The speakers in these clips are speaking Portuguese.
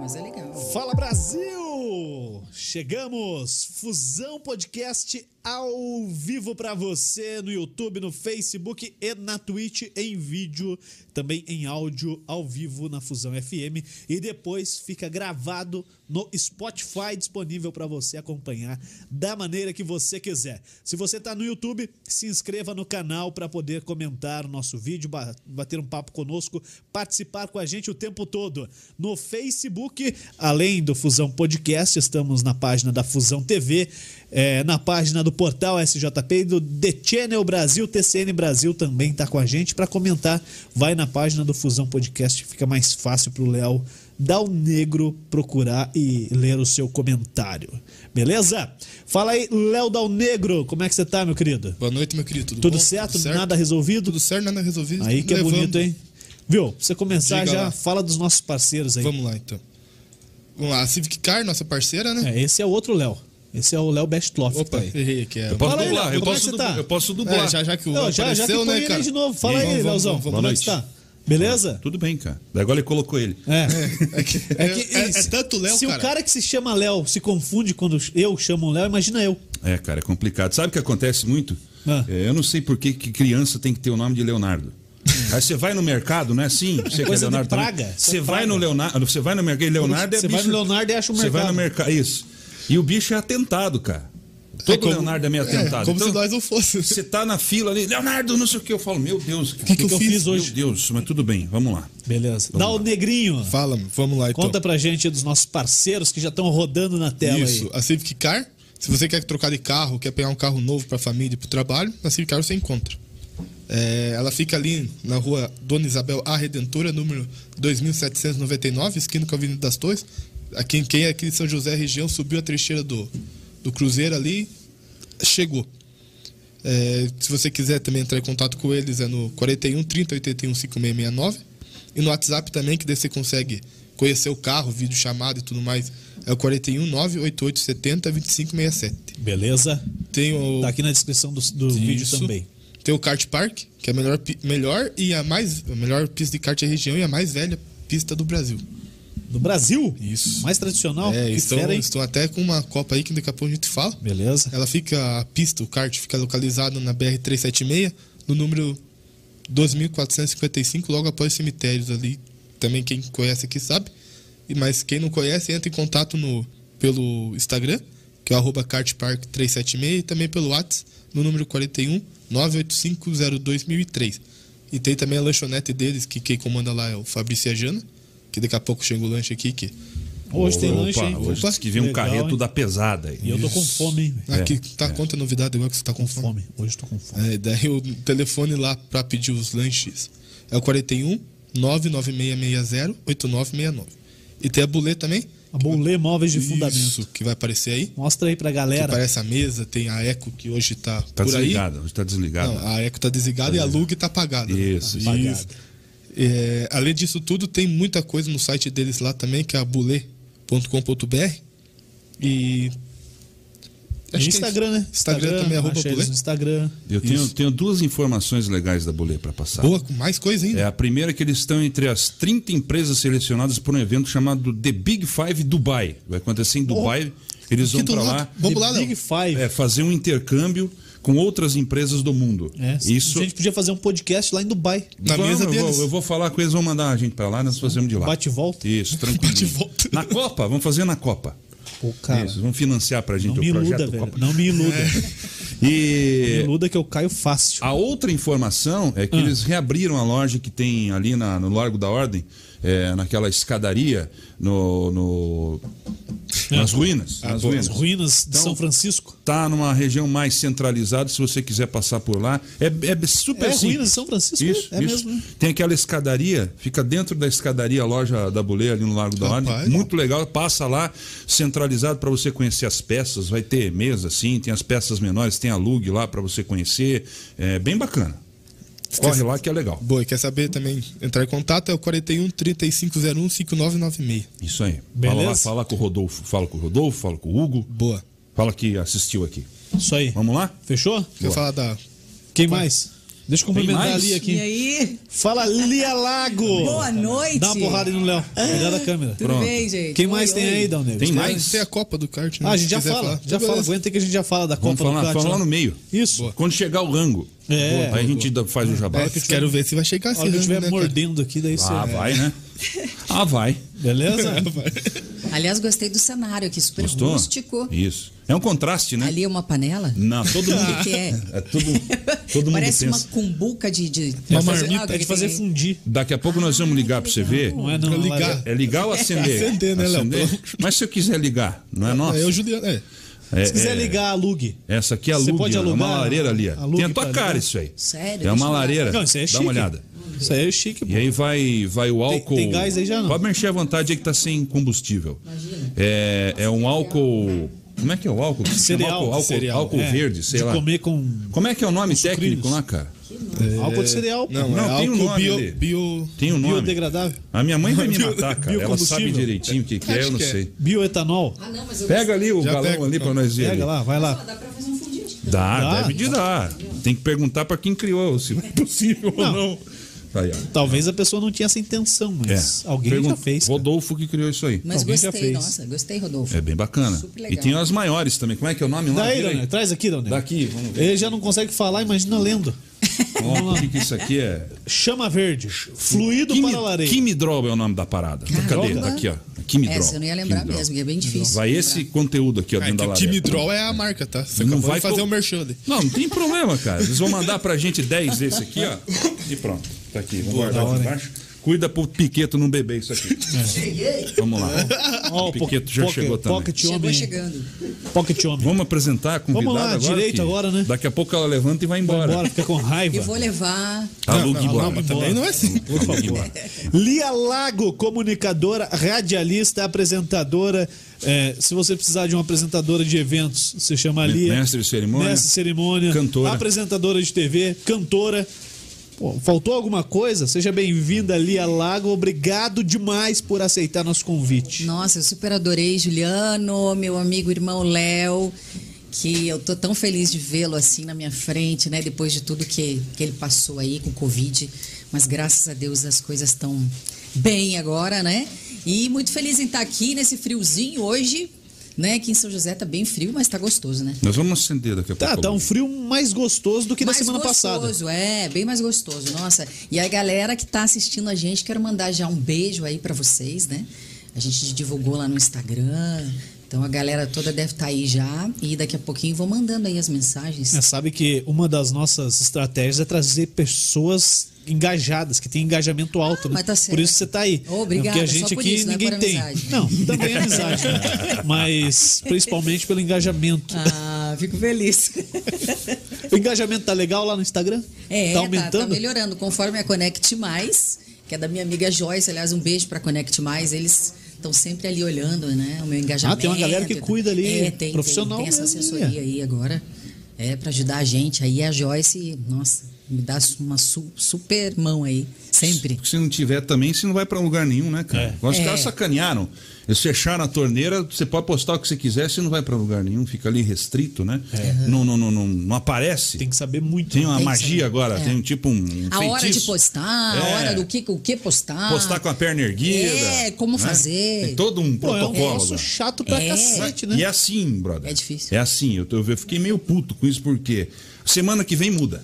mas é legal. Fala Brasil! Chegamos! Fusão Podcast ao vivo pra você no YouTube, no Facebook e na Twitch em vídeo, também em áudio ao vivo na Fusão FM e depois fica gravado no Spotify disponível pra você acompanhar da maneira que você quiser. Se você tá no YouTube, se inscreva no canal pra poder comentar o nosso vídeo, ba- bater um papo conosco, participar com a gente o tempo todo. No Facebook, além do Fusão Podcast, estamos na página da Fusão TV, eh, na página do portal SJP e do The Channel Brasil, TCN Brasil também está com a gente. Para comentar, vai na página do Fusão Podcast, fica mais fácil para o Léo dar o negro procurar e ler o seu comentário. Beleza? Fala aí, Léo Dal Negro, como é que você tá, meu querido? Boa noite, meu querido. Tudo, Tudo bom? certo? Nada resolvido? Tudo certo, nada resolvido. Aí que é Levamos. bonito, hein? Viu? Pra você começar Diga já, lá. fala dos nossos parceiros aí. Vamos lá, então. Vamos lá, a Civic Car, nossa parceira, né? É, esse é outro Léo. Esse é o Léo Bestloff. que Opa, tá aí. errei aqui. É. Eu posso Fala aí, dublar, Léo, eu, como é posso que você dublar tá? eu posso dublar. É, já, já que o Não, Léo já, já que apareceu, põe né, ele aí cara? de novo. Fala Vamos, aí, vamos, Léozão. vamos, vamos. Como é que tá? Beleza? Tudo bem, cara. Agora ele colocou ele. É. É que, É que- é- é tanto Léo, Se cara. o cara que se chama Léo se confunde quando eu chamo o Léo, imagina eu. É, cara, é complicado. Sabe o que acontece muito? Ah. É, eu não sei por que, que criança tem que ter o nome de Leonardo. Aí você vai no mercado, não é assim? Você Coisa que de é Leonardo também. praga, isso é Você vai praga. no Leonardo, você vai no mercado, e Leonardo é Você vai bicho- no Leonardo e acha o Você vai mercado. no mercado, isso. E o bicho é atentado, cara. Todo como- Leonardo é meio É, atentado. como Então, se nós não fôssemos. Você tá na fila ali, Leonardo, não sei o que. Eu falo, meu Deus, o que que eu fiz hoje? Meu Deus, mas tudo bem, vamos lá. Beleza. Dá o negrinho. Fala, meu, vamos lá, então. Conta pra gente dos nossos parceiros que já estão rodando na tela Isso, aí. a Civic Car. Se você quer trocar de carro, quer pegar um carro novo para a família e para o trabalho, na Civic Car você encontra. É, ela fica ali na rua Dona Isabel A Redentora, número 2799, esquina com a Avenida das Torres. Aqui, quem é aqui de São José região subiu a trecheira do, do Cruzeiro ali, chegou. É, se você quiser também entrar em contato com eles, é no 41 30 81 5669. E no WhatsApp também, que daí você consegue conhecer o carro, vídeo chamado e tudo mais. É o 41 988 70 2567. Beleza? Tem o. Tá aqui na descrição do, do Isso. vídeo também. Tem o Kart Park, que é a melhor, pi- melhor e a mais. A melhor pista de kart da região e a mais velha pista do Brasil. Do Brasil? Isso. Mais tradicional? é, que estão, fera, hein? estão até com uma Copa aí que daqui a pouco a gente fala. Beleza. Ela fica, a pista, o kart fica localizado na BR-376, no número 2455, logo após os cemitérios ali. Também quem conhece aqui sabe. E, mas quem não conhece, entra em contato no, pelo Instagram, que é o arroba kartpark376, e também pelo WhatsApp, no número 41 985 02003. E tem também a lanchonete deles, que quem comanda lá é o Fabrício e a Jana, que daqui a pouco chega o lanche aqui, que Hoje tem Opa, lanche, hein? Hoje Opa, diz que vem um legal, carreto hein? da pesada. aí. E eu tô com fome, hein? velho? aqui É, tá conta a novidade agora que você tá com fome. Fome. Hoje eu tô com fome. É, daí o telefone lá pra pedir os lanches é o 41 99660 8969. E tem a Bulê também. A Bolê Móveis de Fundamento. Isso, que vai aparecer aí. Mostra aí pra Que galera. aparece a mesa, tem a Eco que hoje tá, Tá por aí. desligado, hoje tá desligado. Não, a Eco tá desligada e a Lug tá apagada. né? Isso, Tá apagada. É, além disso tudo, tem muita coisa no site deles lá também, que é a bulê.com.br. E. E acho que é Instagram, né? isso. Instagram, também, é arroba acha eles Bulê. no Instagram. Eu tenho, Isso. tenho duas informações legais da Bolê para passar. Boa, com mais coisa ainda. É a primeira é que eles estão entre as 30 empresas selecionadas por um evento chamado The Big Five Dubai. Vai acontecer em Dubai. eles aqui vão do para lado. lá Vamos The lá, Léo. Big Five. é, fazer um intercâmbio com outras empresas do mundo. É, Isso. Tá. A gente podia fazer um podcast lá em Dubai. na Vamos, mesa eu deles. Vou, eu vou falar com eles, vão mandar a gente para lá, nós fazemos de lá. Bate e volta. Isso, tranquilo. Bate e volta. Na Copa, vamos fazer na Copa. Pô, cara. Isso, vão financiar pra Não gente o me projeto iluda, velho. Copa. Não me iluda. Me E iluda que eu caio fácil. a outra informação é que Ah. eles reabriram a loja que tem ali na- no Largo da Ordem, é, naquela escadaria, no, no- É. nas ruínas. Ah, nas boa. ruínas. As ruínas de tá Então- São Francisco. Tá numa região mais centralizada, se você quiser passar por lá. É, é super É simples. ruínas de São Francisco? Isso, é isso. mesmo. né? Tem aquela escadaria, fica dentro da escadaria a loja da Buleia ali no Largo da Rapaz, Ordem. ó. Muito legal, passa lá, centralizado para você conhecer as peças. Vai ter mesa, sim, tem as peças menores, tem a Lug lá para você conhecer. É bem bacana. Corre lá que é legal. Boa, e quer saber também entrar em contato? É o 41 3501 5996. Isso aí. Fala Beleza. lá, fala com o Rodolfo. Fala com o Rodolfo, fala com o Hugo. Boa. Fala que assistiu aqui. Isso aí. Vamos lá? Fechou? Quer falar da. Quem mais? Deixa eu cumprimentar Tem mais? ali E aqui. aí? Fala, Lia Lago. Boa noite. Dá uma porrada aí no Léo. Cuidado da câmera. Tudo Pronto. bem, gente? Quem Oi, mais tem oi. aí, Dal Neves? Tem mais? Mas tem a Copa do Kart, né? Ah, a Se gente já quiser fala. falar. Já Então, fala. beleza. Aguenta que a gente já fala da Copa Vamos falar, do Kart. vamos falar lá. no meio. Isso. Quando chegar o rango, É. aí a gente dá- faz o jabá. É, quero ver se vai chegar A assim. hora que eu estiver mordendo aqui, daí você... Ah, vai, né? Ah, vai. Beleza? Aliás, gostei do cenário aqui, super Gostou? rústico. Isso. É um contraste, né? Ali é uma panela? Não, todo mundo. O que que é? É todo, todo mundo Parece pensa. uma cumbuca de. de Uma de- marmita. Ah, É de fazer tem aí? fundir. Daqui a pouco nós vamos ligar pra você ver. Não é não. Pra ligar. Lara. É ligar ou acender? Acender, né, Léo? Acender. Mas se eu quiser ligar, não é nosso? É, eu, Juliano. É. É, Se quiser é, ligar, alugue. Essa aqui é a Você pode Lúbia, é uma alugar, lareira ali. ó. alugue Tem a tua pra cara ligar. isso aí. Sério? É Deixa eu uma olhar. lareira. Não, isso aí é chique. Dá uma olhada. Isso aí é chique, pô. E aí vai, vai o álcool. tem gás aí já não. Pode mexer à vontade aí que tá sem combustível. É, é um álcool. Como é que é o álcool? Que se chama Cereal. Álcool, álcool, cereal. álcool É. verde, sei de lá. comer com... Como é que é o nome sucrilhos. técnico lá, cara? Álcool de cereal. pô. Não, Não, é tem um álcool nome bio, ali. bio. Tem um nome. Biodegradável. A minha mãe vai me Bio- matar, cara. Ela sabe biocombustível. direitinho o que, que é, eu Acho não que é. sei. Bioetanol. Ah, não, mas eu. Pega ali o Já galão pego, ali então. pra nós ver. ali. Pega lá, vai Ah, lá. Dá pra fazer um fundinho de cana. Dá, Dá, deve de dar. Tem que perguntar pra quem criou, se é possível ou Não. não. Aí, ó. Talvez a pessoa não tinha essa intenção, mas É. alguém Pergun- já fez. cara. Rodolfo que criou isso aí. Mas Alguém já gostei, fez. nossa, gostei, Rodolfo. É bem bacana. Super E legal. tem as maiores também. Como é que é o nome lá? Daí, Vira aí. Daniel, traz aqui, Daniel. Daqui, vamos ver. Ele já não consegue falar, imagina lendo. Ó, o que, que isso aqui é? Chama verde. Fluido Kimi- para a lareira. Kimidrol é o nome da parada. Cadê? Caramba. Aqui, ó. Kimidrol. Essa eu não ia lembrar Kimidrol. mesmo, que é bem difícil. Vai lembrar. esse conteúdo Ah, aqui, ó, É dentro que da então o lareira. Timidrol é a marca, tá? Você né? Não não vai vai fazer co- um merchan ali. Não, não tem problema, cara. Eles vão mandar pra gente 10 desse aqui, ó. E pronto. Tá aqui. Vamos guardar aqui embaixo. Cuida pro Piqueto não beber isso aqui. Cheguei. Vamos lá. Ó, o Piqueto já pocket- chegou também. Pocket Chegou um homem. chegando. Pocket homem. Vamos apresentar a convidada Vamos lá, agora. direito que agora, né? Daqui a pouco ela levanta e Vai vai embora. embora, fica com raiva. Eu vou levar. Alugue não, embora. não, mas também não é assim. Por favor. Lia Lago, comunicadora, radialista, apresentadora. É, se você precisar de uma apresentadora de eventos, você chama a Lia. Mestre de cerimônia. Mestre de cerimônia. Cantora. Apresentadora de TV, cantora. Pô, faltou alguma coisa? Seja bem-vinda, Lia Lago. Obrigado demais por aceitar nosso convite. Nossa, eu super adorei, Juliano, meu amigo irmão Léo, que eu tô tão feliz de vê-lo assim na minha frente, né? Depois de tudo que, que ele passou aí com o Covid. Mas graças a Deus as coisas estão bem agora, né? E muito feliz em estar aqui nesse friozinho hoje, né? Aqui em São José tá bem frio, mas tá gostoso, né? Nós vamos acender daqui a pouco. Tá, tá um Alugue. frio mais gostoso do que na semana passada. gostoso, é, bem mais gostoso, nossa. E a galera que tá assistindo a gente, quero mandar já um beijo aí pra vocês, né? A gente divulgou lá no Instagram. Então a galera toda deve estar aí já e daqui a pouquinho vou mandando aí as mensagens. É, sabe que uma das nossas estratégias é trazer pessoas engajadas, que têm engajamento alto, Ah, né? mas tá certo. Por isso você tá aí. Obrigada, Porque a só gente por aqui isso, não é ninguém por tem. amizade. Não, também é amizade, né? Mas principalmente pelo engajamento. Ah, fico feliz. O engajamento tá legal lá no Instagram? É, tá tá, aumentando? tá melhorando, conforme a Conect Mais, que é da minha amiga Joyce, aliás, um beijo pra Conect Mais, eles estão sempre ali olhando, né, o meu engajamento. Ah, tem uma galera que e tal. cuida ali, é, tem, profissional Tem, tem essa mesmo, assessoria é. aí agora, é, pra ajudar a gente, aí a Joyce, nossa, me dá uma su- super mão aí, sempre. Porque se não tiver também, você não vai pra lugar nenhum, né, cara? Agora Os É. caras sacanearam. Eles fecharam a torneira, você pode postar o que você quiser, você não vai pra lugar nenhum, fica ali restrito, né? Não, não, não, não, não É. aparece. Tem Tem, que saber muito. uma Tem que magia saber. agora, É. tem tipo um. um A hora de feitiço. postar, a É. hora do que, o que postar. Postar com a perna erguida. né? É, como fazer. Tem todo um Pô, é um protocolo. negócio agora. chato pra É. cacete, né? E é assim, brother. É difícil. É assim. Eu, tô- eu fiquei meio puto com isso, porque semana que vem muda.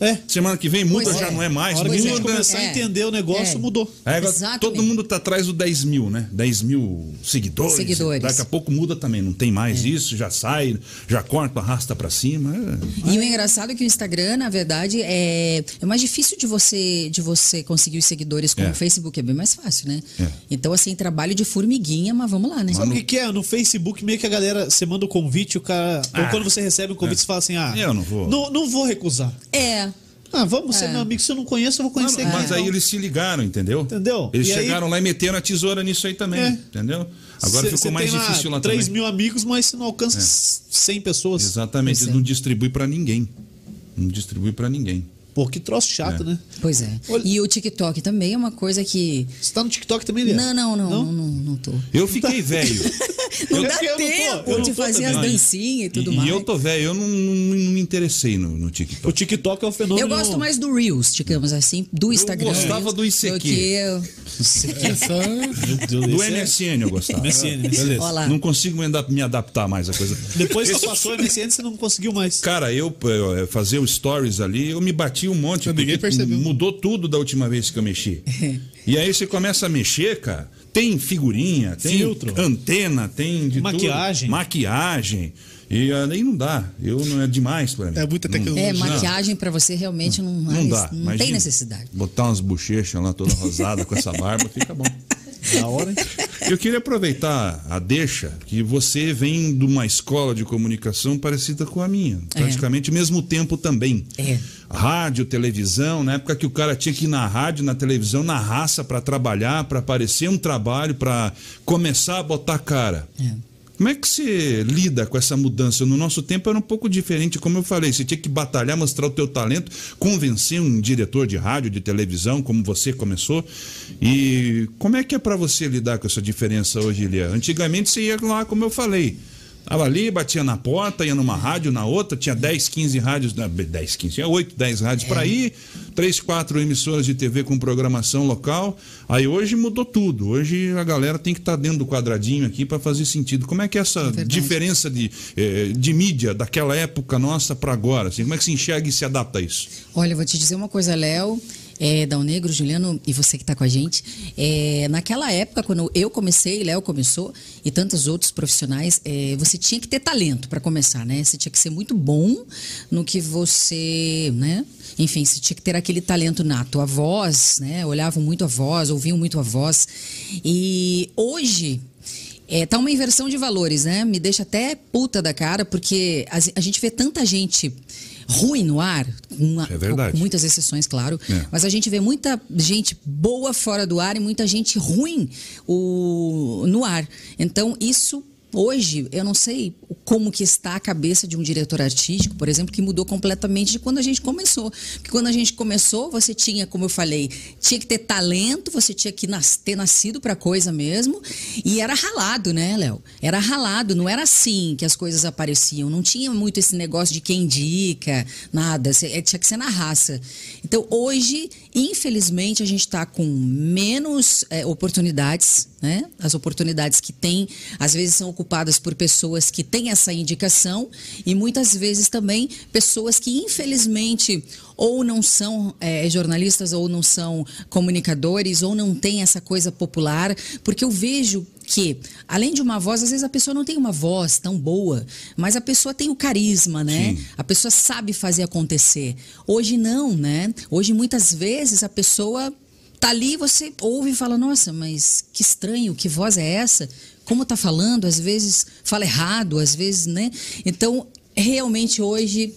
É. Semana que vem muda, Pois já é. não é A mais. hora que a Pois muda. gente é. começar a É. entender o negócio, É. mudou. Aí agora Exatamente. todo mundo tá atrás do 10 mil, né? 10 mil seguidores. Seguidores. É. Daqui a pouco muda também, não tem mais isso, já sai, já corta, arrasta pra cima. É. E o engraçado é que o Instagram, na verdade, é, é mais difícil de você de você conseguir os seguidores com É. o Facebook, é bem mais fácil, né? É. Então, assim, trabalho de formiguinha, mas vamos lá, né? Sabe o que, que é? No Facebook, meio que a galera, você manda o convite, o cara. Ah. ou quando você recebe o convite, você fala assim: ah, Eu não vou. Não, não vou recusar. É. Ah, vamos ser meu amigo, se eu não conheço, eu vou Mas, conhecer aqui. mas aí eles se ligaram, entendeu? Entendeu? Eles E aí- chegaram lá e meteram a tesoura nisso aí também, É. entendeu? Agora Cê- ficou cê mais tem difícil lá 3 também. É. mil amigos, mas você não alcança 100 pessoas. Exatamente, Pois eles é. não distribui pra ninguém. Não distribui pra ninguém. Pô, que troço chato, né? Pois é. Olha- E o TikTok também é uma coisa que. Você tá no TikTok também, Lê? Não, não, não, não, não, não tô. Eu fiquei velho. Não Eu dá não tô, tempo eu não de tô fazer também. as dancinhas e tudo e, mais. e eu tô velho, eu não, não- não me interessei no, no O TikTok. TikTok é um fenômeno. Eu gosto mais do Reels, digamos assim, do Instagram. gostava do ICQ. que Essa... Do MSN eu gostava. é. MSN, beleza. Olha lá. Não consigo me adap- me adaptar mais à coisa. Depois que passou o MSN, você não conseguiu mais. Cara, eu, eu fazer o stories ali, eu me bati um monte. Eu porque ninguém percebeu. Mudou tudo da última vez que eu mexi. e aí você começa a mexer, cara. Tem figurinha, tem Filtro. antena, tem de Maquiagem. tudo. Maquiagem. E aí não dá. Eu não é demais pra mim. É muita Não- tecnologia. é, maquiagem pra você realmente não, Não, dá. não imagina. tem necessidade. Botar umas bochechas lá toda rosada com essa barba, fica bom. Da hora, hein? Eu queria aproveitar a deixa que você vem de uma escola de comunicação parecida com a minha, praticamente mesmo tempo também. É. Rádio, televisão, na época que o cara tinha que ir na rádio, na televisão, na raça pra trabalhar, pra aparecer um trabalho, pra começar a botar a cara. É. Como é que você lida com essa mudança? No nosso tempo era um pouco diferente, como eu falei, você tinha que batalhar, mostrar o teu talento, convencer um diretor de rádio, de televisão, como você começou. E como é que é para você lidar com essa diferença hoje, Lia? Antigamente você ia lá, como eu falei. Tava ali, batia na porta, ia numa rádio, na outra, tinha 10, 15 rádios, né, não, 10, 15, tinha 8, 10 rádios pra para ir, 3, 4 emissoras de TV com programação local. Aí hoje mudou tudo. Hoje a galera tem que estar dentro do quadradinho aqui para fazer sentido. Como é que é essa verdade. diferença de, eh, de mídia daquela época nossa para agora? Assim, como é que se enxerga e se adapta a isso? Olha, eu vou te dizer uma coisa, Léo, é, Dal Negro, Juliano e você que está com a gente. É, naquela época, quando eu comecei, Léo começou e tantos outros profissionais, é, você tinha que ter talento para começar, né? Você tinha que ser muito bom no que você, né? Enfim, você tinha que ter aquele talento nato. A voz, né? Olhavam muito a voz, ouviam muito a voz. E hoje é, tá uma inversão de valores, né? Me deixa até puta da cara, porque as- a, gente vê tanta gente ruim no ar, uma- É verdade. com muitas exceções, claro, É. mas a gente vê muita gente boa fora do ar e muita gente ruim o- no ar. Então, isso. Hoje, eu não sei como que está a cabeça de um diretor artístico, por exemplo, que mudou completamente de quando a gente começou. Porque quando a gente começou, você tinha, como eu falei, tinha que ter talento, você tinha que nas- ter nascido para coisa mesmo, e era ralado, né, Léo? Era ralado, não era assim que as coisas apareciam, não tinha muito esse negócio de quem indica, nada, cê- é, tinha que ser na raça. Então, hoje, infelizmente, a gente está com menos é, oportunidades, né? As oportunidades que tem, às vezes são ocupadas por pessoas que têm essa indicação e muitas vezes também pessoas que, infelizmente, ou não são é, jornalistas, ou não são comunicadores, ou não têm essa coisa popular, porque eu vejo que, além de uma voz, às vezes a pessoa não tem uma voz tão boa, mas a pessoa tem o carisma, né? A pessoa sabe fazer acontecer. Hoje não, né? Hoje muitas vezes a pessoa tá ali, você ouve e fala: "Nossa, mas que estranho, que voz é essa? Como tá falando? Às vezes fala errado, às vezes, né? Então, realmente hoje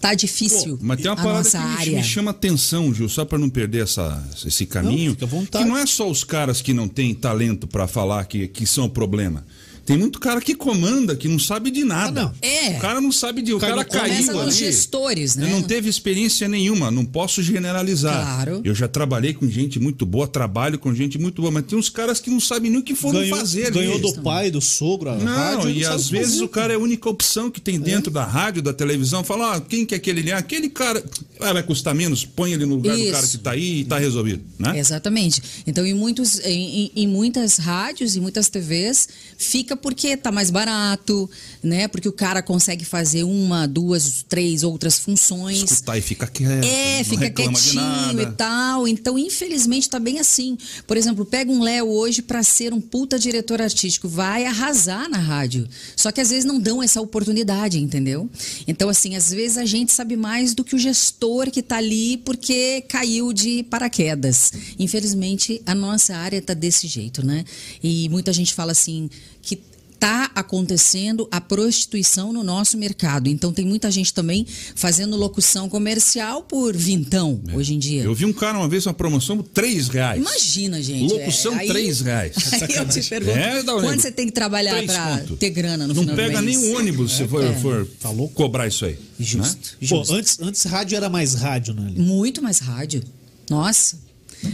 tá difícil Mas tem uma a parada nossa que me- área. me chama atenção, Gil, só para não perder essa, esse caminho. fica à vontade. Que não é só os caras que não têm talento para falar que, que são o problema. Tem muito cara que comanda, que não sabe de nada. Ah, não. É. O cara não sabe de. O Cara, cara, Começa caiu ali. nos gestores, né? Não teve experiência nenhuma, não posso generalizar. Claro. Eu já trabalhei com gente muito boa, trabalho com gente muito boa, mas tem uns caras que não sabem nem o que foram Ganhou, fazer. ali. ganhou do pai, do sogro, a Não, rádio. e sabe às fazer. vezes o cara é a única opção que tem dentro da rádio, da televisão. Fala, ah, quem que é aquele ali? Ah, Aquele cara. Ah, vai custar menos, põe ele no lugar do Isso. É, cara que tá aí e tá resolvido, né? Exatamente. Então, em, muitos, em, em- em muitas rádios e muitas TVs, fica porque tá mais barato, né? Porque o cara consegue fazer uma, duas, três outras funções. Escutar e fica quieto. É, não fica reclama de quietinho nada. e tal. Então, infelizmente, tá bem assim. Por exemplo, pega um Léo hoje pra ser um puta diretor artístico, vai arrasar na rádio. Só que às vezes não dão essa oportunidade, entendeu? Então, assim, às vezes a gente sabe mais do que o gestor que tá ali porque caiu de paraquedas. Infelizmente, a nossa área tá desse jeito, né? E muita gente fala assim que está acontecendo a prostituição no nosso mercado. Então tem muita gente também fazendo locução comercial por vintão hoje em dia. Eu vi um cara uma vez, uma promoção, três reais. Imagina, gente. Locução, é, aí- três reais. Aí eu te pergunto, É, dá um quanto lembro. você tem que trabalhar Três para conto. ter grana no Não final do pega mês? nem o ônibus se for, É. for cobrar isso aí. né? Justo, Pô, justo. antes, antes rádio era mais rádio, né? Lili? Muito mais rádio. Nossa.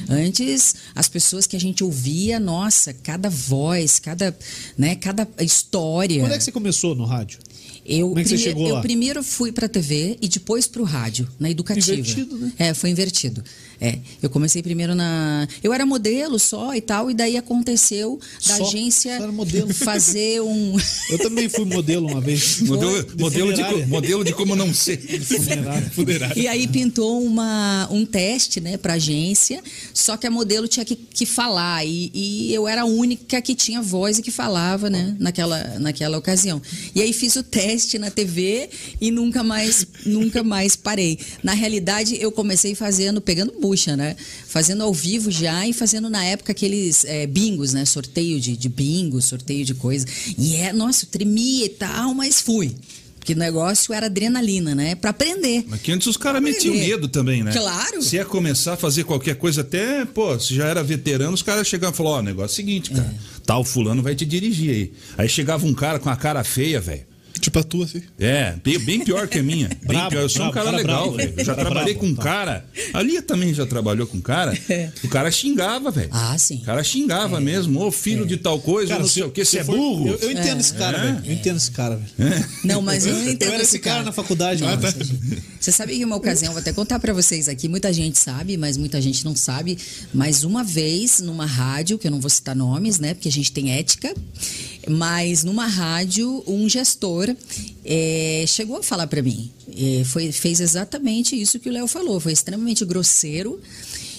Antes, as pessoas que a gente ouvia, nossa, cada voz, cada, né, cada história. Quando é que você começou no rádio? Eu, Como é que você prime- chegou eu lá? primeiro fui para TV e depois para o rádio, na educativa. Invertido, né? É, foi invertido. É, eu comecei primeiro na. Eu era modelo só e tal, e daí aconteceu da Só? agência Só era modelo? fazer um. Eu também fui modelo uma vez. Modelo, De modelo, de, co- funerária. modelo de como não ser. Funerária. Funerário. E aí pintou uma, um teste, né, pra agência, só que a modelo tinha que, que falar. E, e eu era a única que tinha voz e que falava, né, naquela, naquela ocasião. E aí fiz o teste na TV e nunca mais, nunca mais parei. Na realidade, eu comecei fazendo, pegando bucha, né? Fazendo ao vivo já e fazendo na época aqueles eh, bingos, né? Sorteio de, de bingo, sorteio de coisa. E é, nossa, eu tremia e tal, mas fui. Porque o negócio era adrenalina, né? Pra aprender. Mas que antes os caras metiam Aprender. medo também, né? Claro. Se ia começar a fazer qualquer coisa, até, pô, se já era veterano, os caras chegavam e falavam, ó, o negócio é o seguinte, cara, tal fulano vai te dirigir aí. Aí chegava um cara com a cara feia, velho. Tipo a tua, assim. É, bem, bem pior que a minha. Bem Brabo, pior. Eu sou um brabo, cara cara legal, brabo, velho. Eu Já cara trabalhei brabo, com um tá. cara. A Lia também já trabalhou com um cara. O cara xingava, velho. É. Ah, sim. É. O cara xingava mesmo. Ô, filho de tal coisa, Cara, não se- sei o que, se você é for- burro. Eu, eu entendo esse É. cara, velho. Eu entendo esse cara, velho. Não, mas eu não entendo Ah, Eu era esse cara na faculdade, mano. tá. Você sabe que uma ocasião, vou até contar pra vocês aqui, muita gente sabe, mas muita gente não sabe. Mas uma vez, numa rádio, que eu não vou citar nomes, né? Porque a gente tem ética, mas numa rádio, um gestor eh, chegou a falar pra mim. eh, foi, fez exatamente isso que o Léo falou, foi extremamente grosseiro.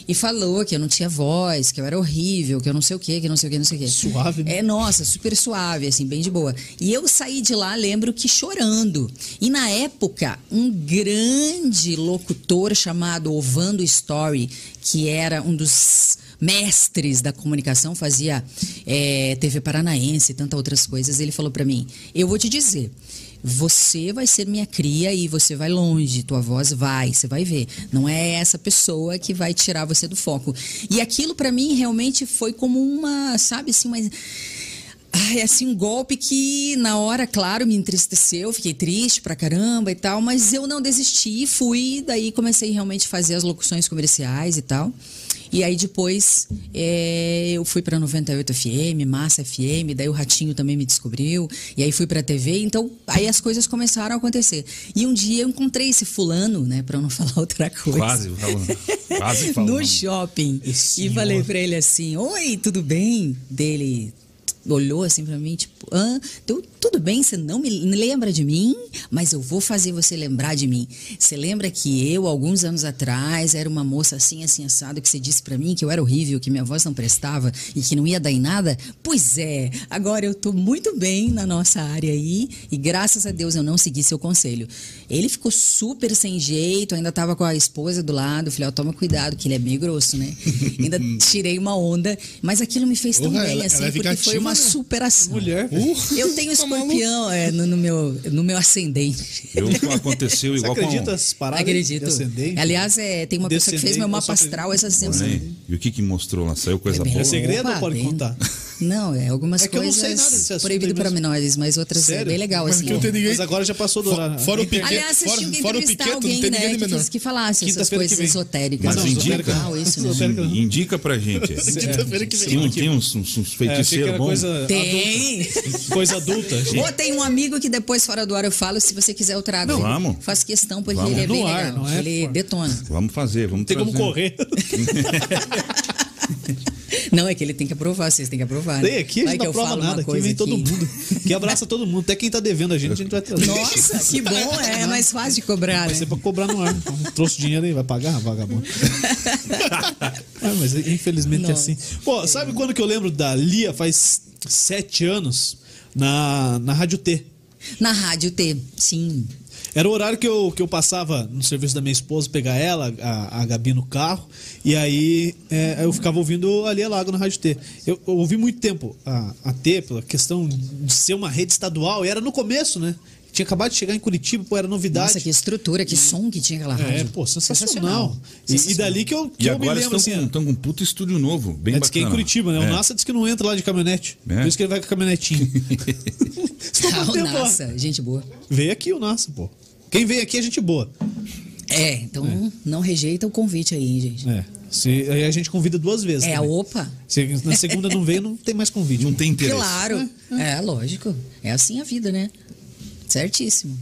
E falou que eu não tinha voz, que eu era horrível, que eu não sei o quê, que não sei o quê, não sei o quê. Suave, né? É, nossa, super suave, assim, bem de boa. E eu saí de lá, lembro que chorando. E na época, um grande locutor chamado Ovando Story, que era um dos mestres da comunicação, fazia eh, TV Paranaense e tantas outras coisas, ele falou pra mim: Eu vou te dizer. Você vai ser minha cria e você vai longe, tua voz vai, você vai ver. Não é essa pessoa que vai tirar você do foco. E aquilo pra mim realmente foi como uma, sabe assim, uma Ai, assim, um golpe que na hora, claro, me entristeceu, fiquei triste pra caramba e tal, mas eu não desisti, fui, daí comecei realmente a fazer as locuções comerciais e tal. E aí depois eh, eu fui pra 98 FM, Massa FM, daí o Ratinho também me descobriu, e aí fui pra TV, então aí as coisas começaram a acontecer. E um dia eu encontrei esse fulano, né, pra eu não falar outra coisa. Quase, falando. Quase falando. No shopping. Esse e falei senhor. pra ele assim: Oi, tudo bem? Dele olhou assim pra mim, tipo, Hã? Então, tudo bem, você não me lembra de mim, mas eu vou fazer você lembrar de mim. Você lembra que eu, alguns anos atrás, era uma moça assim, assim, assado, que você disse pra mim que eu era horrível, que minha voz não prestava e que não ia dar em nada? Pois é, agora eu tô muito bem na nossa área aí e graças a Deus eu não segui seu conselho. Ele ficou super sem jeito, ainda tava com a esposa do lado, falei, ó, toma cuidado, que ele é meio grosso, né? ainda tirei uma onda, mas aquilo me fez tão Porra, bem, ela- assim, ela é porque foi vingativa, uma né? superação. Mulher, Uh, Eu tenho tá maluco? escorpião é, no, no meu, no meu ascendente. Eu, aconteceu Você igual acredita com... um- nessas paradas? Acredito. Descendente? Aliás, é, tem uma pessoa que fez Descendente, meu eu mapa só acredito. astral essa semana. Hein? E o que que mostrou lá? Saiu coisa bem boa? É segredo Opa, ou pode bem. contar? Não, é algumas É que eu não coisas sei nada desse assunto proibido aí, mas- para menores, mas outras é Sério? bem legal Mas assim. que eu é. tenho- Mas agora já passou do horário. né? Fora o Piquet. Aliás, vocês tinham que fora, fora o entrevistar Piquet, não alguém, tem ninguém né, de que, menor. quis que falasse essas Quinta-feira que coisas vem. esotéricas. Mas né? indica. É, Legal isso, né? Esotérica não. Indica pra gente. Quinta-feira que Tem, vem. um- tem uns, uns- uns É, achei que feiticeiros era bons. coisa, Tem! adulta, coisa adulta. gente. Ou tem um amigo que depois, fora do ar, eu falo, se você quiser eu trago. Não, Ele- vamos. Faço questão, porque Vamos. ele é No bem ar, legal. não é? ele detona. Vamos fazer, vamos Tem como trazer. correr. Não, é que ele tem que aprovar, vocês têm que aprovar. né? Tem aqui, a Vai que gente não eu aprova falo uma nada. Aqui coisa vem todo aqui. mundo. Que abraça todo mundo. Até quem tá devendo a gente, a gente vai trazer. Nossa, que bom, é, é mais fácil de cobrar, Vai né? ser pra cobrar no ar. Então, trouxe dinheiro aí, vai pagar, vagabundo. Ah, mas infelizmente é Nossa. assim. Pô, sabe quando que eu lembro da Lia faz sete anos? Na, na Rádio T. Na Rádio T, sim. Era o horário que eu, que eu passava no serviço da minha esposa, pegar ela, a, a Gabi no carro, e aí é, eu ficava ouvindo ali a Lago na Rádio T. Eu, eu ouvi muito tempo a, a T, pela questão de ser uma rede estadual, e era no começo, né? Tinha acabado de chegar em Curitiba, pô, era novidade. Nossa, que estrutura, que som que tinha aquela rádio. É, pô, sensacional. E- E, Sensacional. dali que eu, que Né? E eu agora me lembro, estão assim, com, ó, estão com um puto estúdio novo, bem é, diz bacana. que é em Curitiba, né? O É. Nassa diz que não entra lá de caminhonete. É. Por isso que ele vai com a caminhonetinha. Ficou Ah, pouco o tempo lá. Nassa, gente boa. Veio aqui o Nassa, pô. Quem veio aqui é gente boa. É, então não rejeita o convite aí, hein, gente. É. Se, aí a gente convida duas vezes. É, também. opa. Se na segunda não veio, não tem mais convite. Não tem interesse. Claro. É, lógico. É assim a vida, né? Certíssimo.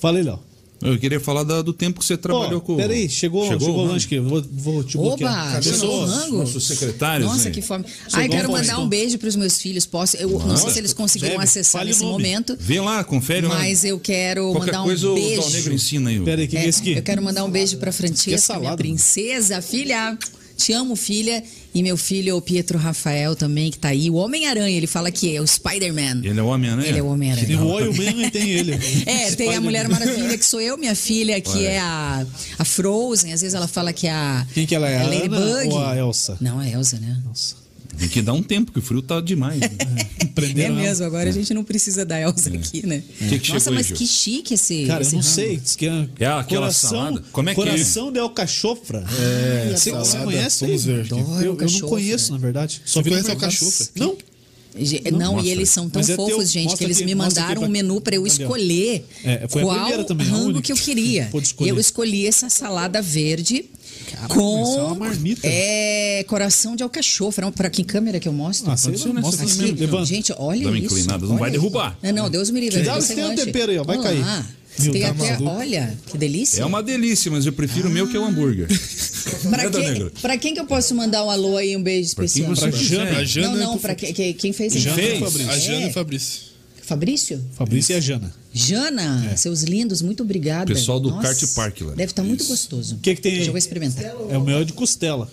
Fala aí, Léo. Eu queria falar da- do tempo que você trabalhou Ó, com. Peraí, chegou, chegou, o lanche aqui. Vou, vou te bloquear. Oba, chegou o nossos- rango. nossos secretários, Nossa, hein? que fome. Ai, quero Chegou, mandar Faustão. um beijo para os meus filhos. Posso? Eu não sei se eles conseguiram Deve. acessar Fale o nesse nome. momento, Vê lá, confere lá. mas eu quero Qualquer mandar um coisa o Dal Negro beijo. ensina aí. Peraí, que É, é isso aqui? eu quero mandar um beijo para Que é Francesca, salada, minha mano. princesa, filha. Te amo, filha. E meu filho, o Pietro Rafael também, que tá aí. O Homem-Aranha, ele fala que é o Spider-Man. Ele é o Homem-Aranha? Ele é o Homem-Aranha. Tem o Oil Man e tem ele. É, tem a Mulher Maravilha, que sou eu, minha filha, que é a, a Frozen. Às vezes ela fala que é a. Quem que ela é? a A Ladybug. Ana ou a Elsa? Não, a Elsa, né? Nossa. Tem que dar um tempo, que o frio tá demais. né? É Prenderam ela. mesmo, agora a gente não precisa da Elsa É. aqui, né? Que que Nossa, chegou aí, mas Gil? que chique esse. Cara, eu esse não ramo. sei. Diz que é, É aquela salada? Como é que é? Coração de alcachofra. É, Você, você salada, conhece? vamos aí? ver aqui. Eu- Adoro Eu, não alcachofra. né? conheço, na verdade. Só vi no conhece mercado. é alcachofra? Não. Ge- Não, mostra. e eles são tão Mas é teu- fofos, gente, que mostra eles aqui, me mostra aqui mandaram pra- um menu pra eu Ali, ó. escolher É, foi a qual primeira também, a rango única. que eu queria. Pôde escolher. Eu escolhi essa salada verde com isso é uma marmita. é, coração de alcachofra. Para que câmera que eu mostro? Ah, sei Pode lá, ser mostra nessa aqui mesmo, levanta. Gente, olha Dá uma isso. inclinada, não olha vai isso. derrular. Não, não, Deus me livre. Cuidado, esse tem um lanche. tempero aí, ó, vai Olha cair. lá. Viu, Tem tá até, maluco. olha, que delícia. É uma delícia, mas eu prefiro o meu Ah, que é o hambúrguer. Pra, É um Né, Dal quem, Negro? pra quem que eu posso mandar um alô aí, um beijo Pra quem especial? você Jana. prefere? A Jana não, e não, pro- pra que, que- quem fez isso? Jana Fez? e Fabrício. A Jana É. e Fabrício. Fabrício? Fabrício e a Jana. Jana, seus lindos, muito obrigada. É. Pessoal do Kart Park lá. Deve estar muito gostoso. O que que tem aí? Já vou experimentar. É o melhor de costela.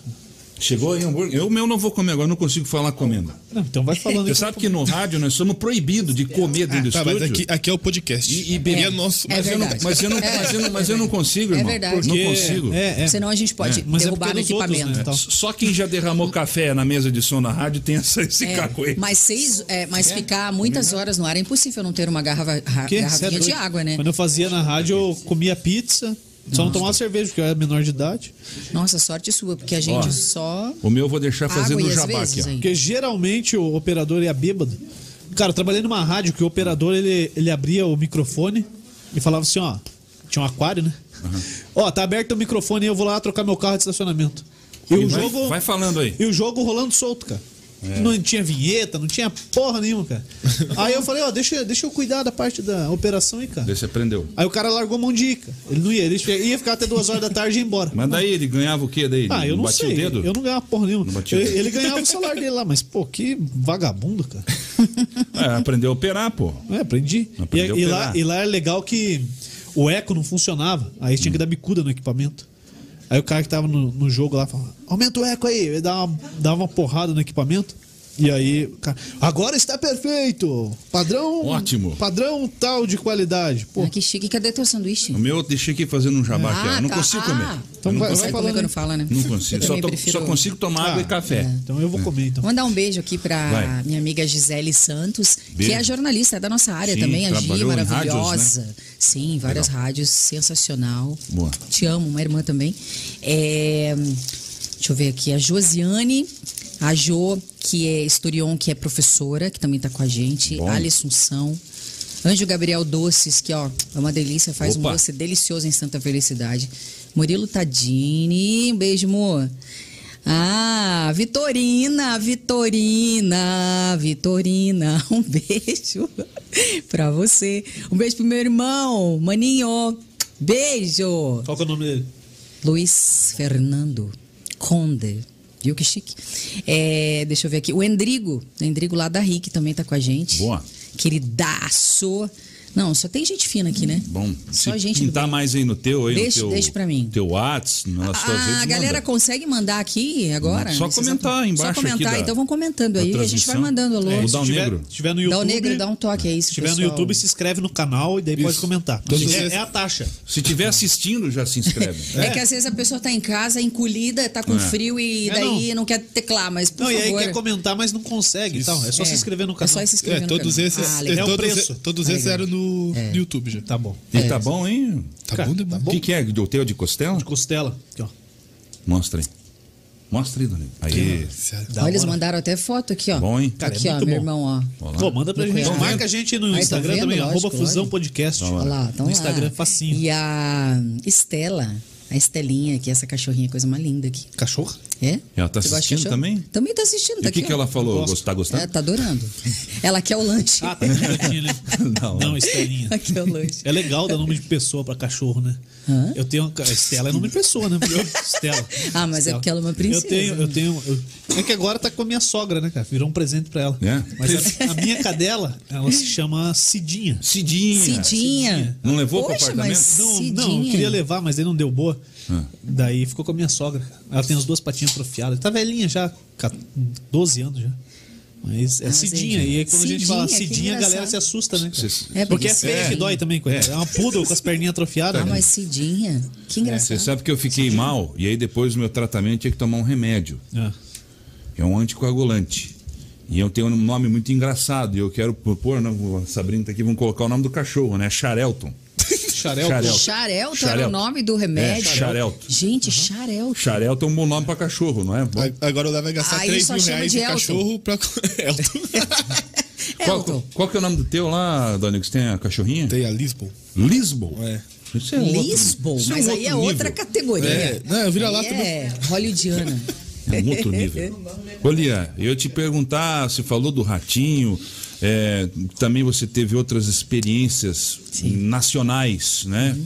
Chegou aí o hambúrguer? Eu, o meu não vou comer agora, não consigo falar comendo. Não, então vai falando Você aí. sabe que no rádio nós somos proibidos de comer dentro do Ah, Tá, mas estúdio? aqui, aqui é o podcast. E- e é nosso. É Mas eu não- verdade. mas eu não- mas eu não- mas eu não consigo, É irmão. verdade. Não Porque- consigo. É, é. Senão a gente pode Mas é derrubar porque no dos outros, equipamento. né? Então- Só quem já derramou café na mesa de som na rádio tem essa, esse É, cacoete. mas seis, é, mas ficar muitas horas no ar é impossível não ter uma garrafa, ra- Que? Cê é garrafinha doido? de água, né? Quando eu fazia na rádio, eu comia pizza, só não tomava cerveja, porque eu era menor de idade. Nossa, sorte sua, porque a gente Ó. só. O meu eu vou deixar fazendo água o e às jabá vezes, aqui. ó. hein? Porque geralmente o operador ia bêbado. Cara, eu trabalhei numa rádio que o operador ele, ele abria o microfone e falava assim: ó, tinha um aquário, né? Ó, tá aberto o microfone aí, eu vou lá trocar meu carro de estacionamento. E o Vai- jogo. vai É. falando aí. E o jogo rolando solto, cara. Não tinha vinheta, não tinha porra nenhuma, cara. aí eu falei, ó, deixa, deixa eu cuidar da parte da operação aí, cara. Vê se aprendeu. Aí o cara largou mão de ica. Ele não ia, ele ia ficar até duas horas da tarde e ia embora. Mas daí ele ganhava o quê daí? Ah, eu não Batia sei. o dedo? Eu não ganhava porra nenhuma. Não batia o Ele, dedo. ele ganhava o salário dele lá, mas, pô, que vagabundo, cara. É, aprendeu a operar, pô. É, aprendi. E, Aprendeu e a lá, operar. e lá era legal que o eco não funcionava. Aí tinha que dar bicuda no equipamento. Aí o cara que tava no, no jogo lá falava: aumenta o eco aí. Ele dava, uma- dava uma porrada no equipamento. E aí, o cara, agora está perfeito! Padrão. Ótimo. Padrão tal de qualidade. Pô, Ah, que chique. Cadê teu sanduíche? O meu eu deixei aqui fazendo um jabá aqui. ó. Eu não tá. consigo Ah, comer. Então Eu não vai- consigo. Sabe como falando é que eu não aí. falo, né? Não consigo. Eu Só, também to- prefiro- é. só consigo tomar água Ah, e café. então eu vou É. comer então. Vou Mandar um beijo aqui para Vai. minha amiga Gisele Santos, Beijo. que é jornalista, é da nossa área Sim, também, a Gi, trabalhou em né? maravilhosa. Sim, várias rádios, sensacional. Boa. Te amo, uma irmã também. É, deixa eu ver aqui, a Josiane, a Jo, que é historion, que é professora, que também está com a gente, Bom. Ali Assunção. Anjo Gabriel Doces, que ó, é uma delícia, faz Opa. um doce delicioso em Santa Felicidade. Murilo Tadini, um beijo, amor. Ah, Vitorina, Vitorina, Vitorina, um beijo pra você. Um beijo pro meu irmão, maninho. Beijo. Qual que é o nome dele? Luiz Fernando Conde. Viu que chique? É, deixa eu ver aqui. O Endrigo. O Endrigo lá da RIC também tá com a gente. Boa. Queridaço. Não, só tem gente fina aqui, né? Bom, Só se gente do pintar mais aí no teu, aí Deixa- no teu, deixa pra mim. teu Whats, nas tuas Ah, redes, a galera manda. consegue mandar aqui agora? Só Nesse comentar exato- embaixo Só aqui comentar, da- então vão comentando da aí, a gente vai transmissão. mandando alô. É, o se, Dá um tiver, Negro. se tiver no Dá YouTube. o negro, dá um toque, é isso, Se tiver pessoal. no YouTube, se inscreve no canal e daí pode comentar. Então, Mas se- é, é a taxa. Se tiver assistindo, já se inscreve. É. que às vezes a pessoa tá em casa, encolhida, tá com É. frio e É, daí não. quer teclar, mas por Não, e favor. aí quer comentar, mas não consegue. e tal. É só se inscrever no É canal. só se inscrever É, no todos canal. esses. Ah, é, legal. o todos, preço. todos Ah, esses legal. eram no, no YouTube já. Tá bom. É. E tá bom, hein? Tá Cara, bom demais. O que, que é? O teu de costela? De costela. Aqui, ó. Mostra aí. Mostra aí, Dona. Negra. Aí. Tá Sério. Da Olha, eles hora. mandaram até foto aqui, ó. Tá Bom, hein? Cara, é aqui, ó, muito meu bom. irmão, ó. Olá. Pô, manda pra Meu gente. cunhado. marca a gente no Aí, tá Instagram vendo? também, Lógico, arroba Fusão olha. então é. Podcast. é Olha lá, tão lá. no Instagram, facinho. E a Estela, A Estelinha, que é essa cachorrinha, coisa mais linda aqui. Cachorro? É? Ela tá Você gosta de assistindo cachorro? também? Também tá assistindo. E tá o que, aqui, que ó. ela falou? Gosto. Gosto. Tá É, gostando? tá adorando. Ela quer o lanche. Ah, tá bonitinho, né? Não. Não, Estelinha. Ela quer o lanche. É legal dar nome de pessoa pra cachorro, né? Eu tenho uma. Estela é nome de pessoa, né? Eu- Estela. Ah, mas é Estela. porque ela é uma princesa, Eu tenho. Eu né? tenho eu- É que agora tá com a minha sogra, né, cara? Virou um presente pra ela. É. Mas a, a minha cadela, ela se chama Cidinha. Cidinha. Cidinha. Não levou pro Poxa, apartamento? Mas Não, Cidinha. não, eu queria levar, mas ele não deu boa. Daí ficou com a minha sogra. cara. Ela tem as duas patinhas atrofiadas. Tá velhinha já, ca- 12 anos já. Mas é mas Cidinha. é- E aí, quando a gente Cidinha, fala que Cidinha, a galera engraçado. se assusta, né? cara? Cê- É, Porque é porque- feio É. que dói também, coitada. É, uma poodle com as perninhas atrofiadas. Ah, né? mas Cidinha. Que É, Você engraçado. sabe que eu fiquei mal e aí depois do meu tratamento eu tinha que tomar um remédio. É. É um anticoagulante. E eu tenho um nome muito engraçado. E eu quero propor, né, o Sabrina tá aqui, vamos colocar o nome do cachorro, né? Charelton. Xarel. Xarel. Xarelto, era Xarelto. o nome do remédio. É, Xarelto. Gente, Xarelto. Charelton é um bom nome pra cachorro, não é? Bom. A- Agora o Léo vai gastar Aí 3 só mil chama reais de em Elton. cachorro pra. Elton. Qual, Elton. qual que é o nome do teu lá, Dona, que você tem a cachorrinha? Tem a Lisboa. Lisboa. É. Isso é outro- Lisboa, isso mas aí é outro outra nível. categoria. É, não, vira lá Aí É, hollywoodiana. É um outro nível. Olha, eu te perguntar, você falou do ratinho, é, também você teve outras experiências nacionais, né?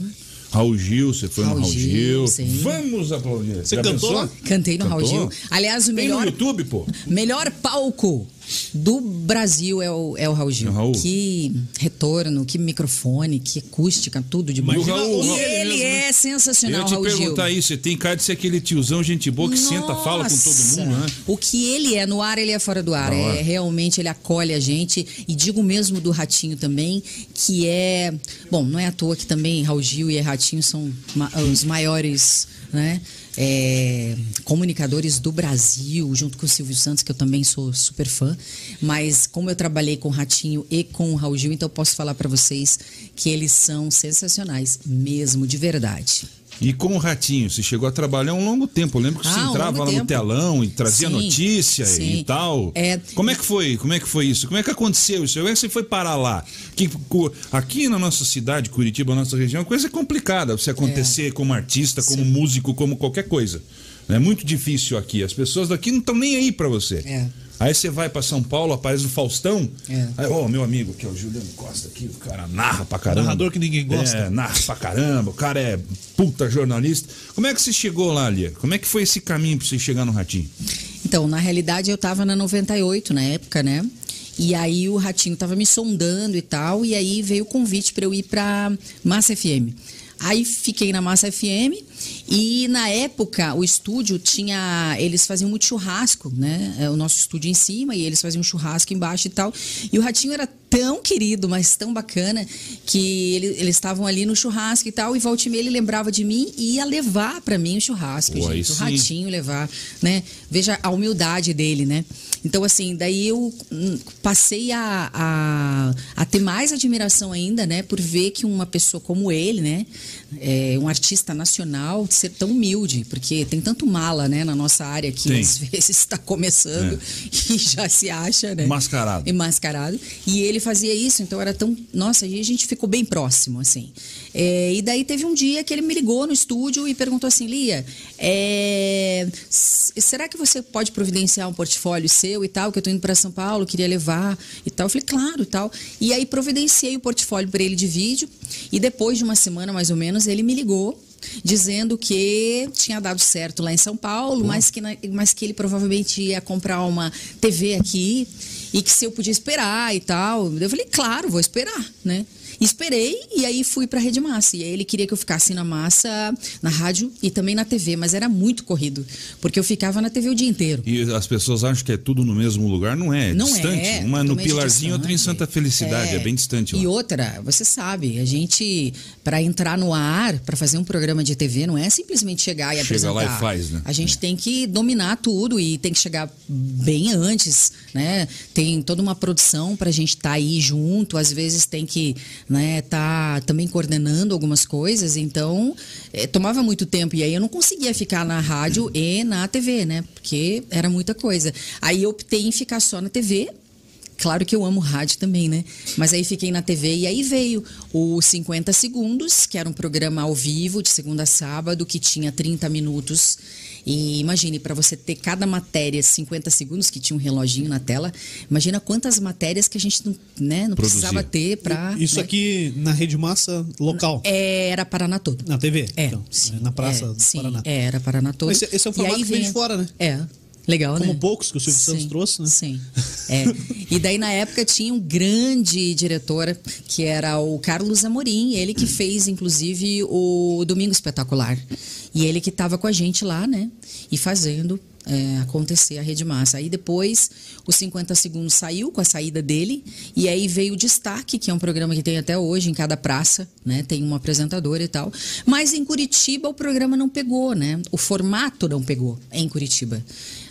Raul Gil, você foi no Uhum. Raul Raul Gil, Gil. sim. Vamos aplaudir. Você Já cantou pensou? lá? Cantei no Raul Gil. Cantou? Aliás, o Tem um no melhor, YouTube, pô. melhor palco do Brasil é o, é o Raul Gil. É o Raul. Que retorno, que microfone, que acústica, tudo de Mas bom. E o Raul, E Raul ele mesmo, né? é sensacional, eu te Raul Gil. perguntar aí, você tem cara de ser aquele tiozão gente boa que senta, fala com todo Nossa! mundo, né? O que ele é no ar, ele é fora do ar. Da hora. É, realmente ele acolhe a gente. E digo mesmo do Ratinho também, que é. Bom, não é à toa que também Raul Gil e Ratinho são ma- os maiores, né? é, comunicadores do Brasil, junto com o Silvio Santos, que eu também sou super fã. Mas como eu trabalhei com o Ratinho e com o Raul Gil, então eu posso falar pra vocês que eles são sensacionais, mesmo, de verdade. E com o Ratinho, você chegou a trabalhar um longo tempo. Eu lembro que você Ah, um entrava longo lá no tempo. telão e trazia Sim, notícia e sim. tal. É. Como é que foi? Como é que foi isso? Como é que aconteceu isso? Como é que você foi parar lá? Que, co- aqui na nossa cidade, Curitiba, nossa região, a coisa é complicada você É. acontecer como artista, como músico, como qualquer coisa. É muito difícil aqui. As pessoas daqui não estão nem aí pra você. É. Aí você vai pra São Paulo, aparece o Faustão. É. Aí, ô, meu amigo, que é o Juliano Costa aqui, o cara narra pra caramba. Narrador que ninguém gosta. É, narra pra caramba, o cara é puta jornalista. Como é que você chegou lá, Lia? Como é que foi esse caminho pra você chegar no Ratinho? Então, na realidade, eu tava na 98 na época, né? E aí o Ratinho tava me sondando e tal, e aí veio o convite para eu ir pra Massa FM. Aí fiquei na Massa FM e na época o estúdio tinha. Eles faziam muito churrasco, né? É, O nosso estúdio em cima e eles faziam churrasco embaixo e tal. E o Ratinho era tão querido, mas tão bacana, que ele- eles estavam ali no churrasco e tal. E volta e meia ele lembrava de mim e ia levar para mim o churrasco, Pô, aí gente. O sim. Ratinho jeitinho levar, né? Veja a humildade dele, né? Então, assim, daí eu hum, passei a, a, a ter mais admiração ainda, né? Por ver que uma pessoa como ele, né? É, um artista nacional, ser tão humilde, porque tem tanto mala, né? Na nossa área que Tem. É. às vezes está começando e já se acha, né? Mascarado. E mascarado. E ele fazia isso, então era tão. Nossa, e a gente ficou bem próximo, assim. É, e daí teve um dia que ele me ligou no estúdio e perguntou assim: Lia, é, s- será que você pode providenciar um portfólio seu e tal? Que eu tô indo para São Paulo, queria levar e tal. Eu falei, claro e tal. E aí providenciei o portfólio para ele de vídeo. E depois de uma semana, mais ou menos, ele me ligou. Dizendo que tinha dado certo lá em São Paulo, mas que, na- mas que ele provavelmente ia comprar uma TV aqui e que se eu podia esperar e tal. Eu falei, claro, vou esperar, né? Esperei e aí fui pra Rede Massa. E aí ele queria que eu ficasse na massa, na rádio e também na TV, mas era muito corrido, porque eu ficava na TV o dia inteiro. E as pessoas acham que é tudo no mesmo lugar, não é? É Não distante. é, Uma no totalmente Pilarzinho, outra em distante. Santa Felicidade. É, bem distante lá. E outra, você sabe, a gente, pra entrar no ar, pra fazer um programa de TV, não é simplesmente chegar e Chega apresentar. lá e faz, né? A gente tem que dominar tudo e tem que chegar bem antes, né? Tem toda uma produção pra gente estar aí junto, às vezes tem que, né, tá também coordenando algumas coisas, então eh, tomava muito tempo e aí eu não conseguia ficar na rádio e na TV, né? Porque era muita coisa. Aí eu optei em ficar só na TV, Claro que eu amo rádio também, né? Mas aí fiquei na TV e aí veio o 50 Segundos, que era um programa ao vivo de segunda a sábado, que tinha 30 minutos. E imagine, para você ter cada matéria 50 segundos, que tinha um reloginho na tela, imagina quantas matérias que a gente não, né, não Produzia. precisava ter para. Isso né? aqui na rede massa local. É, Era Paraná todo. Na TV? É, então, sim, na Praça é, do sim, Paraná. é, era Paraná todo. Esse- esse é um E formato aí que vem de fora, né? É, legal, né? Como poucos que o Silvio Santos trouxe, né? Sim, é. E daí, na época, tinha um grande diretor, que era o Carlos Amorim, ele que fez, inclusive, o Domingo Espetacular. E ele que estava com a gente lá, né? E fazendo é, acontecer a Rede Massa. Aí depois, os 50 Segundos saiu com a saída dele, e aí veio o Destaque, que é um programa que tem até hoje em cada praça, né? Tem uma apresentadora e tal. Mas em Curitiba o programa não pegou, né? O formato não pegou em Curitiba.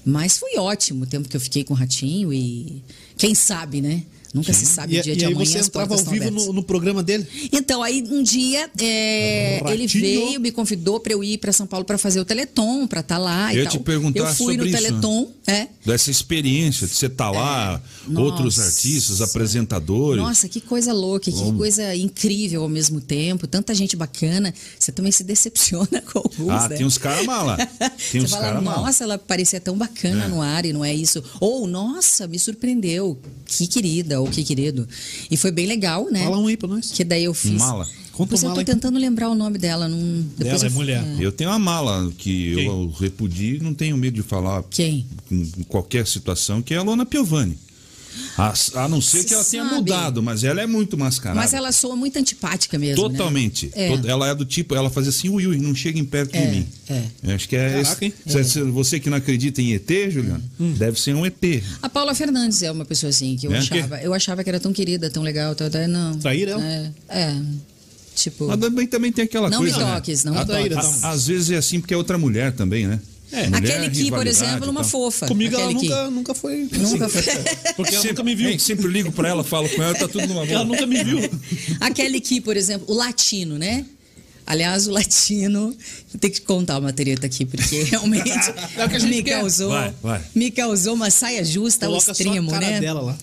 Mas foi ótimo o tempo que eu fiquei com o Ratinho e quem sabe, né? Nunca se sabe E, o dia é, e de aí amanhã. você as entrava portas ao estão vivo abertas. no, no programa dele? Então, aí um dia é, Ratinho. ele veio, me convidou para eu ir para São Paulo para fazer o Teleton, para estar lá Eu e ia tal. te perguntar eu fui sobre no isso, né? Teleton, é. Dessa experiência de você estar lá, É. outros Nossa. artistas, apresentadores. Nossa, que coisa louca, que coisa incrível ao mesmo tempo, tanta gente bacana. Você também se decepciona com alguns, ah, né? tem uns caras mala. Tem Você uns fala, caras mala. nossa, ela parecia tão bacana É. no ar e não é isso. Ou, nossa, me surpreendeu. Que querida ou que querido. E foi bem legal, né? Fala um aí pra nós. Que daí eu fiz. Mala. Conta Pois o eu mala tô aí. tentando lembrar o nome dela. Não... Depois Dela, eu... é mulher. Eu tenho uma mala que eu repudio e não tenho medo de falar Quem? em qualquer situação, que é a Lona Piovani. A, a não ser Você que ela tenha sabe. mudado, mas ela é muito mascarada. Mas ela soa muito antipática mesmo. né? Totalmente. É. Tot- Ela é do tipo, ela faz assim, ui, ui, não chega em perto É, de mim. é. Eu Acho que é, Caraca, hein? esse- se- se- Você que não acredita em ET, Juliano, É. Hum. deve ser um ET. A Paula Fernandes é uma pessoa assim que eu É? achava. Eu achava que era tão querida, tão legal, tal, tal, não. Traíra ela? É. é. Tipo. Mas também, também tem aquela Não me coisa. né? toques, não me A- toques. a- Às vezes é assim porque é outra mulher também, né? É. Mulher, Aquele que, por rivalidade exemplo, e uma tal. fofa. tá? Comigo ela Aquele que- nunca, nunca foi. Nunca assim, foi. Porque ela Sempre, nunca me viu. hein, sempre ligo pra ela, falo com ela, tá tudo numa Ela boa. nunca me Tá viu. um Aquele que, por exemplo, o latino, né? Aliás, o latino, eu tenho que contar uma treta aqui, porque realmente É o que a gente me quer. causou, Vai, vai. me causou uma saia justa Coloca ao só a extremo, cara né? dela lá.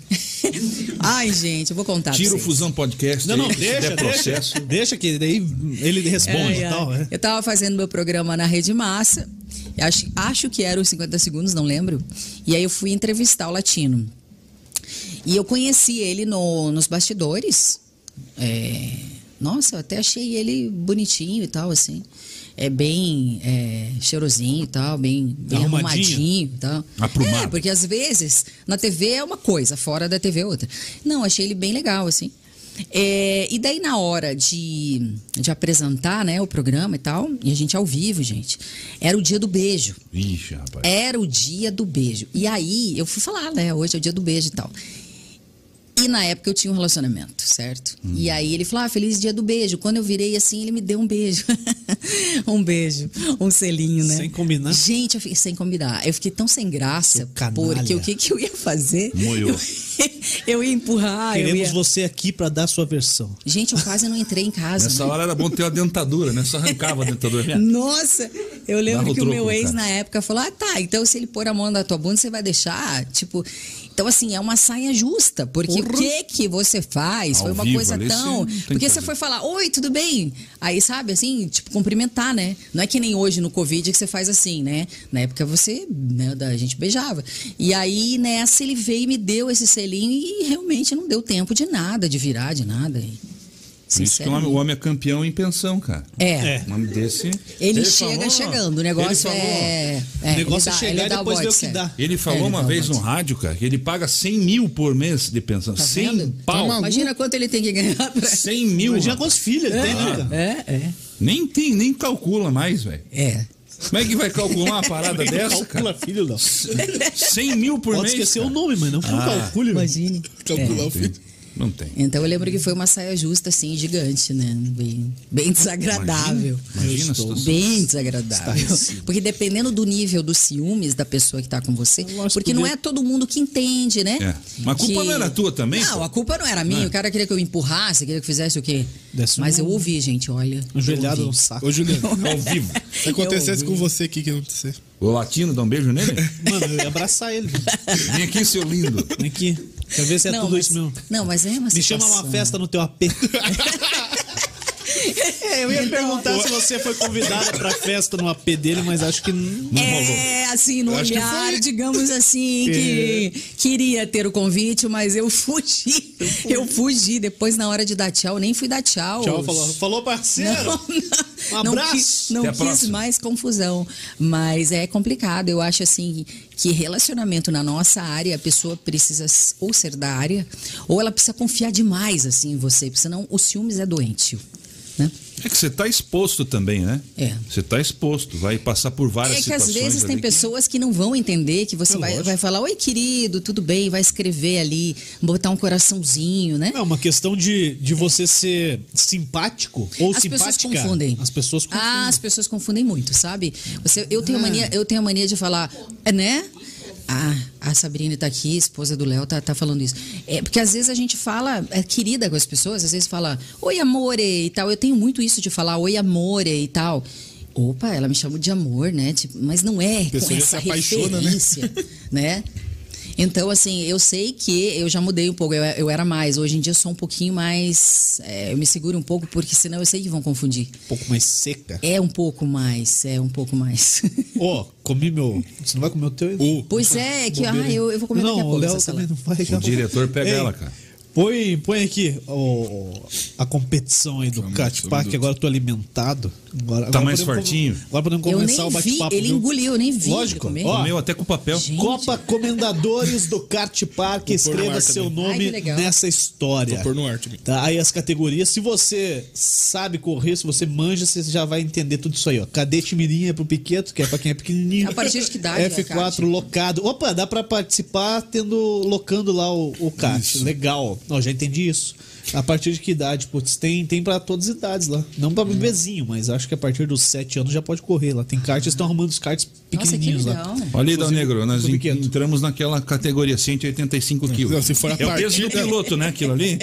Ai, gente, eu vou contar pra Tira o vocês. Fusão Podcast. Não, não, aí, se deixa, der processo. deixa. Deixa que daí ele responde Ai, e ai. tal. né? É, Eu tava fazendo meu programa na Rede Massa, e acho, acho que era os 50 segundos, não lembro. E aí eu fui entrevistar o Latino. E eu conheci ele no- nos bastidores. É, nossa, eu até achei ele bonitinho e tal, assim. É bem é, cheirosinho e tal, bem, bem Arrumadinho. arrumadinho e tal. Aprumado. É, porque às vezes na TV é uma coisa, fora da TV é outra. Não, achei ele bem legal, assim. É, e daí na hora de, de apresentar né, o programa e tal, e a gente ao vivo, gente, era o dia do beijo. Ixi, rapaz. Era o dia do beijo. E aí eu fui falar, né? Hoje é o dia do beijo e tal. E na época eu tinha um relacionamento, certo? Hum. E aí ele falou: ah, feliz dia do beijo. Quando eu virei assim, ele me deu um beijo. um beijo, um selinho, né? Sem combinar. Gente, eu fiquei sem combinar. Eu fiquei tão sem graça, Seu canalha. porque o que, que eu ia fazer? Moiou. Eu, eu ia empurrar, Ah, eu Queremos ia... você aqui pra dar sua versão. Gente, eu quase não entrei em casa. né? Nessa hora era bom ter a dentadura, né? Só arrancava a dentadura. Nossa, eu lembro Dava o que o troco meu no ex cara. na época falou: Ah, tá, então se ele pôr a mão na tua bunda, você vai deixar? Tipo. Então, assim, é uma saia justa, porque o que que você faz? Ao foi uma vivo coisa ali, você tão. não tem que Porque você fazer. foi falar, oi, tudo bem? Aí, sabe, assim, tipo, cumprimentar, né? Não é que nem hoje no Covid que você faz assim, né? Na época você, né, da- a gente beijava. E aí, nessa, ele veio e me deu esse selinho e realmente não deu tempo de nada, de virar, de nada. E, Por isso que o homem, o homem é campeão em pensão, cara. É. É. O homem desse. Ele, Ele chega falou- chegando, o negócio ele falou- é, O negócio é chegar e depois ver o que dá. Ele falou É, uma então, vez um mas- no rádio, cara, que ele paga 100 mil por mês de pensão. 100 Tá vendo? Então, pau. Tá maluco. Imagina quanto ele tem que ganhar pra... 100 mil. Imagina mano. quantos filhos ele tem, né, cara? É, é. Nem tem, nem calcula mais, velho. É. Como é que vai calcular uma parada dessa, Calcula cara? filho, não. 100 mil por Pode mês. esquecer cara. Ah. o nome, mas não que não calcule. velho. Imagine. Calcular É. o filho. Não tem. Então eu lembro que foi uma saia justa, assim, gigante, né? Bem, bem desagradável. Imagina a situação. Bem desagradável. Porque dependendo do nível dos ciúmes da pessoa que tá com você, Lógico, porque não é todo mundo que entende, né? É. Mas a culpa não era tua também, Não, pô? é. a culpa não era minha. O cara queria que eu empurrasse, queria que eu fizesse o quê? Desse Mas eu um- ouvi, gente, olha. eu Ajoelhado ouvi. no saco. Ô, Juliano, Ao vivo. se acontecesse Eu com ouvi. você aqui, o que ia acontecer? O latino dá um beijo nele? Mano, eu ia abraçar ele. velho. Vem aqui, seu lindo. Vem aqui. Quer ver se é não, tudo mas, isso mesmo. Não, mas é uma Me chama situação. uma festa no teu AP. É, eu ia perguntar se você foi convidada pra festa no AP dele, mas acho que não É, assim, no Eu acho que olhar, foi. digamos assim, que É. queria ter o convite, mas eu fugi. Eu fugi. Depois, na hora de dar tchau, nem fui dar tchau. Tchau, falou, falou parceiro. Não, Um não, não abraço. quis, não Até a quis próxima. mais confusão. Mas é complicado. Eu acho assim que relacionamento na nossa área, a pessoa precisa s- ou ser da área, ou ela precisa confiar demais assim em você, porque senão o ciúmes é doentio. Né? É que você tá exposto também, né? É. Você tá exposto, vai passar por várias É que às situações. vezes ali tem que- pessoas que não vão entender que você É vai, lógico. vai falar, oi querido, tudo bem, vai escrever ali, botar um coraçãozinho, né? É uma questão de, de você ser simpático ou As simpática. pessoas confundem. As pessoas confundem. Ah, as pessoas confundem muito, sabe? Você, eu, Ah. tenho mania, eu tenho mania de falar, é, né? Ah, a Sabrina tá aqui, esposa do Léo, tá, tá falando isso. É, porque às vezes a gente fala, é querida com as pessoas, às vezes fala, oi amore e tal. Eu tenho muito isso de falar, oi amore e tal. Opa, ela me chamou de amor, né? Tipo, mas não é pessoa com já essa se apaixona, né? referência, né? Então, assim, eu sei que eu já mudei um pouco, eu, eu era mais. Hoje em dia eu sou um pouquinho mais. é, eu me seguro um pouco, porque senão eu sei que vão confundir. Um pouco mais seca. É um pouco mais, é um pouco mais. Ô, comi meu. Você não vai comer o teu? Ô. pois é, é que ah, eu, eu vou comer né? não, daqui a pouco. o Léo essa também tá salada. não vai. O diretor pega Ei, ela, cara. Põe, põe aqui ó, a competição aí do Vamos, Cat vamos Park, do- agora eu tô alimentado. Agora, agora Tá mais podemos- fortinho? Agora podemos Eu começar nem o vi, bate-papo. ele viu? engoliu, eu nem vi. ele Lógico, comer. ó. Comeu até com papel. Gente. Copa Comendadores do Kart Park, escreva ar seu também. Ai, que nome legal. nessa história. Vou pôr no ar também. Tá, aí as categorias. Se você sabe correr, se você manja, você já vai entender tudo isso aí, ó. Cadete Mirim é pro Piqueto, que é pra quem é pequenininho. A partir de que idade, né, F4 Cátia? locado. Opa, dá pra participar tendo locando lá o, o kart. Legal. Não, já entendi isso. A partir de que idade? Putz, tem, tem pra todas as idades lá. Não pra bebezinho, mas acho que a partir dos 7 anos já pode correr lá. Tem kart, eles estão arrumando os karts Nossa, que pequenininhos legal. lá. Olha aí, Dal Inclusive, Negro, nós do en- Piqueto. entramos naquela categoria 185 Não, quilos. se for a É o peso do partida- piloto, né? Aquilo ali.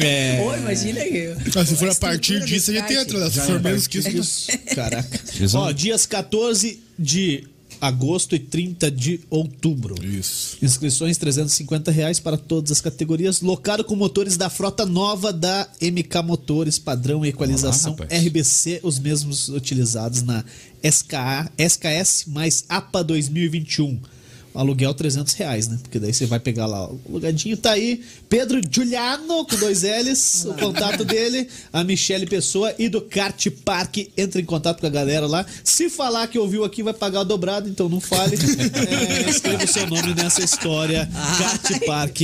É. Ô, imagina eu. Ah, se for a estrutura partir do disso, já site. tem entrado. Se Já é for menos que isso, Isso, caraca. Eles vão- Ó, dias 14 de agosto e 30 de outubro. Isso. Inscrições R$ 350 reais para todas as categorias. Locado com motores da frota nova da MK Motores, padrão e equalização Olá, rapaz. RBC, os mesmos utilizados na SKA, SKS mais APA 2021. O aluguel R$ 300 reais, né? Porque daí você vai pegar lá o lugadinho. Tá aí Pedro Giuliano, com dois L's, o contato dele. A Michele Pessoa e do Kart Park. Entra em contato com a galera lá. Se falar que ouviu aqui, vai pagar o dobrado, então não fale. É, escreva o seu nome nessa história. Kart Park.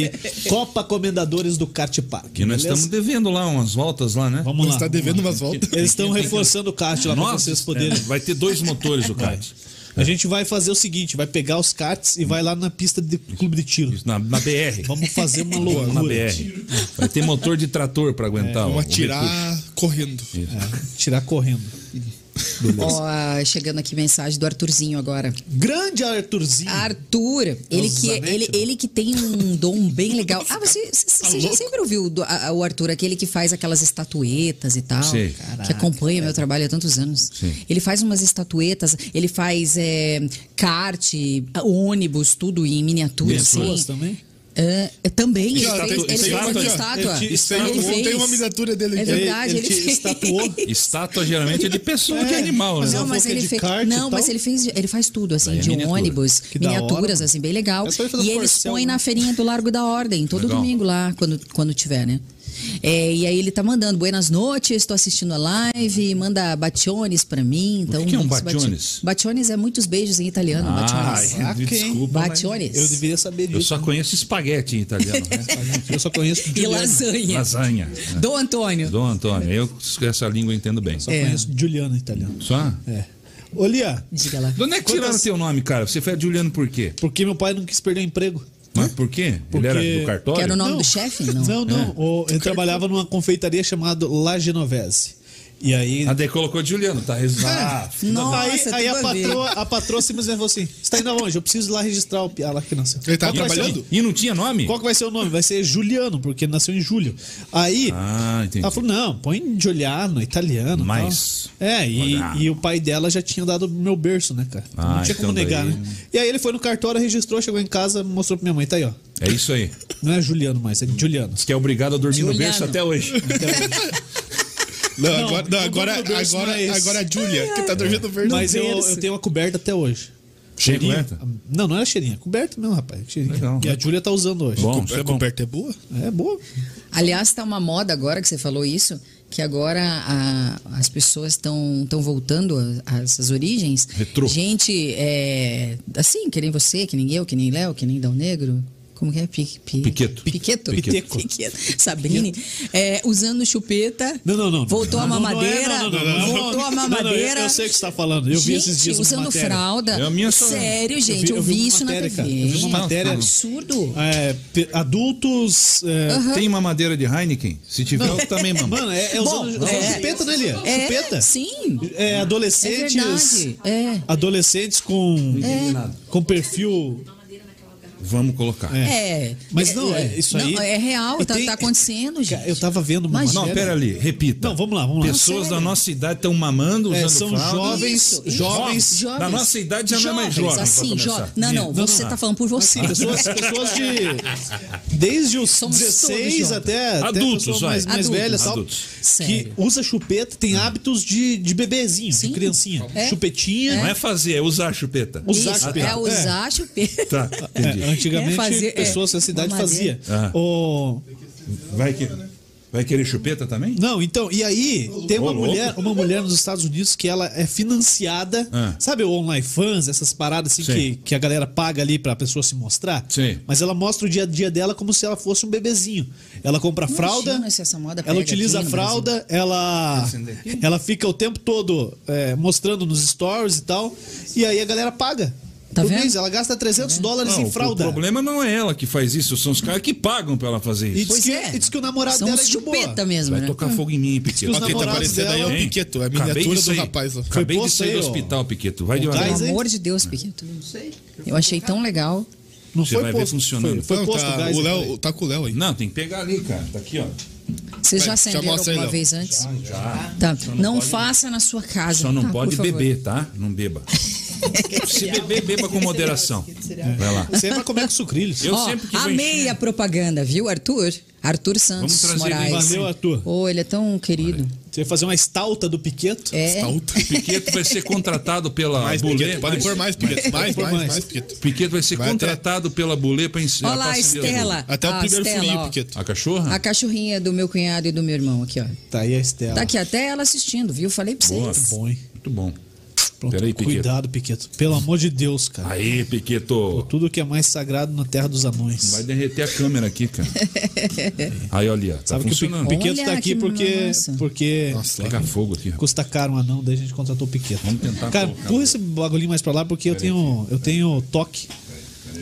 Copa Comendadores do Kart Park. Que nós beleza? estamos devendo lá umas voltas lá, né? Vamos Você lá. está devendo umas voltas. Eles estão reforçando o kart lá pra Nossa, vocês poderem. é, vai ter dois motores o kart. A gente vai fazer o seguinte: vai pegar os karts e vai lá na pista de clube de tiro. Na, na BR. Vamos fazer uma na loucura. BR. Vai ter motor de trator para aguentar. o- Vamos o atirar recurso. correndo. É, Tirar correndo. Ó, chegando aqui mensagem do Arthurzinho agora. Grande Arthurzinho. Arthur, ele que, é, Zanetti, ele, né? ele que tem um dom bem legal. Ah, Tá você, você- você já sempre ouviu do- a- o Arthur, aquele que faz aquelas estatuetas e tal, Sim. que acompanha meu trabalho há tantos anos. Ele faz umas estatuetas, ele faz é, kart, ônibus, tudo em miniatura. Pessoas assim. também? Ah, é, também, ele Estátua- fez, ele fez estátua- uma ele estátua. te- Tem, Ele um- tem fez. uma miniatura dele É aqui. verdade, ele, ele te fez. estatuou? Estátua geralmente é de pessoa, de animal, né? Mas Não, ela mas falou que é ele de fez. kart e Não, mas tal. ele fez, ele faz tudo, assim, Daí é de miniatura. ônibus, Que da hora, miniaturas, mano. assim, bem legal. Eu só ia fazer um E eles corcel, põem né? na feirinha do Largo da Ordem, todo Legal. domingo lá, quando, quando tiver, né? É, e aí ele tá mandando buenas noites, estou assistindo a live, manda bationes pra mim. Então, que é um vamos bati- bationes? Bationes é muitos beijos em italiano, bationes. Ah, Saca, hein? desculpa. mas Bationes. Eu deveria saber Eu disso. só conheço espaguete em italiano, né? Eu só conheço E Juliano. lasanha. Lasanha. né? Dom Antônio. Dom Antônio, eu essa língua eu entendo bem. Só É. conheço Juliano italiano. Só? É. Ô, Lia, Diga lá. De onde é que tiraram Quantas- teu nome, cara? Você foi Juliano por quê? porque meu pai não quis perder o emprego. Mas por quê? Porque- Ele era do cartório? Que era o nome do chefe? Não. Não, não. É. O- eu trabalhava numa confeitaria chamada La Genovese. E aí. Ah, daí colocou Juliano, tá resolvido. Ah, Nossa, aí, tudo aí a, a ver. patroa, a patroa simplesmente falou assim: Você tá indo aonde? Eu preciso ir lá registrar o piá lá que nasceu. Ele tá Qual que vai ser o- trabalhando? e não tinha nome? Qual que vai ser o nome? Vai ser Juliano, porque nasceu em julho. Aí. Ah, entendi. Ela falou, não, põe Giuliano, italiano. e Mais. tal. É, e, Olha. e o pai dela já tinha dado meu berço, né, cara? Ah, não tinha como então negar, daí- né? E aí ele foi no cartório, registrou, chegou em casa, mostrou pra minha mãe, tá aí, ó. É isso aí. Não é Juliano mais, é Juliano. Diz que é obrigado a dormir no Juliano. berço até hoje. Não, Não, agora, não não, agora, dorme no berço, agora, mas- agora a Júlia, que tá dormindo verde. Mas eu, berço. eu tenho uma coberta até hoje. Cheirinho. Não, não era cheirinha. Coberta mesmo, rapaz. é Cheirinha. Legal. E a Júlia tá usando hoje. Bom, isso a é bom. coberta é boa? É boa. Aliás, está uma moda agora que você falou isso, que agora a- as pessoas estão voltando a- às suas origens. Retrô. Gente, é, assim, que nem você, que nem eu, que nem Léo, que nem Dal Negro. Como que é? Pi, pi- Piqueto. Piqueto. Piqueto. Piqueto. Sabrine. é, usando chupeta. Não, não, não. Voltou não, a não, não é, mamadeira. não, não, não, não, não. Voltou a Não, não, eu- mamadeira. eu sei o que você tá falando. Eu vi Gente, esses dias uma usando matéria. fralda. É a minha só- Sério, vi- gente, eu vi, eu vi uma isso matéria, na cara. TV. Eu vi uma matéria- Absurdo. É, pe- adultos. é, Tem mamadeira de Heineken? Se tiver, eu também mamo. Mano, é, é Bom, usando é. chupeta, né, Lia? É, Chupeta. Sim. É, adolescentes. É verdade, é. Adolescentes com. Com perfil. Vamos colocar. É. Mas não, é isso aí. Não, é real, E tá, tem- tá acontecendo, gente. Eu tava vendo uma Imagina. Não, matéria- pera ali, repita. Não, vamos lá, vamos lá. Pessoas Não, da sério. nossa idade estão mamando, usando É, são fralda. jovens, Isso, isso. jovens, Jovens. Da nossa idade já não é mais jovem, pra Assim, começar. jovem. Não, não, Não, você não. tá falando por você. Sim, pessoas, pessoas de. Desde os Somos todos 16 jovens. até. até Adultos, pessoas vai. mais, mais Adultos. velhas e tal. Adultos. Hum. Sério. Que usa chupeta, tem hábitos de, de bebezinho, Sim. de criancinha. É. Chupetinha. né? Não é fazer, é usar a chupeta. Usar Isso, chupeta. É usar chupeta. Tá, É, entendi. antigamente, É fazer- é, pessoas da cidade mamadeira. faziam. Ah. O- Vai, que, vai querer chupeta também? Não, então, e aí tem uma Ô, louco. mulher, uma mulher nos Estados Unidos que ela é financiada, Ah. sabe o online fans, essas paradas assim Sim. que, que a galera paga ali pra pessoa se mostrar? Sim. Mas ela mostra o dia a dia dela como se ela fosse um bebezinho. Ela compra fralda, se essa moda ela pega utiliza a aqui no fralda, ela ela fica o tempo todo é, mostrando nos stories e tal, e aí a galera paga. Tá Por vendo? Tá mês, ela gasta 300 dólares Não, em fralda. Ah, O problema não é ela que faz isso, são os caras que pagam pra ela fazer E isso. diz, Pois que, é. e diz que o namorado São dela é uns de boa. chupeta mesmo, Vai né? tocar fogo em mim, Piqueto. Os Ó, quem tá namorados aparecendo aí é dela- o Hein? Piqueto, é a Acabei miniatura disso do aí. rapaz. Ó. Acabei de posto sair aí, do ó. hospital, Piqueto. Vai devagar. gás, Pelo hein? amor de Deus, Piqueto. Não sei. Eu achei tão legal. Não Você foi vai ver posto, funcionando. Foi, foi Não, posto né? tá, gás, o eu Léo, falei. tá com o Léo aí. Não, tem que pegar ali, cara. Tá aqui, ó. Vocês já Vai, já acenderam mostra aí, alguma Léo. vez antes? Já. Tá. Só Não pode- faça na sua casa. Só não tá? pode Por favor. beber, tá? Não beba. Se beber, beba com moderação. Vai lá. Você vai comer com sucrilhos. Eu Ó, sempre que vou amei encher- a propaganda, viu, Arthur? Arthur Santos trazer ele. Moraes. Valeu, Arthur. Oh, ele é tão querido. Você vai fazer uma estalta do Piqueto? É. Alta. Piqueto vai ser contratado pela Mais Bulê. Piqueto, Tá pode pôr mais Piqueto. Mais, Pode pôr mais, mais. mais, Piqueto. Piqueto vai ser Vai até- contratado pela Bulê para ensinar. Olha lá, a Estela. Até o Ah, primeiro Estela, furinho, ó. Piqueto. A cachorra? A cachorrinha do meu cunhado e do meu irmão aqui, ó. Tá aí a Estela. Tá aqui até ela assistindo, viu? Falei pra Boa. vocês. Bom, hein? Muito bom. Pronto, Peraí, Piqueto. cuidado, Piqueto. Pelo amor de Deus, cara. Aí, Piqueto. Tudo que é mais sagrado na terra dos anões. Vai derreter a câmera aqui, cara. Aí, olha, tá Sabe que o Pi- funcionando. Piqueto Olha tá que aqui porque, massa. porque Nossa, Pega fogo aqui. custa caro um anão, daí a gente contratou o Piqueto. Vamos tentar Cara, colocar. um- empurra esse bagulhinho mais pra lá porque eu tenho, eu tenho toque.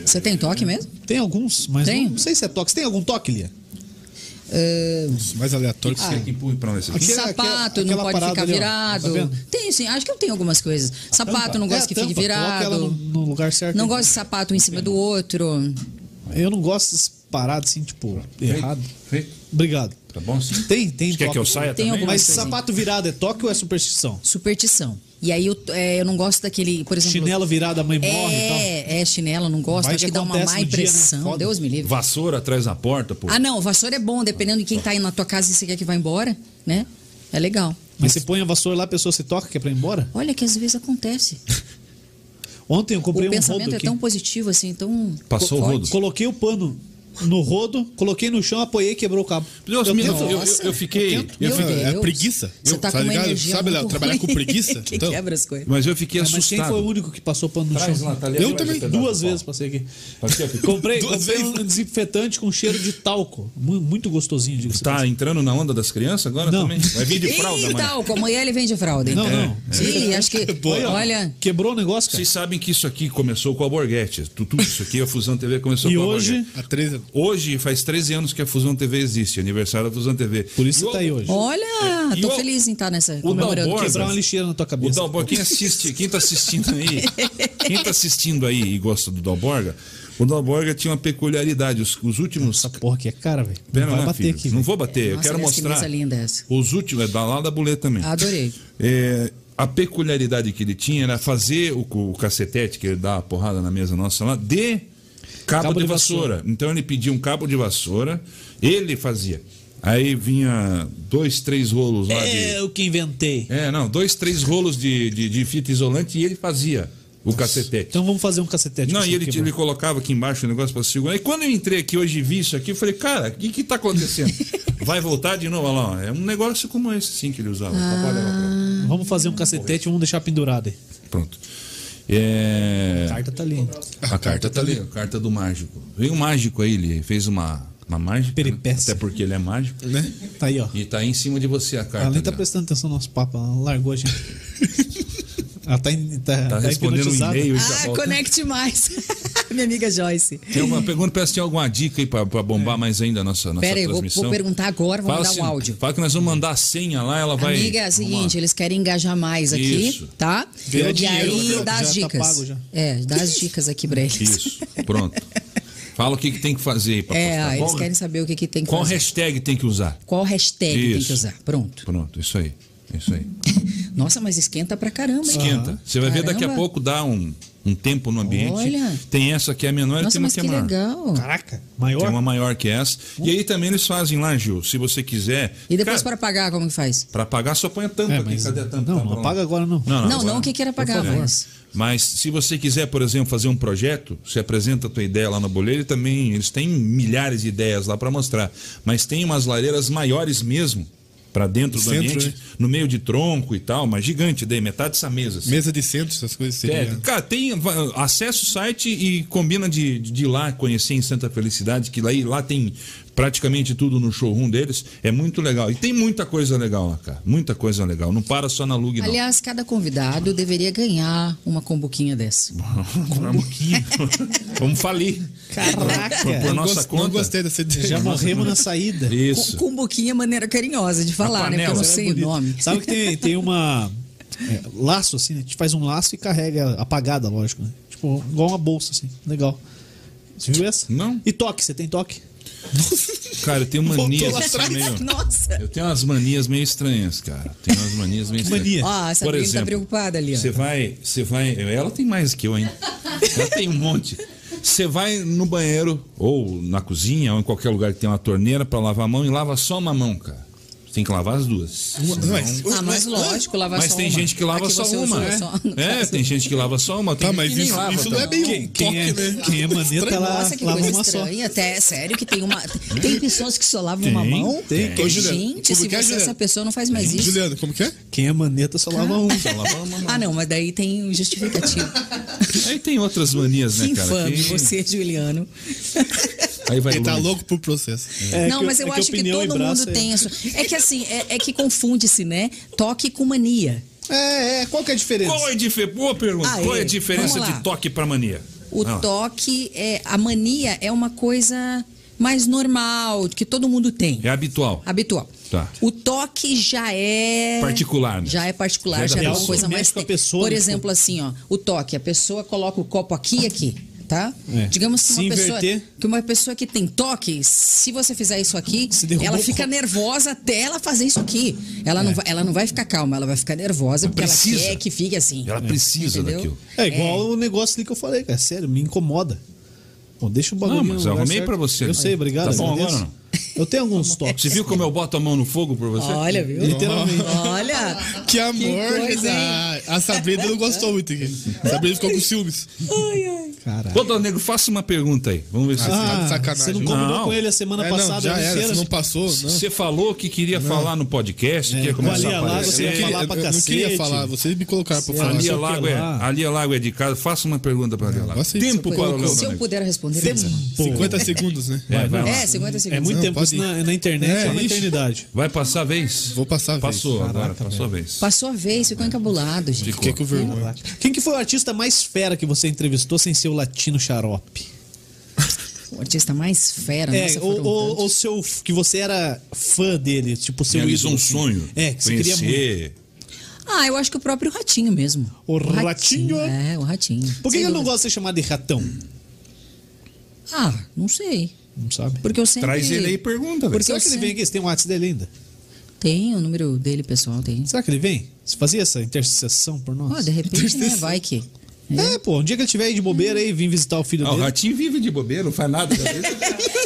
Você tem toque mesmo? Tem alguns, mas Tem? Não, não sei se é toque. Você tem algum toque, Lia? Ah, Mais aleatório que Você que empurra pra lá esse aqui. Aqui. é Aquela- sapato aquela- não aquela pode parada ficar ali, ó. virado. Tá vendo? tem sim, acho que eu tenho algumas coisas. Sapato não Tampa. gosto É, que tampa. fique Coloca ela no, virado. no lugar certo. Não gosto de sapato um em cima do outro. Eu não gosto dessas paradas assim, tipo, errado. Feito? Obrigado. Tá bom assim? Tem, tem Quer que eu toque. saia Tem também? alguma- Mas coisa assim. aí. sapato virado é toque ou é superstição? Superstição. E aí eu, é, eu não gosto daquele, por exemplo. Chinelo virado, a mãe morre e tal. é, é, chinelo, não gosto. Vai acho que que dá uma acontece má no dia, né? impressão. Foda. Deus me livre. Vassoura atrás da porta, pô. Ah, não, vassoura é bom, dependendo de quem tá aí na tua casa e você quer que vá embora, né? É legal. Mas você põe a vassoura lá, a pessoa se toca, que é pra ir embora? Olha que às vezes acontece. Ontem eu O comprei um pensamento rodo é aqui. tão positivo assim, tão. Passou o forte. rodo. Coloquei o pano no rodo, coloquei no chão, apoiei, quebrou o cabo. Deus eu me- tento- eu- eu- Nossa. eu fiquei- eu Meu fiquei- Deus. é preguiça. Você Eu- tá com tá uma ligado? energia Sabe, muito Léo, trabalhar com ruim. preguiça, que então. quebra as coisas. Mas eu fiquei Ah, mas quem foi o assustado. único que passou pano no Traz chão? lá, tá ali eu atrás, também. esse pedaço, Duas Paulo. vezes passei aqui. Passei aqui. Comprei, Duas comprei vezes. um desinfetante com cheiro de talco. Mu- Muito gostosinho, diga Tá entrando na onda das crianças agora Não. também? Vai vir de fralda, Ih, então. mano. talco. Amanhã ele vende fralda. Não, então. né? não. É. Ih, acho que. Olha. Quebrou o negócio, cara. Vocês sabem que isso aqui começou com a Borghetti. Tu- Tudo isso aqui, a Fusão TV começou E com a hoje- Borghetti. A 13. Hoje faz 13 anos que a Fusão TV existe, aniversário da Fusão TV. Por isso E que tá aí hoje. Olha, É. E tô o- feliz em estar nessa o comemorando. Dalborg- Quebrar uma lixeira na tua O cabeça. Dalborga, quem assiste, quem tá assistindo aí, quem tá assistindo aí e gosta do Dalborga, o Dalborga tinha uma peculiaridade. Os, os últimos. Essa porra aqui é cara, velho. Pera Não vai lá, bater né, filho, aqui. Não velho. vou bater, eu Nossa, quero aliás, que mostrar. mesa linda essa. Os últimos, é da lá da Bulê também. Adorei. É, a peculiaridade que ele tinha era fazer o, o cacetete, que ele dá a porrada na mesa nossa lá, de Cabo, de, vassoura. Então ele pedia um cabo de vassoura, ele fazia. Aí vinha dois, três rolos lá de. É o que inventei. É, não, dois, três rolos de, de, de fita isolante e ele fazia o cacetete. Então vamos fazer um cacetete. Não, com e isso ele, aqui, ele mano. colocava aqui embaixo o negócio pra segurar. E quando eu entrei aqui hoje e vi isso aqui, eu falei, cara, o que que tá acontecendo? Vai voltar de novo? Olha lá, ó, é um negócio como esse sim que ele usava. Ah. Olha lá, pronto. Vamos fazer um cacetete e vamos deixar pendurado aí. Pronto. É... A carta tá ali. A carta tá ali, a carta do mágico. Veio um mágico aí, ele fez uma, uma mágica. né? Peripécia. Até porque ele é mágico. Né? Tá aí, ó. E tá aí em cima de você a carta. Ela nem tá né? prestando atenção no nosso papo, ela largou a gente. ela tá, em- tá, Tá tá respondendo um hipnotizada. e-mail e já Ah, volta. conecte mais. Minha amiga Joyce. Tem alguma pergunta? Parece que tem alguma dica aí pra, pra bombar mais ainda a nossa, nossa É. Pera aí, vou, transmissão. vou perguntar agora, vou Fala mandar assim, um áudio. Fala que nós vamos mandar a senha lá, ela vai. Amiga, é o seguinte, Vamos lá. eles querem engajar mais aqui, Isso. tá? Ganhar e dinheiro, aí né? dá Já as tá dicas. pago já. É, dá as dicas aqui pra eles. Isso, tá pronto. Fala o que, que tem que fazer aí pra É, postar. eles Qual- querem saber o que, que tem que Qual fazer. hashtag tem que usar? Qual hashtag tem que Isso. usar? Pronto. Pronto, isso aí. Isso aí. Nossa, mas esquenta pra caramba, hein? Quinta. Você vai ver daqui a Caramba. pouco dá um, um tempo no ambiente. Olha. Tem essa que é a menor e Nossa, tem uma mas que que é maior. legal. Caraca, maior. Tem uma maior que essa. E aí também eles fazem lá, Gil, se você quiser. E depois Cara, para pagar, como que faz? pra pagar, só põe a tampa É, aqui. mas- Cadê a tampa? Não, Tá, não pronto. apaga agora não. Não, não, agora- o que que era pagar, Por favor. Voz? Mas se você quiser, por exemplo, fazer um projeto, você apresenta a tua ideia lá na boleira e também eles têm milhares de ideias lá para mostrar. Mas tem umas lareiras maiores mesmo para dentro do No centro, ambiente, né? no meio de tronco e tal, mas gigante, daí metade dessa mesa. assim. Mesa de centro, essas coisas É, seria. cara, tem, va- acessa o site e combina de, de ir lá conhecer em Santa Felicidade, que lá, lá tem praticamente tudo no showroom deles. É muito legal. E tem muita coisa legal lá, cara. Muita coisa legal. Não para só na Lug, não. Aliás, cada convidado deveria ganhar uma combuquinha dessa. Uma boquinha. Vamos falir. Caraca. Por Não É. nossa gost- conta. Não gostei dessa ideia. Já morremos na saída. Isso. Com combuquinha é maneira carinhosa de falar, né? Porque eu panela. não É sei o Bonito. nome. Sabe que tem, tem uma. é, laço, assim, né? A gente faz um laço e carrega apagada, lógico, né? Tipo, igual uma bolsa, assim. Legal. Você viu essa? Não. E toque, você tem toque? Cara, eu tenho Voltou manias lá assim, atrás. meio... Nossa! Eu tenho umas manias meio estranhas, cara. Tenho umas manias meio estranhas. mania? Ó, a Por Sabrina tá exemplo, preocupada ali, ó. você vai, você vai, ela tem mais que eu ainda. Ela tem um monte. Você vai no banheiro ou na cozinha ou em qualquer lugar que tem uma torneira pra lavar a mão e lava só uma mão, cara. Você tem que lavar as duas. Uma- mas- é Ah, mas lógico, lavar Mas só tem uma. gente que lava Aqui só você uma. usou né? só, assim. no É, caso. tem gente que lava só uma. Tem Tá, gente mas que nem isso, lava isso não é também. bem Quem, um quem toque, é, né? quem é maneta, ela Nossa, que lava coisa uma só. estranha. Até, sério que tem uma. Tem pessoas que só lavam uma Tem, mão? tem. Ô, Juliana, Gente, se como que é, você, Juliana? essa pessoa não faz mais isso. Juliano, como que é? Quem é maneta só lava um. Só lava uma mão. Ah, não, mas daí tem um justificativo. Aí tem outras manias, que né, cara? infame Que- você, Juliano. Aí vai Ele tá longe. louco pro processo. É não, que- mas eu é acho que, opinião e todo braço mundo é- tem isso. É que assim, é, é que confunde-se, né? Toque com mania. É, é, qual que é a diferença? Qual é a diferença? Boa pergunta. Aê, Qual é a diferença vamos lá. de toque pra mania? O Ah, toque, é, a mania é uma coisa mais normal, que todo mundo tem. É habitual. Habitual. Tá. O toque já é. Particular, né? Já é particular, Já já, da é uma pessoa. coisa mais. Mexe com a te- pessoa, Por né? exemplo, assim, ó, o toque, a pessoa coloca o copo aqui e aqui. Tá? É. Digamos que Se uma, pessoa, inverter. que uma pessoa que tem toque, se você fizer isso aqui, Se derrubou ela o fica copo. nervosa até ela fazer isso aqui. Ela, não, vai, ela não vai ficar calma, ela vai ficar nervosa porque É. precisa. ela quer que fique assim. Ela precisa Entendeu? daquilo. É igual o negócio ali que eu falei, cara. Sério, me incomoda. Pô, deixa o bagulho. Não, mas no eu lugar arrumei certo. pra você. Eu sei, obrigado. Tá bom agradeço. agora ou Eu tenho alguns toques. Você viu como eu boto a mão no fogo por você? Olha, viu? Literalmente. Olha. Que amor, coisa, hein? Ah, A Sabrina não gostou muito. aqui. A Sabrina ficou com ciúmes. Ai, ai. Caralho. Ô, Dona Nego, faça uma pergunta aí. Vamos ver se Ah, você sabe. de sacanagem. Você não combinou Não. com ele a semana É, não, passada já era, inteira? se não passou, não. Você falou que queria falar no podcast, que É, ia começar valia a lá, você ia aparecer. falar é, Eu- pra eu não cacete. queria falar, vocês me colocaram pra falar. Ali sei é o que Lago é, lá. ali é Lago é de casa. Faça uma pergunta pra Ali é Lago. Você- Tempo Se eu para o puder- Lago. Se eu Nego. puder responder, Pô, 50 segundos, né? É, vai lá. É, 50 É segundos. muito Não, tempo pode isso ir. na, na internet, é, É, uma ixi. eternidade. Vai passar a vez? Vou passar a vez. Passou agora, passou a vez. Passou a vez, ficou encabulado, gente. Ficou. Fiquei com vergonha. Quem que foi o artista mais fera que você entrevistou sem ser o latino xarope? O artista mais fera, É, nossa, ou, foram ou, tantos. ou seu que você era fã dele, tipo seu Realizou ídolo. um assim. sonho. É, que você queria muito. conhecer. Ah, eu acho que o próprio Ratinho mesmo. O Ratinho? É, o Ratinho. Sem Por que, que ele não dúvida. gosta de ser chamado de ratão? Ah, não sei. Não sabe? Porque eu sempre... Traz ele aí e pergunta, velho. Porque Será eu que ele sempre... vem aqui? Você tem o WhatsApp dele ainda? Tem o número dele, pessoal, tem. Será que ele vem? Você fazia essa intercessão por nós? Ó, de repente, né, vai que... É, pô, um dia que ele tiver aí de bobeira aí, vim visitar o filho Ah, o dele. ratinho vive de bobeira, não faz nada.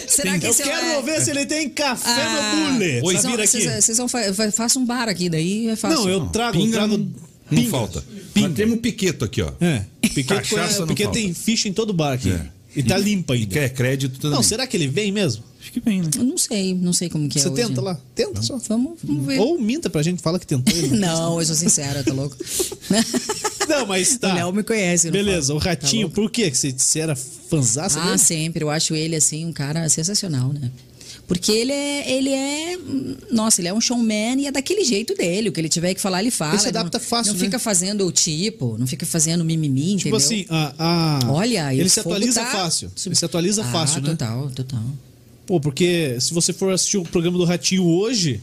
Será que Eu esse quero é... ver se ele tem café Ah, no bule. Vocês Sabira vão- aqui. vocês- Vocês vão fa- fa- faça um bar aqui, daí é fácil. Não, eu trago, Pinga trago. não, não pinga. falta. Pinga. Nós temos um piqueto aqui, ó. É. Piquet, Cachaça não Piquet falta. tem ficha em todo bar aqui. É. E tá limpa ainda. Quer crédito também. Não, será que ele vem mesmo? Acho que vem, né? Eu não sei, não sei como que é Você hoje. tenta lá? Tenta só. Vamos, vamos ver. Ou minta pra gente, fala que tentou. ele. Não, eu sou sincera, tá louco? não, mas tá. O Léo me conhece, não Beleza, o fala. Tá Ratinho, louco? por quê? Que você, você era fanzaça Ah, dele? Tipo sempre. Eu acho ele, assim, um cara sensacional, né? Porque ele é, ele é. Nossa, ele é um showman e é daquele jeito dele. O que ele tiver que falar, ele fala. Ele se adapta não, fácil, Não né? fica fazendo o tipo, não fica fazendo mimimi, Tipo entendeu? assim, a, a- Olha, e ele o se fogo atualiza tá- fácil. Ele se atualiza Ah, fácil, né? Total, total. Pô, porque se você for assistir o programa do Ratinho hoje,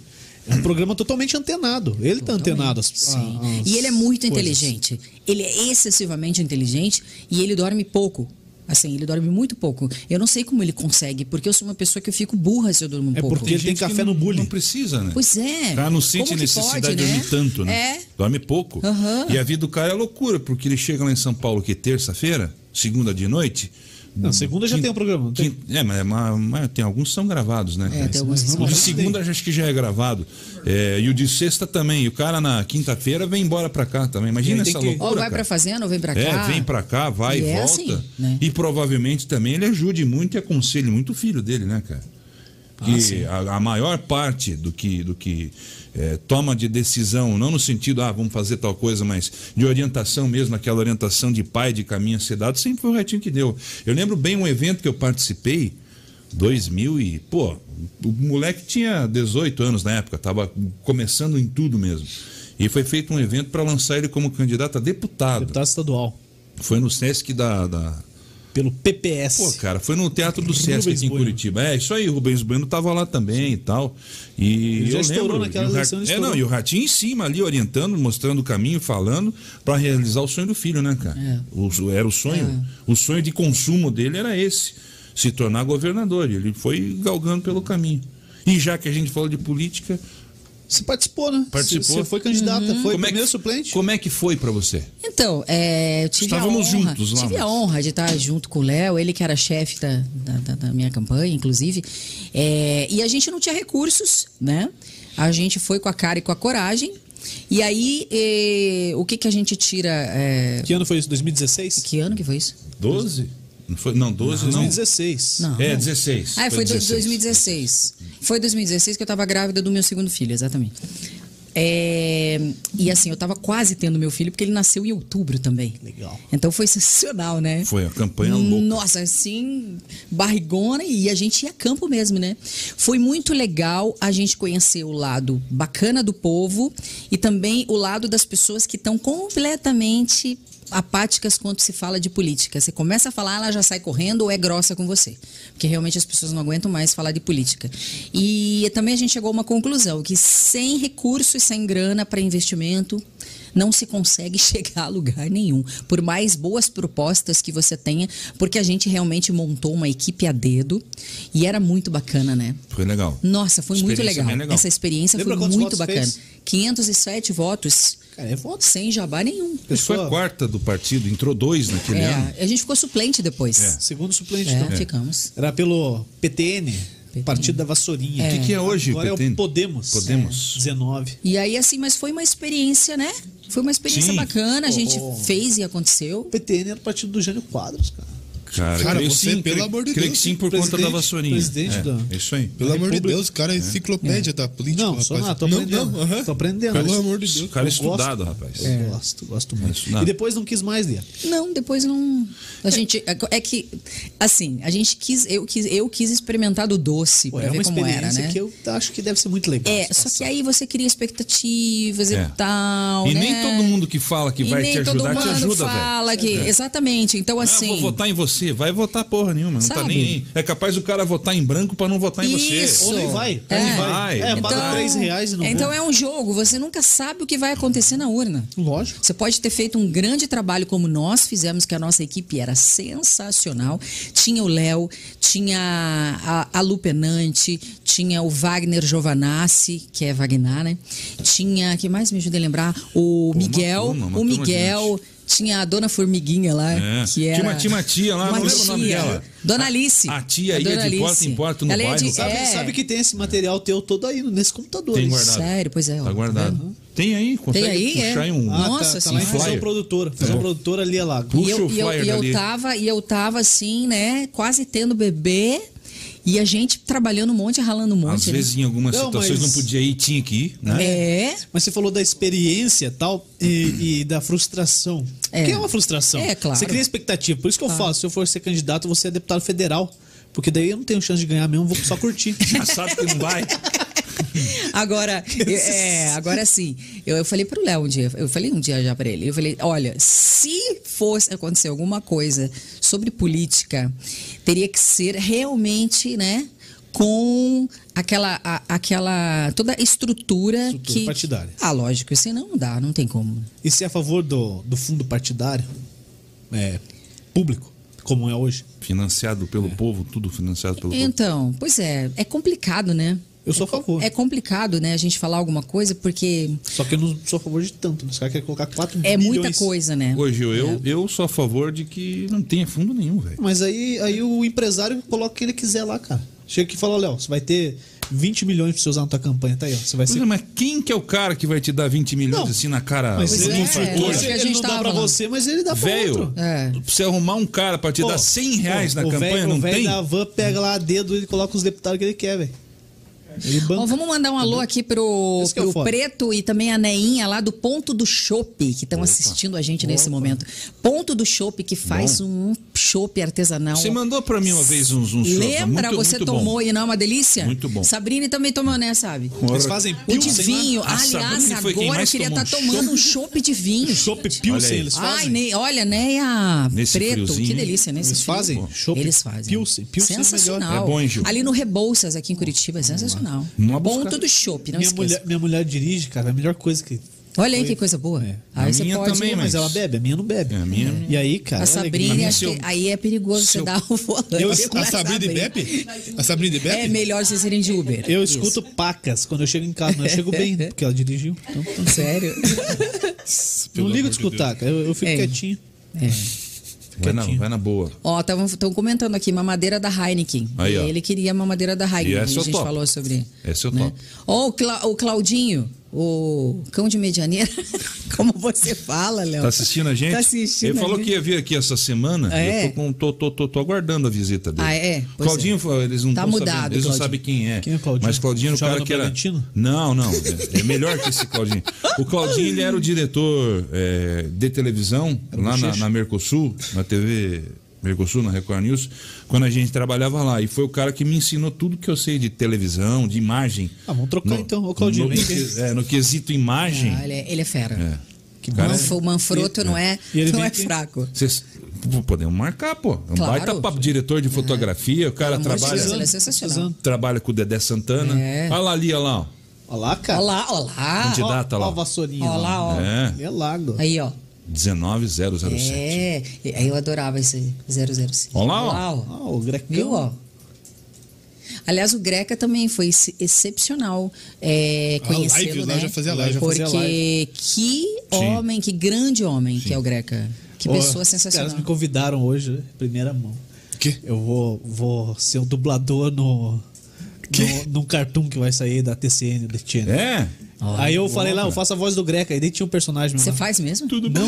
é um programa totalmente antenado. Ele tá antenado. às- Sim. a- às e ele é muito ah, coisas. inteligente. Ele é excessivamente inteligente e ele dorme pouco. Assim, ele dorme muito pouco. Eu não sei como ele consegue, porque eu sou uma pessoa que eu fico burra se eu durmo um É pouco. porque ele tem gente que café no não- bule. Não precisa, né? Pois é. Tá no Como sítio que necessidade pode, de dormir tanto, né? É. Dorme pouco. Aham. E a vida do cara é loucura, porque ele chega lá em São Paulo que terça-feira, segunda de noite. Não, segunda já tem o programa, não tem? quinta- É, mas, mas- mas tem alguns que são gravados, né? cara? É, tem alguns que são O de gravados. segunda acho que já é gravado. É, e o de sexta também. E o cara na quinta-feira vem embora pra cá também. Imagina Ele tem essa que- loucura. Ou vai cara. pra fazenda ou vem pra cá. É, vem pra cá, vai E e é volta. assim, né? E provavelmente também ele ajude muito e aconselhe muito o filho dele, né, cara? Ah, Porque a, a maior parte do que, do que é, toma de decisão, não no sentido, ah, vamos fazer tal coisa, mas de orientação mesmo, aquela orientação de pai, de caminho a ser dado, sempre foi o Retinho que deu. Eu lembro bem um evento que eu participei, 2000 e, pô, o moleque tinha 18 anos na época, tava começando em tudo mesmo. E foi feito um evento para lançar ele como candidato a deputado. Deputado estadual. Foi no Sesc da. da- Pelo Pô, PPS. cara, foi no Teatro do Rubens Sesc aqui em Bueno. Curitiba. É, isso aí, o Rubens Bueno tava lá também e tal. E Ele já eu estourou lembro. naquela e o eleição, ele é, não, estourou. e o Ratinho em cima ali, orientando, mostrando o caminho, falando, para realizar o sonho do filho, né, cara? É. O- era o É. sonho. O sonho de consumo dele era esse: se tornar governador. E ele foi galgando pelo caminho. E já que a gente falou de política, Você participou, né? Participou. Você você foi candidata, Uhum. foi como, é primeiro que, suplente. como é que foi para você? Então, é, eu tive Estávamos a honra, juntos lá, Tive a mas- honra de estar junto com o Léo, ele que era chefe da, da, da- da minha campanha, inclusive. É, e a gente não tinha recursos, né? A gente foi com a cara e com a coragem. E aí, eh, o que, que a gente tira. eh, Que ano foi isso? 2016? que ano que foi isso? 12? Não, foi, não 12 não. 2016. Não. É, 16. Ah, foi, do- 16. 2016. Foi 2016 que eu tava grávida do meu segundo filho, exatamente. É, e assim, eu tava quase tendo meu filho, porque ele nasceu em outubro também. Legal. Então foi sensacional, né? Foi a campanha louca. Nossa, assim, barrigona e a gente ia a campo mesmo, né? Foi muito legal a gente conhecer o lado bacana do povo e também o lado das pessoas que estão completamente apáticas quando se fala de política. Você começa a falar, ela já sai correndo ou é grossa com você. Porque realmente as pessoas não aguentam mais falar de política. E também a gente chegou a uma conclusão que sem recursos, sem grana para investimento, não se consegue chegar a lugar nenhum, por mais boas propostas que você tenha, porque a gente realmente montou uma equipe a dedo e era muito bacana, né? Foi legal. Nossa, foi muito Experiência legal. bem legal. Essa experiência Lembra foi quantos muito votos bacana. fez? 507 votos Cara, é voto. sem jabá nenhum. Isso foi a quarta do partido, entrou dois naquele ano. É, a gente ficou suplente depois. Segundo suplente, É, então. ficamos. Era pelo PTN, Partido da Vassourinha. O que, que é hoje, Agora é Petene? o Podemos. É, Podemos. 19. E aí, assim, mas foi uma experiência, né? Foi uma experiência Sim. bacana, a gente Oh. fez e aconteceu. O PTN era o partido do Jânio Quadros, cara. Cara, Cara, creio você, pelo sim, creio- amor de creio Deus, que sim por presidente- conta da vassourinha. presidente é, da- Isso aí. Pelo amor de República- Deus, cara, é enciclopédia da política. Não, rapaz. Sonato, tô aprendendo. aham. Tô aprendendo. Pelo Cara, amor de O Deus. cara Eu estudado, gosto. É. rapaz. Ah, É. Eu gosto, gosto muito. Não. E depois não quis mais ler. Não, depois não. A gente é que assim, a gente quis, eu quis, eu quis experimentar do doce Pô, pra é uma ver como era, experiência né? que eu acho que deve ser muito legal. tá É, só que aí você cria expectativas É. e tal, E né? nem todo mundo que fala que E vai nem te todo ajudar, te mundo ajuda, velho. É. fala que exatamente. Então Ah, assim, vou votar em você. Vai votar porra nenhuma, não tá Sabe? nem aí. É capaz o cara votar em branco pra não votar em Isso. você. Ou nem vai. É. Ou nem vai. É, Então- paga 3 reais e não então vou. é um jogo, você nunca sabe o que vai acontecer na urna. Lógico. Você pode ter feito um grande trabalho como nós fizemos, que a nossa equipe era sensacional. Tinha o Léo, tinha a, a Lu Penante, tinha o Wagner Giovanassi, que é Wagnar, né? Tinha, que mais me ajuda a lembrar? O uma Miguel, turma, uma o turma de Miguel, Tinha a Dona Formiguinha lá, É. que era... Tinha uma- tinha uma tia lá, Uma não lembro o nome tia. dela. Dona Alice. a tia ia Dona de porta Alice. em porta no Ela ia bairro. de- Sabe- é, Sabe que tem esse material teu todo aí nesse computador. Tem né? guardado. Sério, pois é. ó, Tá guardado. Tem aí, consegue Tem aí, é. puxar aí um. Ah, Nossa tá, tá lá Senhora. em função Flyer. produtora. Função produtora ali é lá. E Puxa eu, o e eu, flyer e eu dali. tava, e eu tava assim, né? Quase tendo bebê. E a gente trabalhando um monte, ralando um monte. Às né? vezes, em algumas Não, situações, mas- não podia ir, tinha que ir, né? É. Mas você falou da experiência tal, e, e da frustração. É. Que é uma frustração. É, claro. Você cria expectativa. Por isso que eu falo, se eu for ser candidato, eu vou ser deputado federal. Porque daí eu não tenho chance de ganhar mesmo, vou só curtir. Já sabe que não vai. Agora, eu- é, agora sim. Eu, eu falei pro Léo um dia, eu falei um dia já pra ele. Eu falei, olha, se fosse acontecer alguma coisa sobre política, teria que ser realmente, né? Com aquela, a- aquela toda a estrutura, Estrutura que. partidária. Ah, lógico, isso aí não dá, não tem como. E se é a favor do, do fundo partidário, é, público, como é hoje. Financiado pelo povo, tudo financiado pelo povo. Então, pois é, é complicado, né? Eu sou a favor. É complicado, né, a gente falar alguma coisa, porque Só que eu não sou a favor de tanto. né? Os caras querem colocar 4 é bilhões. muita coisa, né? Hoje eu, eu, eu sou a favor de que não tenha fundo nenhum, velho. Mas aí, aí o empresário coloca o que ele quiser lá, cara. Chega aqui e fala, Léo, você vai ter 20 milhões pra você usar na tua campanha. Tá aí, ó. Você vai Pois ser é, mas quem que é o cara que vai te dar 20 milhões Não. assim na cara? Mas Pois no ele, é, não- é futuro? isso que a ele gente não dá tava pra falando. você, mas ele dá pra Velho, outro. É. pra você arrumar um cara pra te Pô, dar 100 reais pô, na o campanha, velho- não o tem? velho da van pega lá a dedo e coloca os deputados que ele quer, velho. Ele banca. Ó, vamos mandar um alô aqui pro, Isso que é pro foda. Preto e também a Neinha lá do Ponto do Chopp, que estão assistindo a gente nesse momento. Ponto do Chopp, que faz um chopp um artesanal. Você mandou pra mim uma vez uns, uns chopp, Lembra? é muito- você muito bom. tomou e não é uma delícia? Muito bom. Sabrina também tomou, né, sabe? Eles fazem O de pilsen né? lá. vinho. A Aliás, Sabrina foi quem agora eu mais queria tomou estar um tomando um chopp de vinho. Chopp Olha aí. Pilsen, eles fazem. Ai, Ney, olha, Ney, a Nesse Preto, friozinho, que delícia, né? esse Eles frio. fazem? Chopp Eles fazem. Pilsen. Pilsen é melhor. sensacional. É bom, hein, Gil? Ali no Rebouças, aqui em Curitiba, é sensacional. Vamos lá buscar. Ponto do Chopp, não minha, esqueça. mulher, minha mulher dirige, cara, é a melhor coisa que. Olha aí que coisa boa. É. A Aí você minha pode. também, Mas Mas- ela bebe, a minha não bebe. É, a minha- E aí, cara. A olha que Sabrina, mas acho se eu- que aí é perigoso se você eu- dar o volante. Eu, pra a Sabrina e Bebe? A Sabrina e Bebe? É melhor vocês irem de Uber. Eu Isso. escuto pacas quando eu chego em casa, mas eu chego bem, porque ela dirigiu. Então, Sério? não Pelo ligo de amor de escutar, cara. Eu, eu fico É. quietinho. Vai na, vai na boa. Ó, estão comentando aqui, mamadeira da Heineken. Aí, ó. Ele queria mamadeira da Heineken. E essa a eu gente topo. falou sobre. Essa é eu né? topo. Ó, o, Cla- o Claudinho, o cão de medianeira. Como você fala, Léo? Tá assistindo a gente? Tá assistindo. Ele a falou gente. que é ia vir aqui essa semana. É? Eu tô, com- tô, tô, tô, tô aguardando a visita dele. Ah, é? Pois Claudinho, eles não Tá tão mudado, sabendo, Eles não Claudinho. sabem quem é. Quem é o Claudinho? Mas Claudinho era o Joga cara no que era. Bragantino? Não, não. É, é melhor que esse Claudinho. O Claudinho, ele era o diretor é, de televisão É lá na, bochecha. na Mercosul, na TV. Mercosul, na Record News, quando a gente trabalhava lá. E foi o cara que me ensinou tudo que eu sei de televisão, de imagem. Ah, vamos trocar então. Ô, Claudinho, no, vem que- é, no quesito imagem. Ah, ele, é, ele é fera. É. Que O Manf- o Manfrotto não é, E ele não vem é aqui. fraco. Vocês podemos marcar, pô. É Um Claro. baita papo diretor de fotografia, o cara Pelo amor de trabalha, Deus, ele é sensacional. trabalha com o Dedé Santana. É. Olha lá ali, olha lá. ó. Olha lá, cara. Olha lá, olha lá. Candidato. data lá. Ó a vassourinha. Ó lá, ó. É, É lago. Aí, ó. 19007. É, e- aí eu adorava esse 007. Olha lá, ó. Ah, o Grecão. Viu, ó? Aliás, o Greca também foi ex- excepcional é, Ah, conhecê-lo, live, né? lá já fazia live, já Porque fazia que homem, que grande homem que é o Greca. Que pessoa Os sensacional. caras me convidaram hoje, né? primeira mão. Quê? Eu vou, vou ser um dublador no, no num cartoon que vai sair da TCN, da TN. É. Aí eu falei lá, eu faço a voz do Greca, aí daí tinha um personagem Você meu lá. faz mesmo? Tudo não.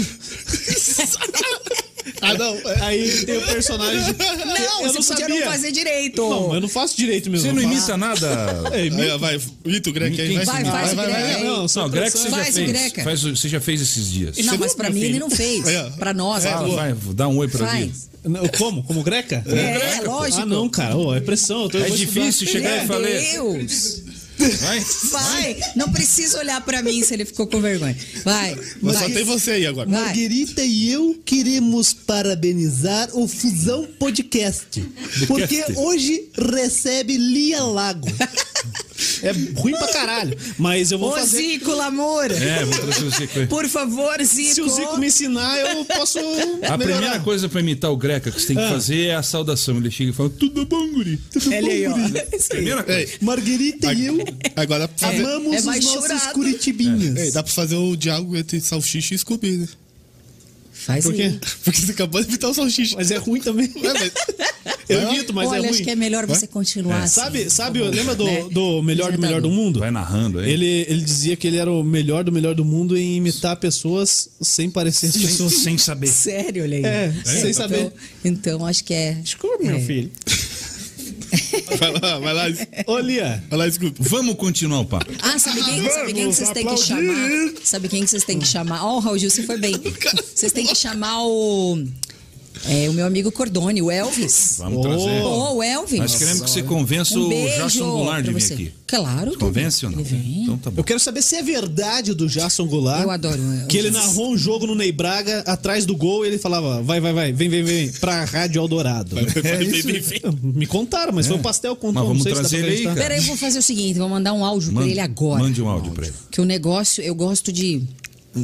ah, não. Aí tem o personagem. Não, eu você podia não sabia. não fazer direito. Não, eu não faço direito mesmo. Você não Eu faço- imita nada. É, Aí, ó, vai, Ito Greco aí, Quem- vai, Vai, seguir. faz o vai, Greco. vai. Não, só Não, Greca você já Faz o fez. Greca. Faz o- você já fez esses dias. Não, Você mas viu, pra meu mim ele filho? não fez. Aí, ó. Pra nós, É, ó. Fala, vai, dá um oi pra mim. Faz. Não, Como? Como Greca? É, é lógico. Ah, não, cara. Ô, é pressão. eu tô- eu É vou estudar. difícil chegar e Meu falar. Deus! Vai. Vai! Não precisa olhar pra mim se ele ficou com vergonha. Vai. Mas vai. só tem você aí agora. Vai. Marguerita e eu queremos parabenizar o Fusão Podcast. Porque hoje recebe Lia Lago. É ruim pra caralho. Mas eu vou Ô, fazer. Zico, Lamor! É, vou trazer você. com- Por favor, Zico! Se o Zico me ensinar, eu posso. A é melhorar. primeira coisa pra imitar o Greca que você tem que fazer é a saudação. Ele chega e fala: Tudo bom, guri? Tudo Olha aí, ó. Primeira coisa. Ei, Marguerita e eu agora dá Tá pra fazer. amamos é mais os nossos chorado. É, curitibinhas. Ei, dá pra fazer o diálogo entre Salsicha e Scooby, né? Faz Por quê? aí. Porque você acabou de evitar o salsicha. Mas é ruim também. Ué, mas- Eu evito, mas Olha, é acho ruim. que é melhor você continuar. assim, Sabe, por sabe favor, lembra né? do, do melhor do melhor do mundo? Vai narrando aí. Ele, ele dizia que ele era o melhor do melhor do mundo em imitar pessoas sem parecer as sem, pessoas. sem saber. Sério, olha aí. É, sem então, saber. Então, acho que é. Desculpa, meu É. filho. Vai lá, vai lá. es- Ô, Lia, Vai lá, desculpa. Vamos continuar o papo. Ah, sabe quem, sabe quem que Vamos vocês têm que aplaudir. chamar? Sabe quem que vocês têm que chamar? Ó, o Raul Gil, você foi bem. Vocês têm que chamar o. É, o meu amigo Cordone, o Elvis. Vamos Oh. trazer. Pô, o Elvis. Nós queremos que você convença um o beijo Jason Goulart de pra vir você. aqui. tá Claro. Dudu. Convence ou não? Ele vem. Então tá bom. eu quero saber se é verdade do Jason Goulart. Eu adoro, eu Que ele adoro. narrou um jogo no Ney Braga atrás do gol e ele falava: vai, vai, vai, vem, vem, vem, pra Rádio Eldorado. vai, É isso. Me contaram, mas foi o pastel que contou. É. Mas não vamos sei se dá trazer pra ele aí, acreditar. cara. Peraí, eu vou fazer o seguinte, vou mandar um áudio pra Mande- ele agora. mande um áudio pra ele. Que o negócio, eu gosto de...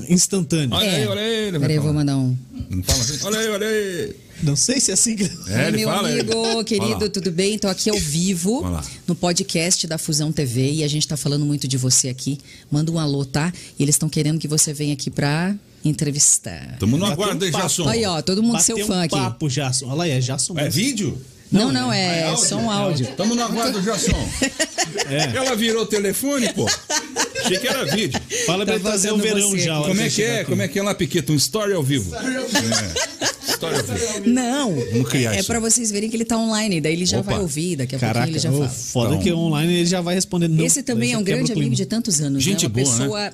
Instantâneo. Olha É. aí, olha aí. ele vai Peraí, eu vou falar. mandar um... Não fala assim. Olha aí, olha aí. Não sei se é assim que. É, ele meu fala. ele- amigo, Olha lá. querido, tudo bem? Estou aqui ao vivo Olha lá. no podcast da Fusão TV e a gente está falando muito de você aqui. Manda um alô, tá? E eles estão querendo que você venha aqui pra entrevistar. Tamo no Bateu aguardo, um hein, papo. Jason? Aí, ó, todo mundo Bateu seu um fã aqui. papo, Jason. Olha lá, é Jason. É vídeo? Não, não, é, É áudio? só um áudio. Tamo no aguardo, Jason. É. Ela virou o telefone, pô. Achei que era vídeo. Fala Tá pra ele trazer o vazando verão você já. a hora Como que é ele que chegar é? aqui. né? Como é que é lá, Piqueta? Um story ao vivo. É. Story ao vivo. Não, criar é, é isso. para vocês verem que ele tá online, daí ele já Opa. vai ouvir, daqui a Caraca, pouquinho é? ele já ô, fala. foda Então. que é online ele já vai respondendo. não. Esse também Daí é um já quebra grande o clima. amigo de tantos anos, Gente né? Uma boa, pessoa...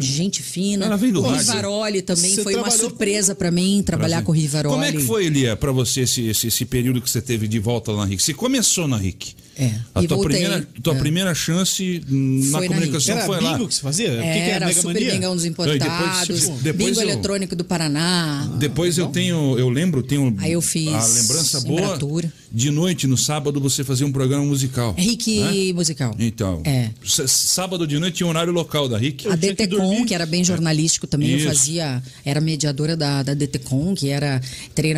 Gente fina. Ela veio do o rádio. Rivaroli também Você foi uma trabalhou- surpresa para mim trabalhar com o Rivaroli. Como é que foi, Elia, pra você esse, esse, esse período que você teve de volta lá na RIC? Você começou na RIC. É, A e tua, voltei. primeira, tua É. primeira chance hum, na Foi na comunicação Era foi lá. bingo que você fazia? o que é que Era era Mega super Mania? bingão dos Aí importados, depois, tipo, depois bingo eu- eletrônico do Paraná. Depois eu tenho, eu lembro, tenho Aí eu fiz a lembrança boa temperatura. de noite no sábado você fazia um programa musical. É, Rick né? Musical. Então, É. s- sábado de noite tinha um horário local da RIC. A tinha que DTCOM, dormir. que, era bem jornalístico também, É. Isso. eu fazia, era mediadora da, da DTCOM, que era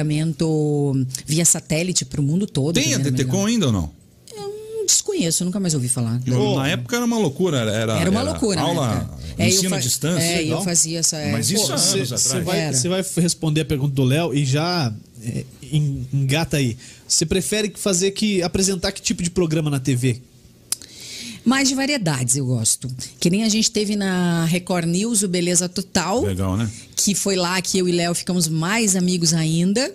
treinamento via satélite para o mundo todo. Tem a treinamento. DTCOM ainda ou não? Eu desconheço, nunca mais ouvi falar. Eu- Pô. na época era uma loucura. Era, Era uma loucura, né? Aula, cara? É, eu ensino à fa- distância. É, legal. eu fazia essa. é. Mas isso Pô, há anos Você- atrás. Você vai, Era. você vai responder a pergunta do Léo e já é, en- engata aí. Você prefere que fazer que apresentar que tipo de programa na TV? Mais de variedades eu gosto. Que nem a gente teve na Record News, o Beleza Total. Legal, né? Que foi lá que eu e Léo ficamos mais amigos ainda.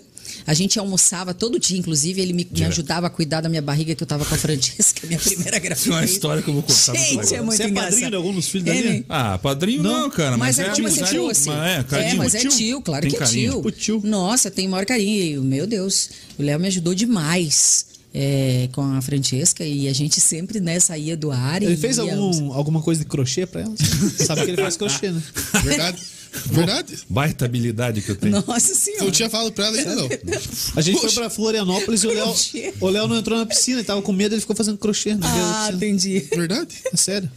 A gente almoçava todo dia, inclusive, ele me, me ajudava a cuidar da minha barriga que eu tava com a Francesca, minha primeira gravidez. Isso é uma história que eu vou contar. muito Gente, legal. é muito Você é padrinho engraçado. de algum dos filhos da Aline? né? Ah, padrinho não, cara. Mas, Mas, é, como se amizade, fosse. mas é, cara, é, de- mas é tio. tio, claro Tem que é carinho. tio. Tipo tio. Nossa, tem o maior carinho. Meu Deus. O Léo me ajudou demais é, com a Francesca e a gente sempre né, saía do ar. Ele e fez ia- algum, alguma coisa de crochê pra ela? Sabe que ele faz crochê, né? Verdade. Verdade. Baita habilidade que eu tenho. Nossa Eu senhora. tinha falado pra ela ainda não. A gente foi Poxa. pra Florianópolis e o Léo, Crochê. o Léo não entrou na piscina, ele tava com medo, ele ficou fazendo crochê no meio da Ah, piscina. entendi. Verdade. É sério.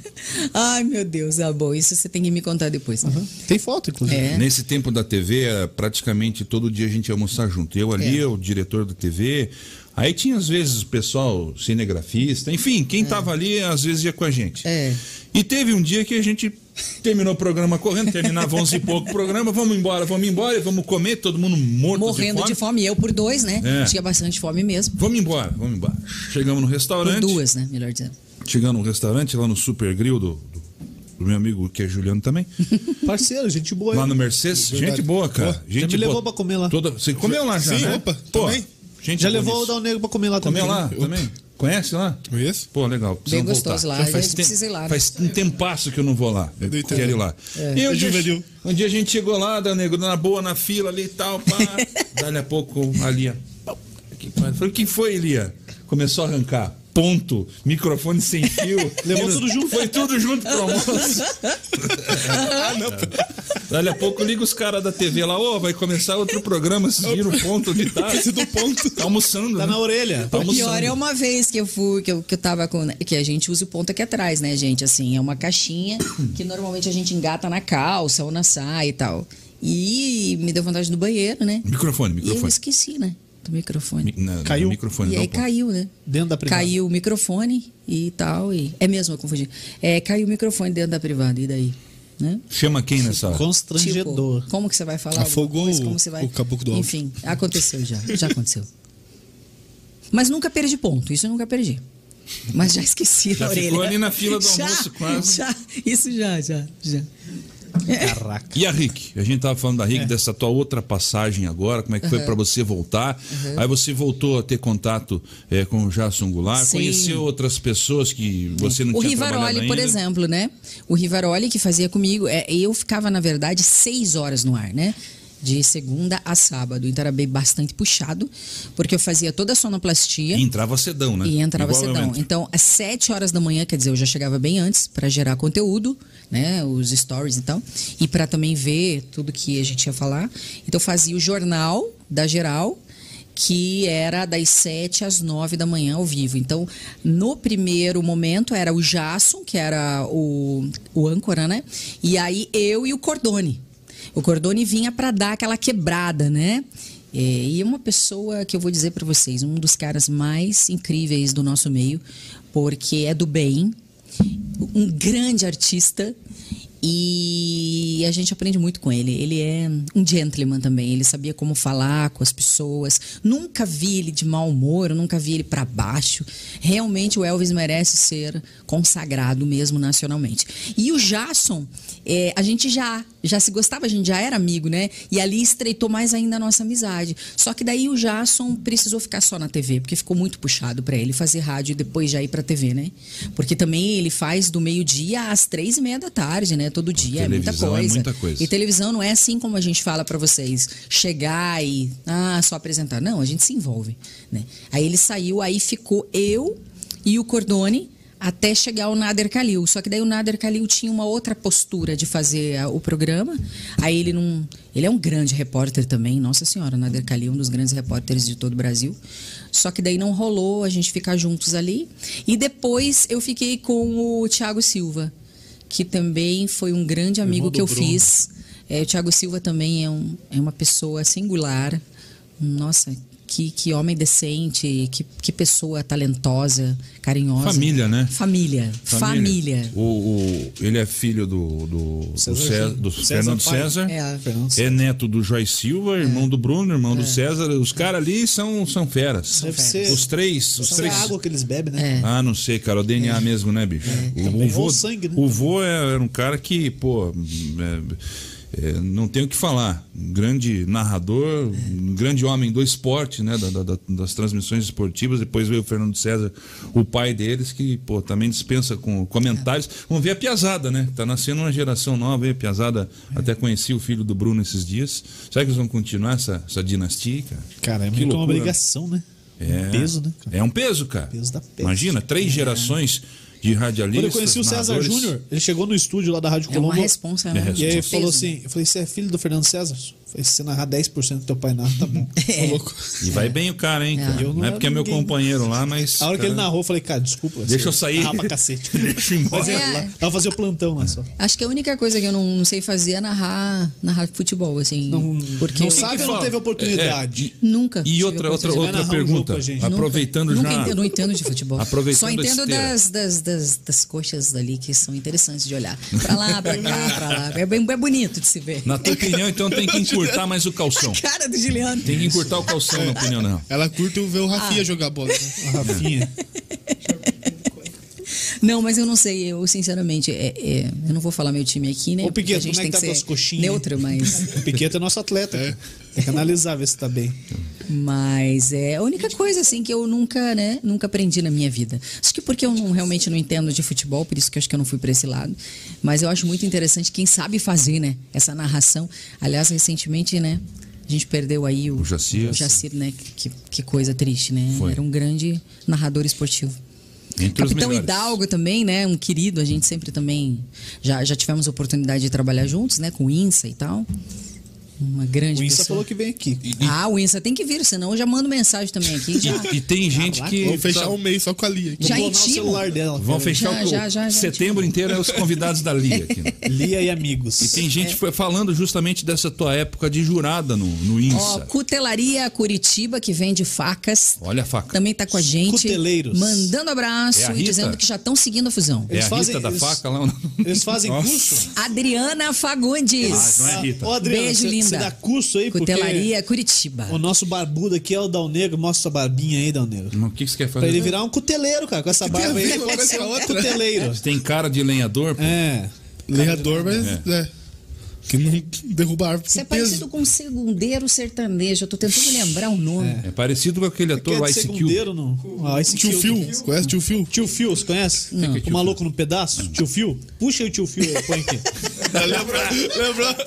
Ai, meu Deus. Ah, bom, isso você tem que me contar depois. Tem foto, inclusive. É. Nesse tempo da TV, era praticamente todo dia a gente ia almoçar junto. Eu ali, É. eu, o diretor da TV. Aí tinha, às vezes, o pessoal cinegrafista, enfim, quem tava ali, às vezes ia com a gente. É. E teve um dia que a gente terminou o programa correndo, terminava onze e pouco o programa, vamos embora, vamos embora, vamos comer, todo mundo morto Morrendo de fome, eu por dois, né? É. Tinha bastante fome mesmo. Vamos embora, vamos embora. Chegamos no Por restaurante. duas, né? Melhor dizendo. Chegando no restaurante, lá no Super Grill do, do- do meu amigo, que é Juliano também. Parceiro, gente boa. Lá hein? no Mercedes. Verdade. Gente boa, cara. gente me levou boa. pra comer lá. Toda... Você comeu lá já, Sim, né? opa, Pô, também. Gente Já boa levou o nisso. Dal Negro pra comer lá também. Comeu né? lá também? Conhece lá? Conheço. Pô, legal. precisamos gostoso voltar. lá, Já a gente precisa ir lá, né? Faz um tempasso que eu não vou lá. Eu do quero ir lá. E um, É dia, juvenil. um dia a gente chegou lá, da negro, na boa, na fila ali e tal. Pá. Dali a pouco, ali. ó, pau, que pariu. Falei, o que foi, Elia? Começou a arrancar. Ponto, microfone sem fio. Levou tudo junto. Foi tudo junto pro almoço. Ah, Dali a pouco liga os caras da TV lá, ô, vai começar outro programa, se vira o ponto de tal. do ponto. Tá almoçando. Tá né? na orelha. Tá O almoçando. pior é uma vez que eu fui, que eu, que eu tava com. né, Que a gente usa o ponto aqui atrás, né, gente? Assim, é uma caixinha que normalmente a gente engata na calça ou na saia e tal. E me deu vontade do banheiro, né? Microfone, E eu microfone. esqueci, né? Do microfone. Na- Caiu. no microfone, E dá um aí ponto. caiu, né? Dentro da privada. Caiu o microfone e tal. E... É mesmo, eu confundi. É, caiu o microfone dentro da privada. E daí? né? Chama quem nessa hora? Constrangedor. Tipo, como que você vai falar? alguma Afogou coisa? o- como você vai... o caboclo do alto. Enfim, aconteceu já. Já aconteceu. Mas nunca perdi ponto. Isso eu nunca perdi. Mas já esqueci Já a orelha. ficou ali na fila do Já, almoço, quase. Já, isso já, já, já. Caraca. E a Rick? A gente tava falando da É. Rick, dessa tua outra passagem agora, como é que foi pra você voltar. Aí você voltou a ter contato eh, com o Jason Goulart, Sim. conheceu outras pessoas que você não O tinha trabalhado Rivaroli, por ainda. exemplo, né? O Rivaroli que fazia comigo, é, eu ficava, na verdade, seis horas no ar, né? De segunda a sábado. Então era bem bastante puxado, porque eu fazia toda a sonoplastia. E entrava cedão, né? E entrava Igual eu cedão. entro. Então, às 7 horas da manhã, quer dizer, eu já chegava bem antes para gerar conteúdo, né, os stories e tal, e para também ver tudo que a gente ia falar. Então, eu fazia o jornal da geral, que era das 7 às 9 da manhã ao vivo. Então, no primeiro momento era o Jason, que era o, o âncora, né? E aí eu e o Cordone. O Cordone vinha para dar aquela quebrada, né? É, e uma pessoa que eu vou dizer para vocês, um dos caras mais incríveis do nosso meio, porque é do bem, um grande artista e a gente aprende muito com ele. Ele é um gentleman também, ele sabia como falar com as pessoas. Nunca vi ele de mau humor, eu nunca vi ele para baixo. Realmente o Elvis merece ser consagrado mesmo nacionalmente. E o Jason, é, a gente já já se gostava, a gente já era amigo, né? E ali estreitou mais ainda a nossa amizade. Só que daí o Jason precisou ficar só na TV, porque ficou muito puxado pra ele fazer rádio e depois já ir pra TV, né? Porque também ele faz do meio-dia às três e meia da tarde, né? Todo dia. É muita televisão é coisa. muita coisa. E televisão não é assim como a gente fala pra vocês. Chegar e. Ah, só apresentar. Não, a gente se envolve. Né? Aí ele saiu, aí ficou eu e o Cordone até chegar o Nader Kalil. Só que daí o Nader Kalil tinha uma outra postura de fazer a- o programa. Aí ele não. Ele é um grande repórter também, nossa senhora, o Nader Kalil, um dos grandes repórteres de todo o Brasil. Só que daí não rolou a gente ficar juntos ali. E depois eu fiquei com o Thiago Silva, que também foi um grande amigo Irmão que eu do Bruno. fiz. É, o Thiago Silva também é, um- é uma pessoa singular. Nossa, que, que homem decente, que, que pessoa talentosa, carinhosa. Família, né? Família. Família. O, o- ele é filho do, do, do César Cé- Gil. do César Fernando Pai. César. É. Fernando É neto do Joyce Silva, irmão do Bruno, irmão do César. Os caras ali são, são feras. Deve ser- Os três. Os Essa três. é a água que eles bebem, né? Ah, não sei, cara. O DNA mesmo, né, bicho? O, Também. o, vô, Ou sangue, né? o vô é- era um cara que, pô. hum, é, é, não tenho o que falar. Um grande narrador, um grande homem do esporte, né? da- da- da- das transmissões esportivas. Depois veio o Fernando César, o pai deles, que pô, também dispensa com comentários. Vamos ver a Piazada, né? Tá nascendo uma geração nova aí, a Piazada. Até conheci o filho do Bruno esses dias. Será que eles vão continuar essa, essa dinastia, cara? Cara, é Que muito uma loucura, né? obrigação, né? É. Um peso, né? cara? É um peso, cara. Peso da peste. Imagina, três É. gerações de Quando eu radialistas. conheci o César narradores. Júnior, ele chegou no estúdio lá da Rádio É uma Colombo. responsa. né? É E aí ele Peso. falou assim, eu falei, você é filho do Fernando César? Eu falei, se você narrar 10% do teu pai narra, tá bom. É. Ô, louco. E vai bem o cara, hein? cara? Eu Não, não é era porque é meu ninguém. companheiro lá, mas. A hora que ele cara, narrou, eu falei, cara, desculpa. Deixa você eu sair. narra pra cacete. Deixa eu ir embora. Mas É. é. lá, ela fazia o plantão lá só. Acho que a única coisa que eu não, não sei fazer é narrar, narrar futebol, assim. porque não eu sabe ou não fala? teve É, oportunidade? nunca. E tive outra, outra, oportunidade. Vai outra narrar um pergunta. jogo pra gente. Nunca. aproveitando Nunca já. ente- não entendo de futebol. Aproveitando Só a entendo esteira. das, das, das, das coxas dali que são interessantes de olhar. Pra lá, pra cá, pra lá. É, bem, é bonito de se ver. Na tua opinião, então tem que encurtar mais o calção. A cara do Juliano. Tem que encurtar o calção, na opinião, não. Ela curte ver o Ah. Rafinha jogar bola. né? É. A Rafinha. Não, mas eu não sei. Eu, sinceramente, é- é, eu não vou falar meu time aqui, né? Ô, porque Piquet, como é que tá tuas coxinhas? Neutro, mas. O Piquet é nosso atleta. cara. Tem que analisar, ver se tá bem. Mas é a única coisa assim que eu nunca, né, nunca aprendi na minha vida. Acho que porque eu não- realmente não entendo de futebol, por isso que eu acho que eu não fui para esse lado. Mas eu acho muito interessante quem sabe fazer, né, essa narração. Aliás, recentemente, né, a gente perdeu aí o, O Jacir. o Jacir, né? Que, que coisa triste, né? Foi. Era um grande narrador esportivo. Entre os Capitão melhores. É Hidalgo também, né? Um querido, a gente sempre também já, já tivemos oportunidade de trabalhar juntos, né? Com o INSA e tal. Uma grande O Insta pessoa. falou que vem aqui. E, e- Ah, o Insta tem que vir, senão eu já mando mensagem também aqui. Já, e- e tem gente que. Vamos fechar Então. tá- um mês só com a Lia. aqui. já Vou clonar o intimo. celular dela. Vão cara. fechar Já, o já, já, já, setembro inteiro é os convidados da Lia aqui. né? Lia e amigos. E tem É. gente fa- falando justamente dessa tua época de jurada no, no Ó, INSA. Cutelaria Curitiba, que vende facas. Olha a faca. Também tá com a gente. Cuteleiros. Mandando abraço É a e Rita? dizendo que já estão seguindo a fusão. É a Eles Rita fazem- da eles- faca lá? ou não? Eles fazem Nossa. curso? Adriana Fagundes. Ah, não é Rita. Ó, Adriano, Beijo, você, linda. Você dá curso aí, porque Cutelaria Curitiba. o nosso barbudo aqui é o Dal Negro. Mostra a barbinha aí, Dal Negro. Não, O que, que você quer fazer? Pra ele virar um cuteleiro, cara. Com essa tem a barba aí, ver ele uma pode coisa ser com a um outra? cuteleiro. Você Tem cara de lenhador? pô? É. Tá. Lenhador, mas é. Que não derruba a árvore Você é com peso. parecido com um segundeiro sertanejo. Eu tô tentando me lembrar o nome. É parecido com aquele Quer ator é de Ice Cube. segundeiro, não? Ah, esse Tio Phil, conhece Tio Phil? Tio Fio, você conhece? O maluco no pedaço? Tio Fio? Puxa aí o tio Fio, põe aqui. Lembra? Lembra?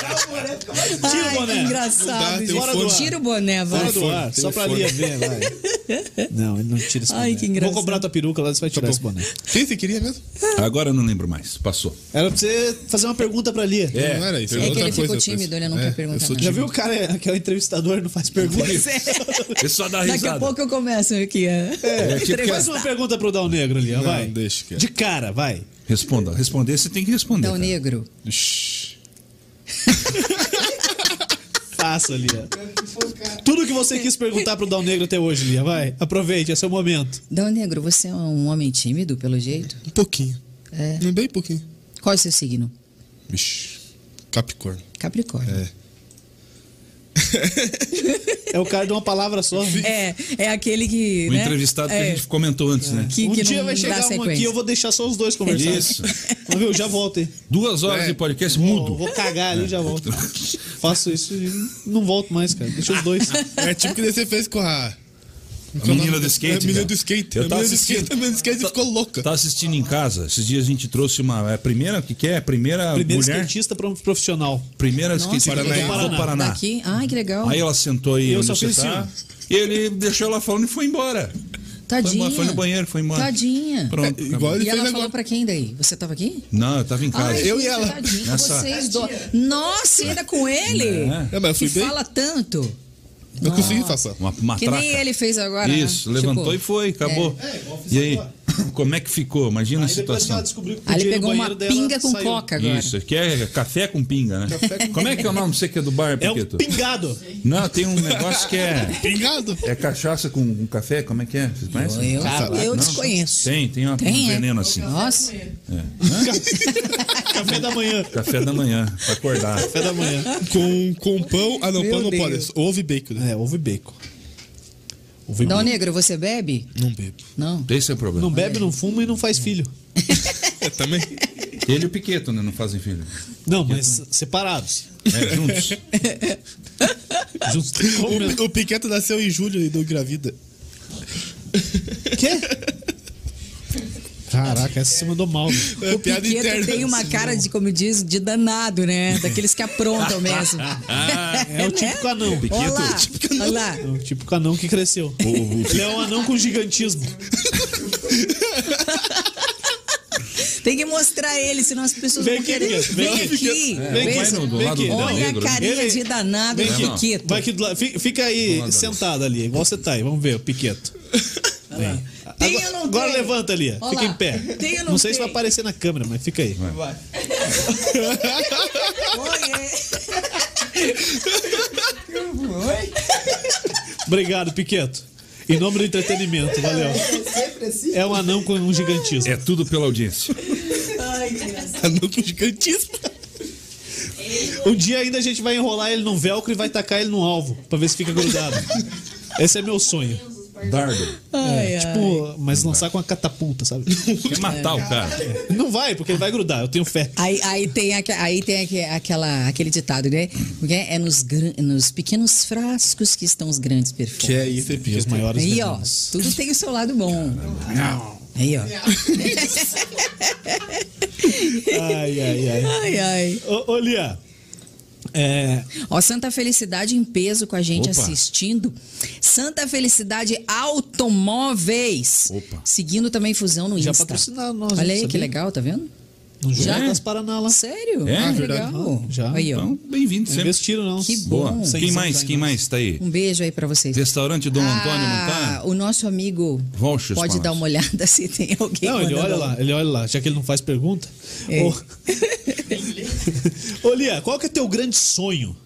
Tira o Ai, que boné. engraçado. Não dá, tem Fora fone. do ar. Tira o boné, vai. Fora do fone, ar, tem só um pra fone. Lia ver, vai. Não, ele não tira esse Ai, boné. Tá que engraçado. Vou cobrar tua peruca lá, você vai tirar esse boné. Quem você queria mesmo? Agora eu não lembro mais. Passou. Era pra você fazer uma pergunta pra Lia. É, não era isso. é era que outra ele ficou coisa, tímido, mas- ele não é, quer perguntar Eu sou nada. Já viu tímido. o cara que é o entrevistador não faz pergunta? Ele só dá Daqui a risada. pouco eu começo aqui. É. É, tipo que- Faz uma pergunta pro Dal Negro, Lia, Não, vai. deixa, cara. De cara, vai. Responda. Responder, você tem que responder. Dal cara. É então, Negro. Shhh. Faça, Lia. Tudo que você quis perguntar pro Dal Negro até hoje, Lia, vai. Aproveite, é seu momento. Dal Negro, você é um homem tímido, pelo jeito? Um pouquinho. É. Um Bem pouquinho. Qual é o seu signo? Vixe. Capricórnio. Capricórnio. É. É o cara de uma palavra só. É, é, aquele que. O né? entrevistado que É, a gente comentou antes, né? que, um que dia não vai dá chegar um sequência. aqui, eu vou deixar só os dois conversando. Isso. Vamos ver, eu já volto aí. Duas horas É. de podcast, Vou, mudo. vou cagar ali e já volto. Faço isso e não volto mais, cara. Deixa os dois. É tipo que daí você fez com a. A menina do É, skate. A menina cara. do skate. Eu A tava menina do skate, assistindo. a menina do skate Tá- ficou louca. Tá assistindo em casa. Esses dias a gente trouxe uma. A primeira, o que, que é? A primeira, Primeiro mulher. skatista pra um profissional. Primeira skatista do Paraná. Paraná. Do Paraná. Daqui? Ai, que legal. Aí ela sentou aí Eu onde só você fiz tá. assim, E ele deixou ela falando e foi embora. Foi, Tadinha. embora, foi no banheiro, foi embora. Tadinha. Pronto. É, acabou. igual- Ele E ela fez falou agora. pra quem daí? Você tava aqui? Não, eu tava em casa. Ai, eu gente, e ela. Tadinho, Nessa- Né? vocês dois. Nossa, e ainda com ele? É, mas eu fui que bem. fala tanto. Eu consegui "Ah." passar. Uma matraca. Que nem ele fez agora. né? Isso, levantou Tipo, e foi, acabou. igual eu fiz e aí, agora. como é que ficou? Imagina a Aí depois que situação. ela descobriu que Aí podia ele ir é. pegou no uma banheiro dela, pinga com saiu. coca agora. Isso, aqui é café com pinga, né? Como é que é o nome você que é do bar, É um Piqueto? pingado. Não, tem um negócio que é. Pingado. É cachaça com, com café? Como é que é? Vocês conhecem? Eu, Caraca, eu Não? desconheço. Tem, tem uma, Tem, um é? veneno assim. Nossa, Café da manhã. Café da manhã, pra acordar. Café da manhã. Com, com pão. Ah, não, Meu pão não Deus. pode. é Ovo e bacon. né? É, ovo e bacon. Ovo e Dal bacon. Negro, você bebe? Não bebo. Não. Esse é o problema. Não bebe, não fuma e não faz filho. É, também. Ele e o Piqueto, né? Não fazem filho. Não, mas separados. É, juntos. Juntos. O, o Piqueto nasceu em julho e deu engravida. Quê? Caraca, essa você mandou mal. né? É O Piqueto tem uma assim, cara de, como diz, de danado, né? Daqueles que aprontam mesmo. Né? É o típico anão. Olha Piqueto, lá, olha lá. É o típico anão que cresceu. Ele é um anão com gigantismo. Tem que mostrar ele, senão as pessoas Vem vão aqui, querer. Piqueto, vem Vem aqui. É, aqui. Vem vem aqui, aqui. do vem lado aqui. do Olha Olha negro. a carinha Ele- de danado Vem do aqui. Piqueto. Vai aqui do lado. Fi- Fica aí é, Vamos lá, sentado ali, igual você tá aí. Vamos ver, o Piqueto. Vem. Tem Agora, ou não agora tem? levanta ali, fica Olha lá. em pé. Tem ou não não sei se tem? vai aparecer na câmera, mas fica aí. Oi, é. Obrigado, Piqueto. Em nome do entretenimento, valeu. É um anão com um gigantismo. É tudo pela audiência. é. Ai, que engraçado. Anão com gigantismo. É. Um dia ainda a gente vai enrolar ele num velcro e vai tacar ele no alvo, pra ver se fica grudado. Esse é meu sonho. Dardo. Ai, ai. É, Tipo, mas lançar com uma catapulta, sabe? É. Quer matar o cara. Não vai, porque ele vai grudar, eu tenho fé. Aí, aí tem, aque- aí tem aque- aquela, aquele ditado, né? Porque é nos, gran- nos pequenos frascos que estão os grandes perfumes. Que é isso, é Os Piqueto. maiores Aí, ó, venenos. tudo tem o seu lado bom. Aí, ó. Ai, ai, ai. Ai, ai. Ô, ô Lia, é, Ó, Santa Felicidade em peso com a gente Opa. assistindo. Santa Felicidade Automóveis. Opa. Seguindo também Fusão no já Insta. patrocinaram nós. Olha não aí, que sabia? legal, tá vendo? Já É? com as Uhum. Paraná lá. Sério? É? Ah, Verdade. legal. Já. Aí, ó. Então, bem-vindo Não sempre. investiram, não. Que bom. Boa. Sem Quem sem mais? sem Quem nada. mais tá aí? Um beijo aí pra vocês. Restaurante Dom Antônio não tá? Ah, O nosso amigo Volches pode Palácio. dar uma olhada se tem alguém. Não, ele mandando olha lá, ele olha lá, já que ele não faz pergunta. É. Ô, Ô, Lia, qual que é teu grande sonho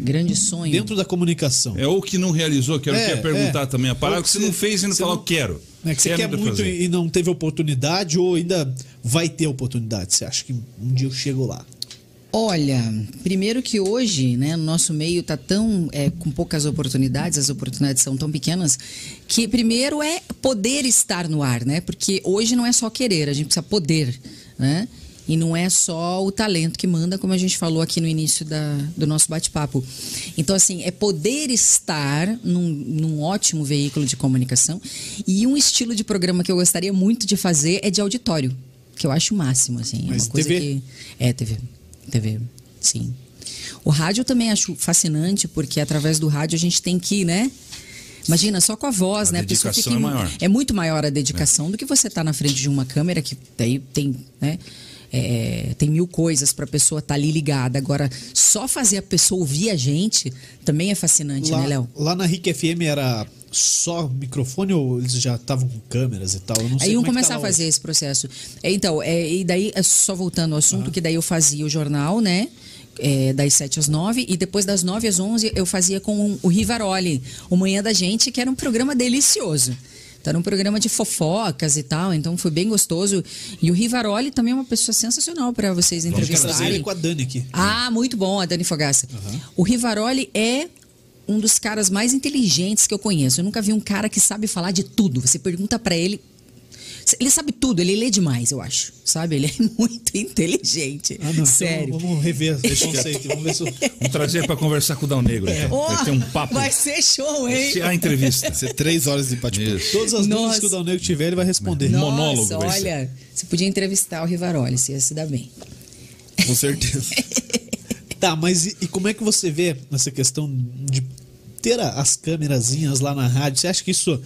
Grande sonho. dentro da comunicação? É o que não realizou, quero É, quer perguntar é. também a parada, Ou que que você não você- fez e não você falou não- quero. É que você quer ainda muito fazer. e não teve oportunidade ou ainda vai ter oportunidade? Você acha que um dia eu chego lá? Olha, primeiro que hoje, né, no nosso meio tá tão é, com poucas oportunidades, as oportunidades são tão pequenas, que primeiro é poder estar no ar, né? Porque hoje não é só querer, a gente precisa poder, né? E não é só o talento que manda, como a gente falou aqui no início da- do nosso bate-papo. Então, assim, é poder estar num, num ótimo veículo de comunicação. E um estilo de programa que eu gostaria muito de fazer é de auditório, que eu acho o máximo, assim. é Mas uma coisa TV? que- é, TV. TV, sim. O rádio eu também acho fascinante, porque através do rádio a gente tem que, né? Imagina, só com a voz, A né? pessoa dedicação é maior. É. É muito maior a dedicação do que você estar na frente de uma câmera, que daí tem, né? é, tem mil coisas para a pessoa estar ali ligada. Agora, só fazer a pessoa ouvir a gente também é fascinante, Lá, né, Léo? lá na RIC FM era só microfone ou eles já estavam com câmeras e tal? Eu não sei Aí iam como é que começar tá a lá fazer esse processo. É, Então, é, e daí, é, só voltando ao assunto, que daí eu fazia o jornal, né? É, das 7 às 9 e depois das 9 às 11 eu fazia com o Rivaroli, o Manhã da Gente, que era um programa delicioso. Então, era um programa de fofocas e tal, então foi bem gostoso. E o Rivaroli também é uma pessoa sensacional para vocês hoje. Vamos trazer ele entrevistarem. com a Dani aqui. Ah, muito bom, a Dani Fogaça. O Rivaroli é um dos caras mais inteligentes que eu conheço. Eu nunca vi um cara que sabe falar de tudo. Você pergunta pra ele. Ele sabe tudo, ele lê demais, eu acho. Sabe? Ele é muito inteligente. Ah, não, então Sério. vamos rever esse conceito. Vamos ver se... Vamos trazer pra conversar com o Dal Negro. então. Oh, vai ter um papo. Vai ser show, Vai hein? ser a entrevista. Vai ser três horas de bate-papo. Isso. Todas as dúvidas Nossa. que o Dal Negro tiver, ele vai responder. Não. Nossa, monólogo vai ser. olha, você podia entrevistar o Rivaroli, você ia se dar bem. Com certeza. Tá, mas e, e como é que você vê essa questão de ter a- as câmerazinhas lá na rádio? Você acha que isso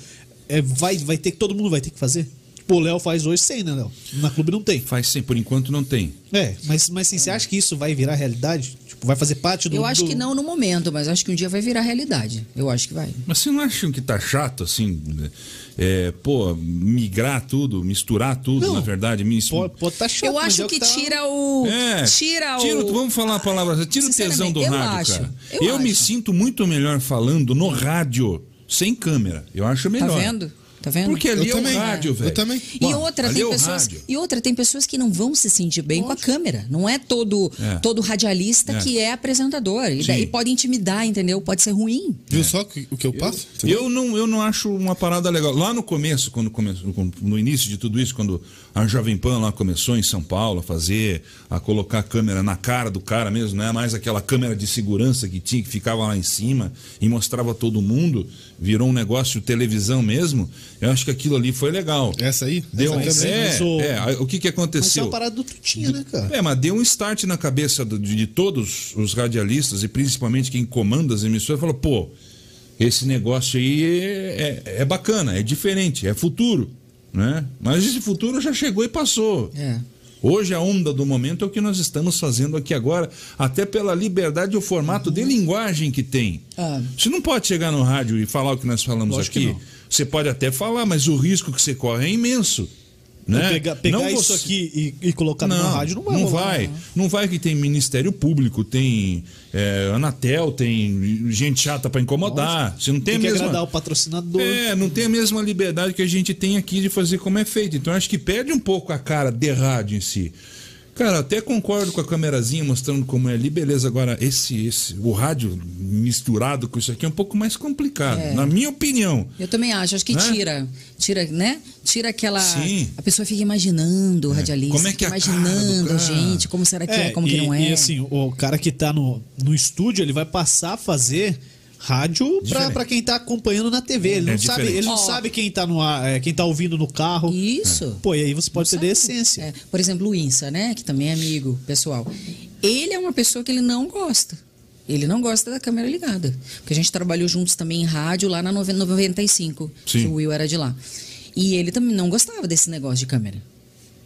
é, vai, vai ter que todo mundo vai ter que fazer? Tipo, o Léo faz hoje sem, né, Léo? Na clube não tem. Faz sim, por enquanto não tem. É, mas, mas assim, você acha que isso vai virar realidade? Tipo, vai fazer parte do. Eu acho do- que não no momento, mas acho que um dia vai virar realidade. Eu acho que vai. Mas vocês não acham que tá chato, assim, né? é, pô, migrar tudo, misturar tudo, Não. na verdade? Mis... Pode estar tá chato. Eu mas é acho o que tá- tira o. É, Tira o. Vamos falar a palavra, tira o tesão Sinceramente, do eu rádio, acho, cara. eu Eu, me acho. sinto muito melhor falando no rádio, sem câmera. Eu acho Tá melhor. vendo? Tá vendo? Porque ali Eu é também. o rádio, Eu velho. também. E Bom, outra, ali tem é o pessoas, rádio. e outra, tem pessoas que não vão se sentir bem com a câmera. Não é todo, É. todo radialista É. que é apresentador. E Sim. daí pode intimidar, entendeu? Pode ser ruim. Viu só que- o que eu passo? Eu não, eu não acho uma parada legal. Lá no começo, quando começou, quando- no início de tudo isso, quando a Jovem Pan lá começou em São Paulo a fazer, a colocar a câmera na cara do cara mesmo, não é mais aquela câmera de segurança que tinha, que ficava lá em cima e mostrava a todo mundo, virou um negócio televisão mesmo. Eu acho que aquilo ali foi legal. Essa aí? Deu Essa um, câmera aí? é, mas o- é, aí o que que Mas é aconteceu? uma parada do Tutinha, né, cara? É, mas deu um start na cabeça do- de, de todos os radialistas e principalmente quem comanda as emissoras falou, pô, esse negócio aí é, é- é bacana, é diferente, é futuro. Né? Mas esse futuro já chegou e passou. É. Hoje a onda do momento é o que nós estamos fazendo aqui agora, até pela liberdade e o formato Uhum. de linguagem que tem. Ah. Você não pode chegar no rádio e falar o que nós falamos Lógico que aqui. não. Você pode até falar, mas o risco que você corre é imenso. Né? Pegar, pegar Não isso você- aqui e, e colocar na Tá rádio não vai. não rolar, vai. né? Não vai que tem Ministério Público, tem é, Anatel, tem gente chata pra incomodar. Você não tem, Tem a que mesma... agradar o patrocinador. É, não tem a mesma liberdade que a gente tem aqui de fazer como é feito. Então acho que perde um pouco a cara de rádio em si. Cara, até concordo com a camerazinha mostrando como é ali, beleza. Agora, esse, esse, o rádio misturado com isso aqui é um pouco mais complicado, É. na minha opinião. Eu também acho, acho que Né? tira. Tira, né? Tira aquela. Sim. A pessoa fica imaginando o radialista. Como é que é fica a cara do imaginando, cara? gente, como será que é, como e, que não é. E assim, o cara que tá no, no estúdio, ele vai passar a fazer rádio pra, Diferente. pra quem tá acompanhando na TV. Ele É não, sabe, diferente. ele não Ó. sabe quem tá no ar, é, quem tá ouvindo no carro. É. Isso. Pô, e aí você pode perder a essência. É, por exemplo, o Insa, né? Que também é amigo pessoal. Ele é uma pessoa que ele não gosta. Ele não gosta da câmera ligada. Porque a gente trabalhou juntos também em rádio lá na noven- 95. Sim. Que o Will era de lá. E ele também não gostava desse negócio de câmera.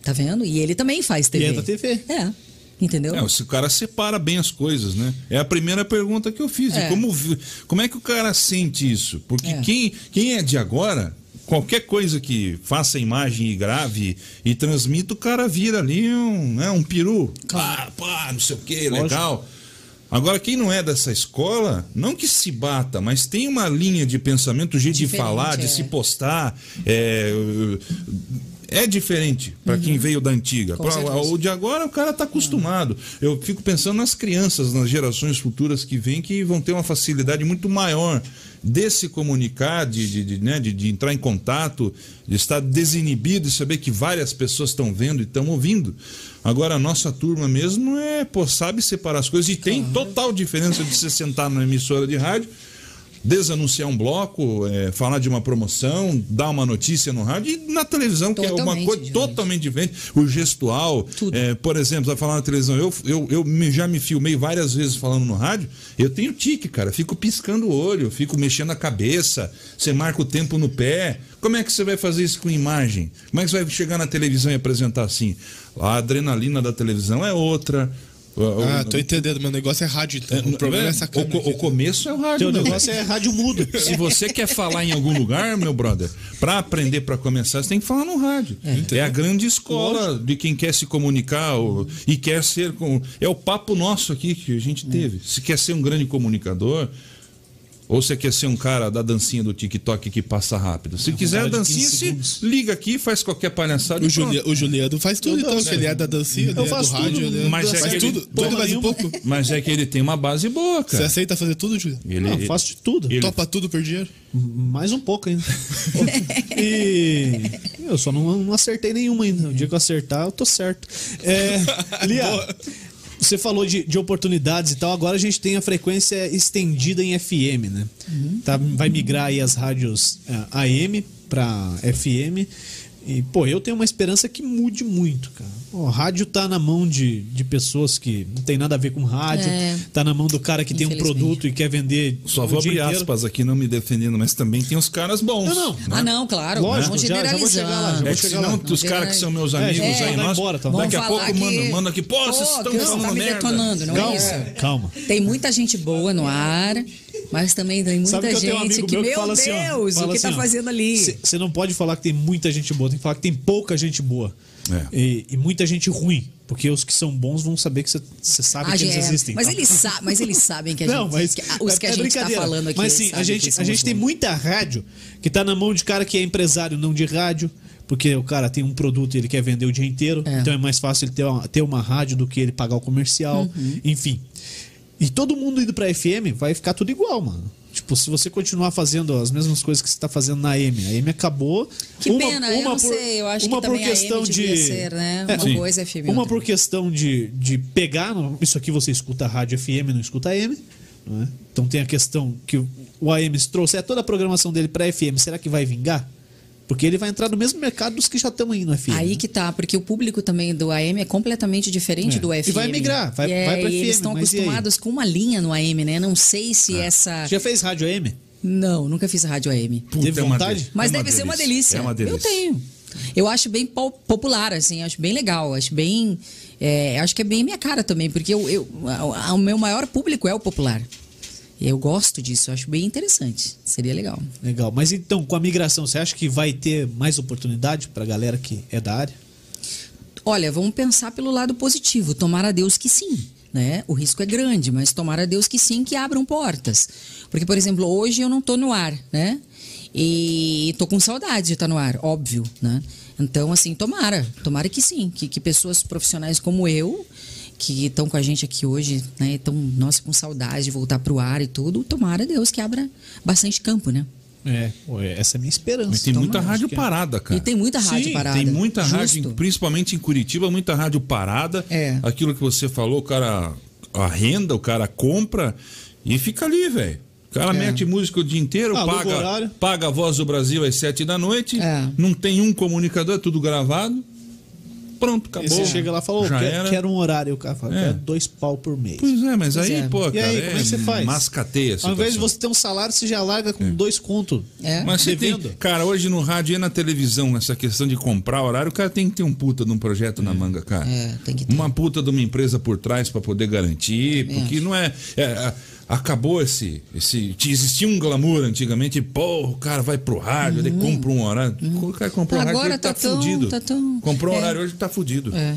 Tá vendo? E ele também faz TV. E é da TV. É. Entendeu? É, esse cara separa bem as coisas, né? É a primeira pergunta que eu fiz. E É. como, vi- como é que o cara sente isso? Porque É. quem, quem é de agora, qualquer coisa que faça imagem e grave e transmita, o cara vira ali um, né, um peru. Claro, pá, não sei o que, legal. Agora, quem não é dessa escola, não que se bata, mas tem uma linha de pensamento, o jeito de Diferente, falar, de é. se postar. É, é diferente para quem veio da antiga. Uhum. Com Pra- certeza. o de agora o cara está acostumado. Eu fico pensando nas crianças, nas gerações futuras que vêm, que vão ter uma facilidade muito maior de se comunicar, de, de, de, né, de- de entrar em contato, de estar desinibido e saber que várias pessoas estão vendo e estão ouvindo. Agora, a nossa turma mesmo é, pô, sabe separar as coisas e tem total diferença de se sentar na emissora de rádio desanunciar um bloco, é, falar de uma promoção, dar uma notícia no rádio e na televisão, que é uma Totalmente coisa diferente. totalmente diferente. O gestual, Tudo. é, por exemplo, vai falar na televisão, eu, eu, eu me- já me filmei várias vezes falando no rádio, eu tenho tique, cara, fico piscando o olho, fico mexendo a cabeça, você marca o tempo no pé. Como é que você vai fazer isso com imagem? Como é que você vai chegar na televisão e apresentar assim? A adrenalina da televisão é outra. O- Ah, o- tô entendendo. Meu negócio é rádio, então. um- é, o problema é essa o, câmera. co- o aqui. começo é o rádio. Teu um meu negócio é rádio mudo. se você quer falar em algum lugar, meu brother, para aprender, para começar, você tem que falar no rádio. É, a grande escola de quem quer se comunicar ou- e quer ser. Com, é o papo nosso aqui que a gente teve. Se quer ser um grande comunicador. Ou você quer ser um cara da dancinha do TikTok que passa rápido? Se quiser a de 15 dancinha, segundos. se liga aqui, faz qualquer palhaçada. O, e pronto. Juli- o Juliano faz tudo, então. que Ele é da dancinha, ele é do faço tudo, rádio, ele é... mas é faz que ele- tudo, porra tudo mais um nenhuma. pouco. Mas é que ele tem uma base boa, é Você cara. aceita fazer tudo, Juliano? Ele, Ah, faço de tudo. Ele- Topa tudo por dinheiro? Mais um pouco ainda. e eu só não, não acertei nenhuma ainda. O dia que eu acertar, eu tô certo. É, Lia, você falou de, de oportunidades e tal. Agora a gente tem a frequência estendida em FM, né? Uhum. Tá, vai migrar aí as rádios é, AM pra FM. E, pô, eu tenho uma esperança que mude muito, cara. Pô, o rádio tá na mão de, de pessoas que não tem nada a ver com rádio. É. Tá na mão do cara que tem um Infelizmente. produto e quer vender. Só o vou dia abrir inteiro. aspas aqui, não me defendendo, mas também tem os caras bons. né? Não, não. Ah, não, claro. Lógico, não já- já vou chegar lá, já generalizando. É vou que chegar senão lá. os caras que são meus É, amigos é, aí, vai nós, embora, tá bom. daqui a Vão pouco falar manda, que- manda aqui, pô, vocês Pô, estão que falando tá me merda. detonando, não é isso? calma. Tem muita gente boa no ar, mas também tem muita Sabe que eu gente tenho um amigo que, meu que meu fala Deus, assim, ó, o fala que assim, tá ó, fazendo ali? Você não pode falar que tem muita gente boa, tem que falar que tem pouca gente boa. É. E, e muita gente ruim. Porque os que são bons vão saber que você sabe Ah, que eles é, existem. mas, tá? eles sa- mas eles sabem que a gente. Não, mas que- os que a é gente tá brincadeira. falando aqui. Mas sim, eles a sabem gente, quem são a os gente tem bons. muita rádio que tá na mão de cara que é empresário, não de rádio. Porque o cara tem um produto e ele quer vender o dia inteiro. É. Então é mais fácil ele ter uma, ter uma rádio do que ele pagar o comercial. Uhum. Enfim. E todo mundo indo pra FM vai ficar tudo igual, mano. Tipo, se você continuar fazendo as mesmas coisas que você tá fazendo na AM, a AM acabou. Que pena, eu não sei, eu acho que também a AM devia ser, né, uma coisa, FM É, Uma outra. por questão de, de pegar. no- Isso aqui você escuta rádio FM, não escuta AM. não é? Então tem a questão que o- o AM se trouxe. É toda a programação dele para FM. Será que vai vingar? Porque ele vai entrar no mesmo mercado dos que já estão aí no né? FM. Aí que tá, porque o público também do AM é completamente diferente É. do E FM. vai migrar, vai- e é, vai pra e FM, Eles estão mas e aí? Ah. acostumados com uma linha no AM, né? Não sei se essa. Você Já fez rádio AM? Não, nunca fiz rádio AM. Teve é uma vontade? delícia. Mas É deve ser uma delícia. É uma delícia. Eu tenho. Eu acho bem po- popular, assim, acho bem legal, acho bem. é, acho que é bem minha cara também, porque eu, eu- a- a- o meu maior público é o popular. E Eu gosto disso, eu acho bem interessante. Seria legal. Legal. Mas então, com a migração, você acha que vai ter mais oportunidade pra galera que é da área? Olha, vamos pensar pelo lado positivo. Tomara a Deus que sim. Né? O risco é grande, mas tomara a Deus que sim, que abram portas. Porque, por exemplo, hoje eu não estou no ar, né? E tô com saudade de estar no ar, óbvio, né? Então, assim, tomara, tomara que sim, que, que pessoas profissionais como eu, que estão com a gente aqui hoje, né? Estão, nossa, com saudade de voltar pro ar e tudo, tomara a Deus que abra bastante campo, né? É, essa é a minha esperança. Mas tem muita Tomara, rádio acho que é. parada, cara. E tem muita rádio Sim, parada. Tem muita rádio, Justo. principalmente em Curitiba, muita rádio parada. É. Aquilo que você falou, o cara arrenda, o cara compra e fica ali, velho. O É. cara mete música o dia inteiro, Ah, Aluga o paga, horário. paga a voz do Brasil às sete da noite, É. não tem um comunicador, é tudo gravado. pronto, Aí acabou. você chega lá e fala, ô, Já quero, era. quero um horário, o cara fala, É. quero dois pau por mês. Pois é, mas Pois aí, é. pô, E cara, aí, como é que você faz? Mascateia. a Ao invés de situação. você ter um salário, você já larga com dois contos. É. Mas você tem, devendo. cara, hoje no rádio e na televisão, essa questão de comprar horário, o cara tem que ter um puta de um projeto na manga, cara. É, tem que ter. Uma puta de uma empresa por trás pra poder garantir, Também porque não é, é, a- acabou esse esse te- existia um glamour antigamente, pô, o cara vai pro rádio, ele compra um horário, o cara comprou um Uhum. Agora horário, ele tá tá, tão- fudido. tá tão- Comprou um é. horário hoje tá fudido. É.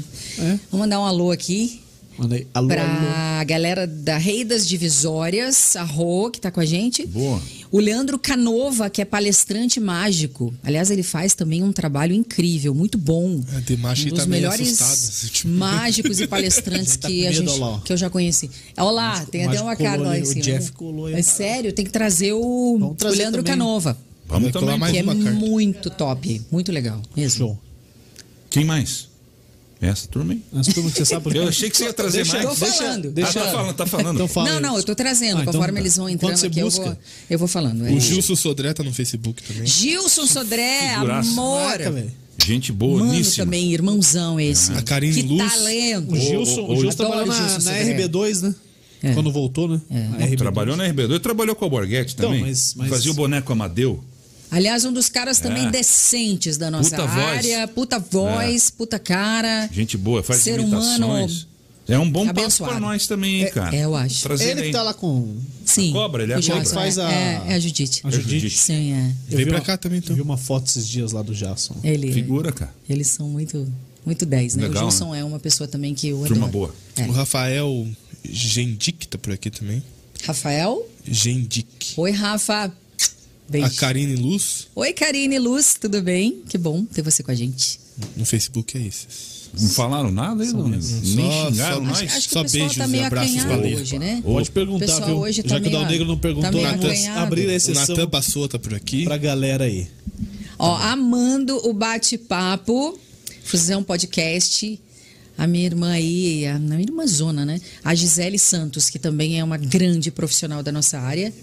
Vou mandar um alô aqui Manda aí, alô, alô. pra galera da Rei das Divisórias, a Rô, que tá com a gente. Boa. O Leandro Canova, que é palestrante mágico. Aliás, ele faz também um trabalho incrível, muito bom. É, tem macho um que dos tá meio assustado, assim, melhores tipo. mágicos e palestrantes Tá com que, a medo, gente, olha lá, ó. que eu já conheci. Olha lá, tem até mágico uma cara colou lá aí, em o cima. Jeff colou aí a É parada. sério, tem que trazer o, Vamos trazer o Leandro também. Canova, Vamos Vai colar também. mais que é uma carta. muito top, muito legal mesmo. Show. Quem mais? Essa turma aí. As turmas que você sabe por Eu quê? achei que você ia trazer Deixa- mais. tô falando. Ah, tá falando, tá falando. Então fala não, aí. não, eu tô trazendo, Ah, então conforme tá. eles vão Enquanto entrando você aqui, eu busca. vou, eu vou falando. é. O Gilson Sodré tá no Facebook também. Gilson Sodré, Figuraça. amor. Caraca, velho. Gente Mano boníssima. também, Ah, irmãozão esse. A Karine que Luz. O talento. Gilson, ô, o Gilson ô, trabalhou na, adoro Gilson na Sodré. RB2, né? É. Quando voltou, né? Na RB2. Trabalhou na RB2, trabalhou com o Borghetti Então, também. mas- mas- Fazia o boneco Amadeu. Aliás, um dos caras também É. decentes da nossa Puta voz. É. área. Puta voz, puta cara. Gente boa, faz Ser imitações. É um bom passo abençoado. pra nós também, hein, É, cara. é, eu acho. Trazer Ele que tá lá com. Sim. A cobra, ele é a o Jackson, cobra. Faz a- É, é a Judite. a Judite. Judite. Sim, é. Eu Vem vi pra uma- cá também, então. eu Vi uma foto esses dias lá do Jason. Ele, Figura, cara. Eles são muito, muito 10, né? Legal, o Gilson é uma pessoa também que eu Turma adoro. boa. É. O Rafael Gendic tá por aqui também. Rafael. Gendic. Oi, Rafa. A Beijo. Karine Luz Oi, Karine Luz, tudo bem? Que bom ter você com a gente. no Facebook é esses. Não falaram nada aí, não. Nem só- xingaram acho- nós. Acho que só o pessoal tá beijos e meio abraços, acanhado valeu. hoje, né? Pode Ô, perguntar, pessoal viu? hoje tá Já que o meio- Dal Negro não perguntou, tá meio vamos acanhado. abrir a O exceção Natan Passou tá por aqui. pra galera aí. Ó, amando o bate-papo, Fusão Podcast. A minha irmã aí, a minha irmã Zona, né? A Gisele Santos, que também é uma grande profissional da nossa área.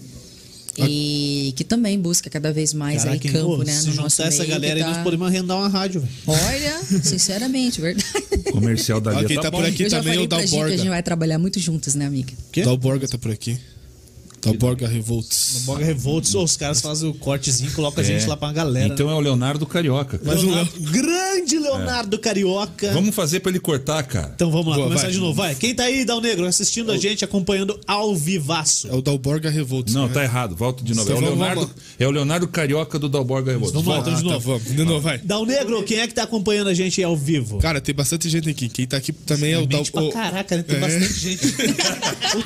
E que também busca cada vez mais aí hein? campo, Pô, né? Se No nosso juntar essa meio, galera que aí, nós tá- podemos arrendar uma rádio, velho. Olha, sinceramente, verdade. Comercial da Ó, Lia quem tá tá bom. por aqui Eu já também é falei o pra gente que a Dalborga. gente vai trabalhar muito juntos, né, amiga? Quê? Dalborga tá por aqui. Dalborga Revolts. Boga Revolts, os caras fazem o cortezinho e colocam a gente lá pra galera. Então é o Leonardo Carioca. cara. Mas o Leonardo- grande Leonardo Carioca. Vamos fazer pra ele cortar, cara. Então vamos lá, Boa, começar vai. de novo. Vai. Quem tá aí, Dal Negro, assistindo a gente, acompanhando ao vivaço. É o Dalborga Revolts. Não, né? tá errado. Volta de novo. É Então o vamos- Leonardo, é o Leonardo Carioca do Dalborga Revolta. Vamos lá, então de Ah, tá, novo. vamos. De novo, vai. Dal Negro, quem é que tá acompanhando a gente aí ao vivo? Cara, tem bastante gente aqui. Quem tá aqui também é o Dal... Gente pra o- caraca, né? Tem É. bastante gente.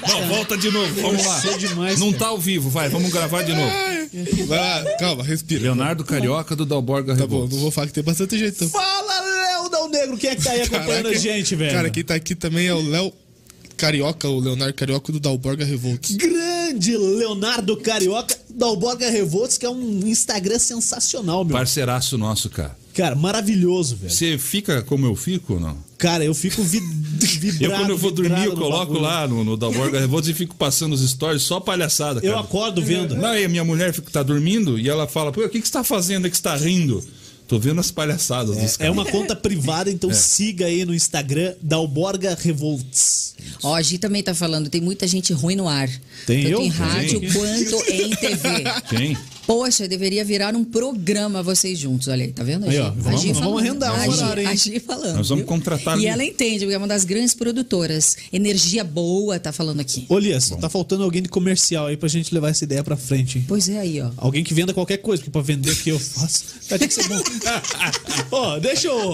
Não, volta de novo. Vamos lá. Isso é demais, Não cara. tá ao vivo, vai. Vamos gravar de novo. Vai lá, calma, respira. Leonardo Tá Carioca do Dalborga Tá bom, Revolta. não vou falar que tem bastante gente. Então. Fala, Léo Dal Negro, quem é que tá aí acompanhando a gente, velho? Cara, quem tá aqui também é o Léo Carioca, o Leonardo Carioca do Dalborga Revolts. Grande Leonardo Carioca, Dalborga Revolts, que é um Instagram sensacional, meu. Parceiraço nosso, cara. Cara, maravilhoso, velho. Você fica como eu fico ou não? Cara, eu fico vi vibrado. Eu, quando eu vou dormir, vibrado eu no coloco bagulho. lá no, no Dalborga Revolta e fico passando os stories só palhaçada, cara. Eu acordo vendo. Não, e a minha mulher fica, tá dormindo e ela fala, pô, o que, que você tá fazendo? É que você tá rindo. Tô vendo as palhaçadas dos É caras. uma conta privada, então É. siga aí no Instagram, Dalborga Revolts. Ó, a Gi também tá falando, tem muita gente ruim no ar. Tem Tanto eu? em rádio Tem. quanto em TV. Quem? Poxa, deveria virar um programa vocês juntos. Olha aí, tá vendo? Aí, A ó, Gi- a vamos- Gi vamos falando. arrendar um A Gi- horário, hein? A Gi falando. Nós vamos viu? contratar ali. E ela entende, porque é uma das grandes produtoras. Energia boa, tá falando aqui. Ô, Lias, tá faltando alguém de comercial aí pra gente levar essa ideia pra frente, hein? Pois é, aí, ó. Alguém que venda qualquer coisa, porque pra vender o que eu faço, vai ter que ser bom. Ó, deixa eu,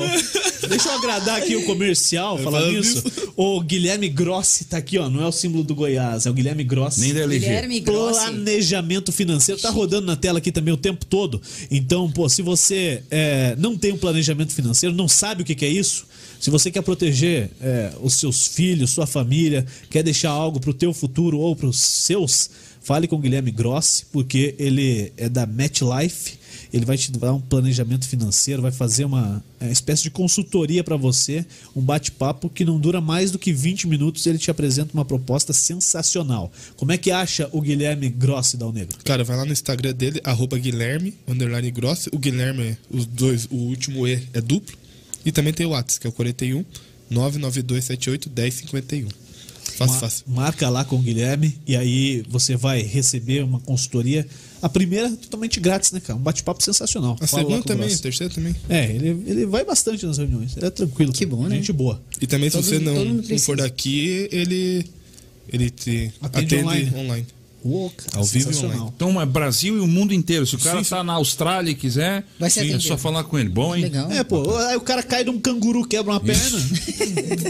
deixa eu agradar aqui o comercial, falando falando isso. O Guilherme Grossi tá aqui, ó, não é o símbolo do Goiás, é o Guilherme Grossi. Nem da LG. Guilherme Grossi. Planejamento financeiro tá rodando na tela aqui também o tempo todo. Então, pô, se você é, não tem um planejamento financeiro, não sabe o que, que é isso, se você quer proteger é, os seus filhos, sua família, quer deixar algo pro teu futuro ou pros seus, fale com o Guilherme Grossi, porque ele é da MetLife. Ele vai te dar um planejamento financeiro, vai fazer uma é, espécie de consultoria para você, um bate-papo que não dura mais do que 20 minutos. Ele te apresenta uma proposta sensacional. Como é que acha o Guilherme Grossi Dal Negro? Cara, vai lá no Instagram dele, arroba Guilherme, underline grosso. O Guilherme, os dois, o último E é duplo. E também tem o WhatsApp, que é o 41 99278 1051. Fácil, Ma- fácil. Marca lá com o Guilherme e aí você vai receber uma consultoria. A primeira é totalmente grátis, né, cara? Um bate-papo sensacional. A Fala lá segunda com o também, a Brás. terceira também. É, ele, ele vai bastante nas reuniões. É tranquilo. Que cara. bom, né? Gente boa. E também Todo- se você não, todo mundo não precisa. for daqui, ele, ele te Atende atende, online. online. Ô, cara, Ao vivo e sensacional. Então é Brasil e o mundo inteiro. Se o cara Sim, sim. tá na Austrália e quiser, Vai ser é atendido. só falar com ele. Bom, hein? Legal. É, pô, aí o cara cai de um canguru, quebra uma perna,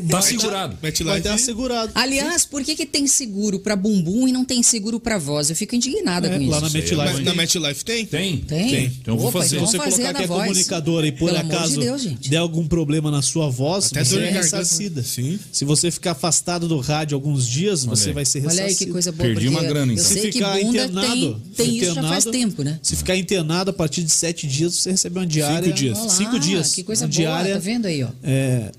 Tá segurado. Mete lá vai ter e- assegurado. Aliás, por que, que tem seguro pra bumbum e não tem seguro pra voz? Eu fico indignada É, com isso. lá na Mas MetLife. na MetLife tem? Tem? Tem? Então eu vou Opa, fazer. então Se você Vamos fazer colocar na que é voz. comunicadora e por Pelo amor de acaso Deus, gente. der algum problema na sua voz, Até você dor é de garganta. né? ressarcida. Sim. Se você ficar afastado do rádio alguns dias, você aí. vai ser Olha ressarcido. aí que coisa boa. Perdi uma porque grana, Eu então. Se sei que ficar bunda internado, tem, tem se isso já faz internado, tempo, né? Se ficar internado a partir de sete dias, você recebe uma diária. Cinco dias. Olha lá, Cinco dias. Que coisa uma boa, diária, tá vendo aí, ó? é,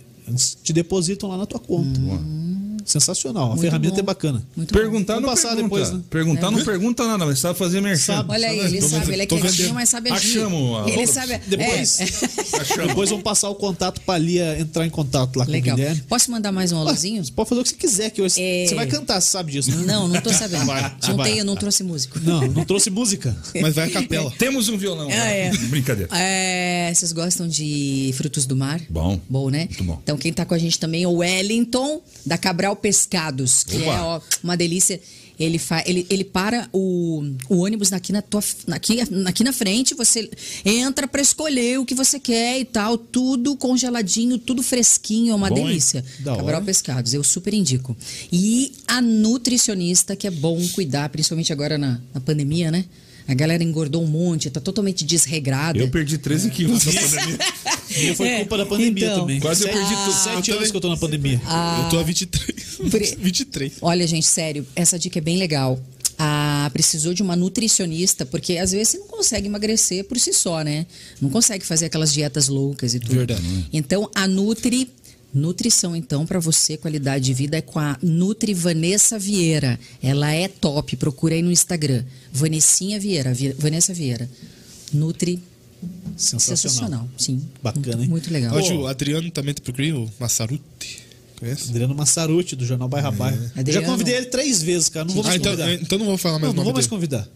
te depositam lá na tua conta. Sensacional. A Hum. Muito ferramenta bom. é bacana. Muito bom. Perguntar não Vamos passar pergunta. depois, né? Perguntar não pergunta nada, mas sabe fazer merchan. Sabe. Olha aí, Tô ele vendo- sabe, ele é tô quietinho, vendendo. mas sabe Ah, agir. Achamos a- Ele sabe. é, Depois, Achamos. depois vão passar o contato pra Lia entrar em contato lá com legal. o Guilherme. Posso mandar mais um Ah, alôzinho? Você pode fazer o que você quiser, que hoje É. você vai cantar, você sabe disso, né? Não, não tô sabendo. não vai. tenho, não trouxe músico. Não, não trouxe música. Mas vai a capela. Temos um violão. Ah, é. Brincadeira. É, vocês gostam de frutos do mar? Bom. Bom, né? Muito bom. Então, quem tá com a gente também é o Wellington, da Cabral Pescados, que Opa. é ó, uma delícia. Ele, fa, ele, ele para o, o ônibus aqui na, tua, na- aqui, aqui na frente, você entra pra escolher o que você quer e tal, tudo congeladinho, tudo fresquinho, é uma Bom, hein? delícia. Da hora. Cabral Pescados, eu super indico. E a nutricionista, que é bom cuidar, principalmente agora na, na pandemia, né? A galera engordou um monte, tá totalmente desregrada. Eu perdi 13 quilos na pandemia. E foi É, culpa da pandemia então. Ah, também. Quase eu sete, perdi tudo. Sete Eu anos também- que eu tô na pandemia. Eu tô há 23. Pre- 23. Olha, gente, sério, essa dica é bem legal. Ah, precisou de uma nutricionista, porque às vezes você não consegue emagrecer por si só, né? Não consegue fazer aquelas dietas loucas e tudo. Verdade. Então, a Nutri. Nutrição, então, para você, qualidade de vida é com a Nutri Vanessa Vieira. Ela é top. Procura aí no Instagram. Vanessinha Vieira. Vi- Vanessa Vieira. Nutri. Sensacional. Sensacional. Sim. Bacana, muito, hein? Muito legal. Hoje o Adriano também te procurei, o Massaruti. Conhece? Adriano Massaruti, do Jornal Bairro a Bairro. Eu Já É. Adriano. convidei ele três vezes, cara. Não vou Ah, mais então, convidar. então não vou falar mais Não, o não nome vou mais dele. convidar.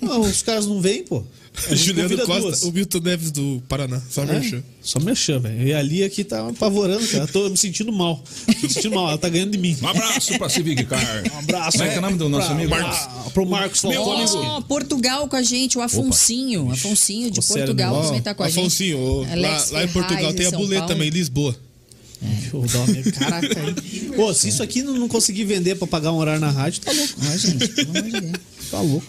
Não, os caras não vêm, pô. A gente É Juliano convida Costa, duas. o Milton Neves do Paraná. Só É, merchan. Só merchan, velho. E a Lia aqui tá apavorando, cara. Eu Tô me sentindo mal. Tô me sentindo mal. Ela tá ganhando de mim. Um abraço pra Civic Car. Um abraço, Como é que é o nome do nosso pra- amigo? pra- Ah, Pro Marcos Então, Lopes. Ó, Portugal com a gente, o Afonsinho. Afonsinho de ficou sério, Portugal né? também tá com a gente. é Afonsinho, assim, Alex ô, lá, lá em Ferraz, Portugal tem a São Bulê Paulo. também, Lisboa. Deixa eu dar uma merda. Caraca, hein? Pô, se isso aqui não não conseguir vender pra pagar um horário na rádio, tá louco. Ó, gente, pelo amor de Deus. Tá louco.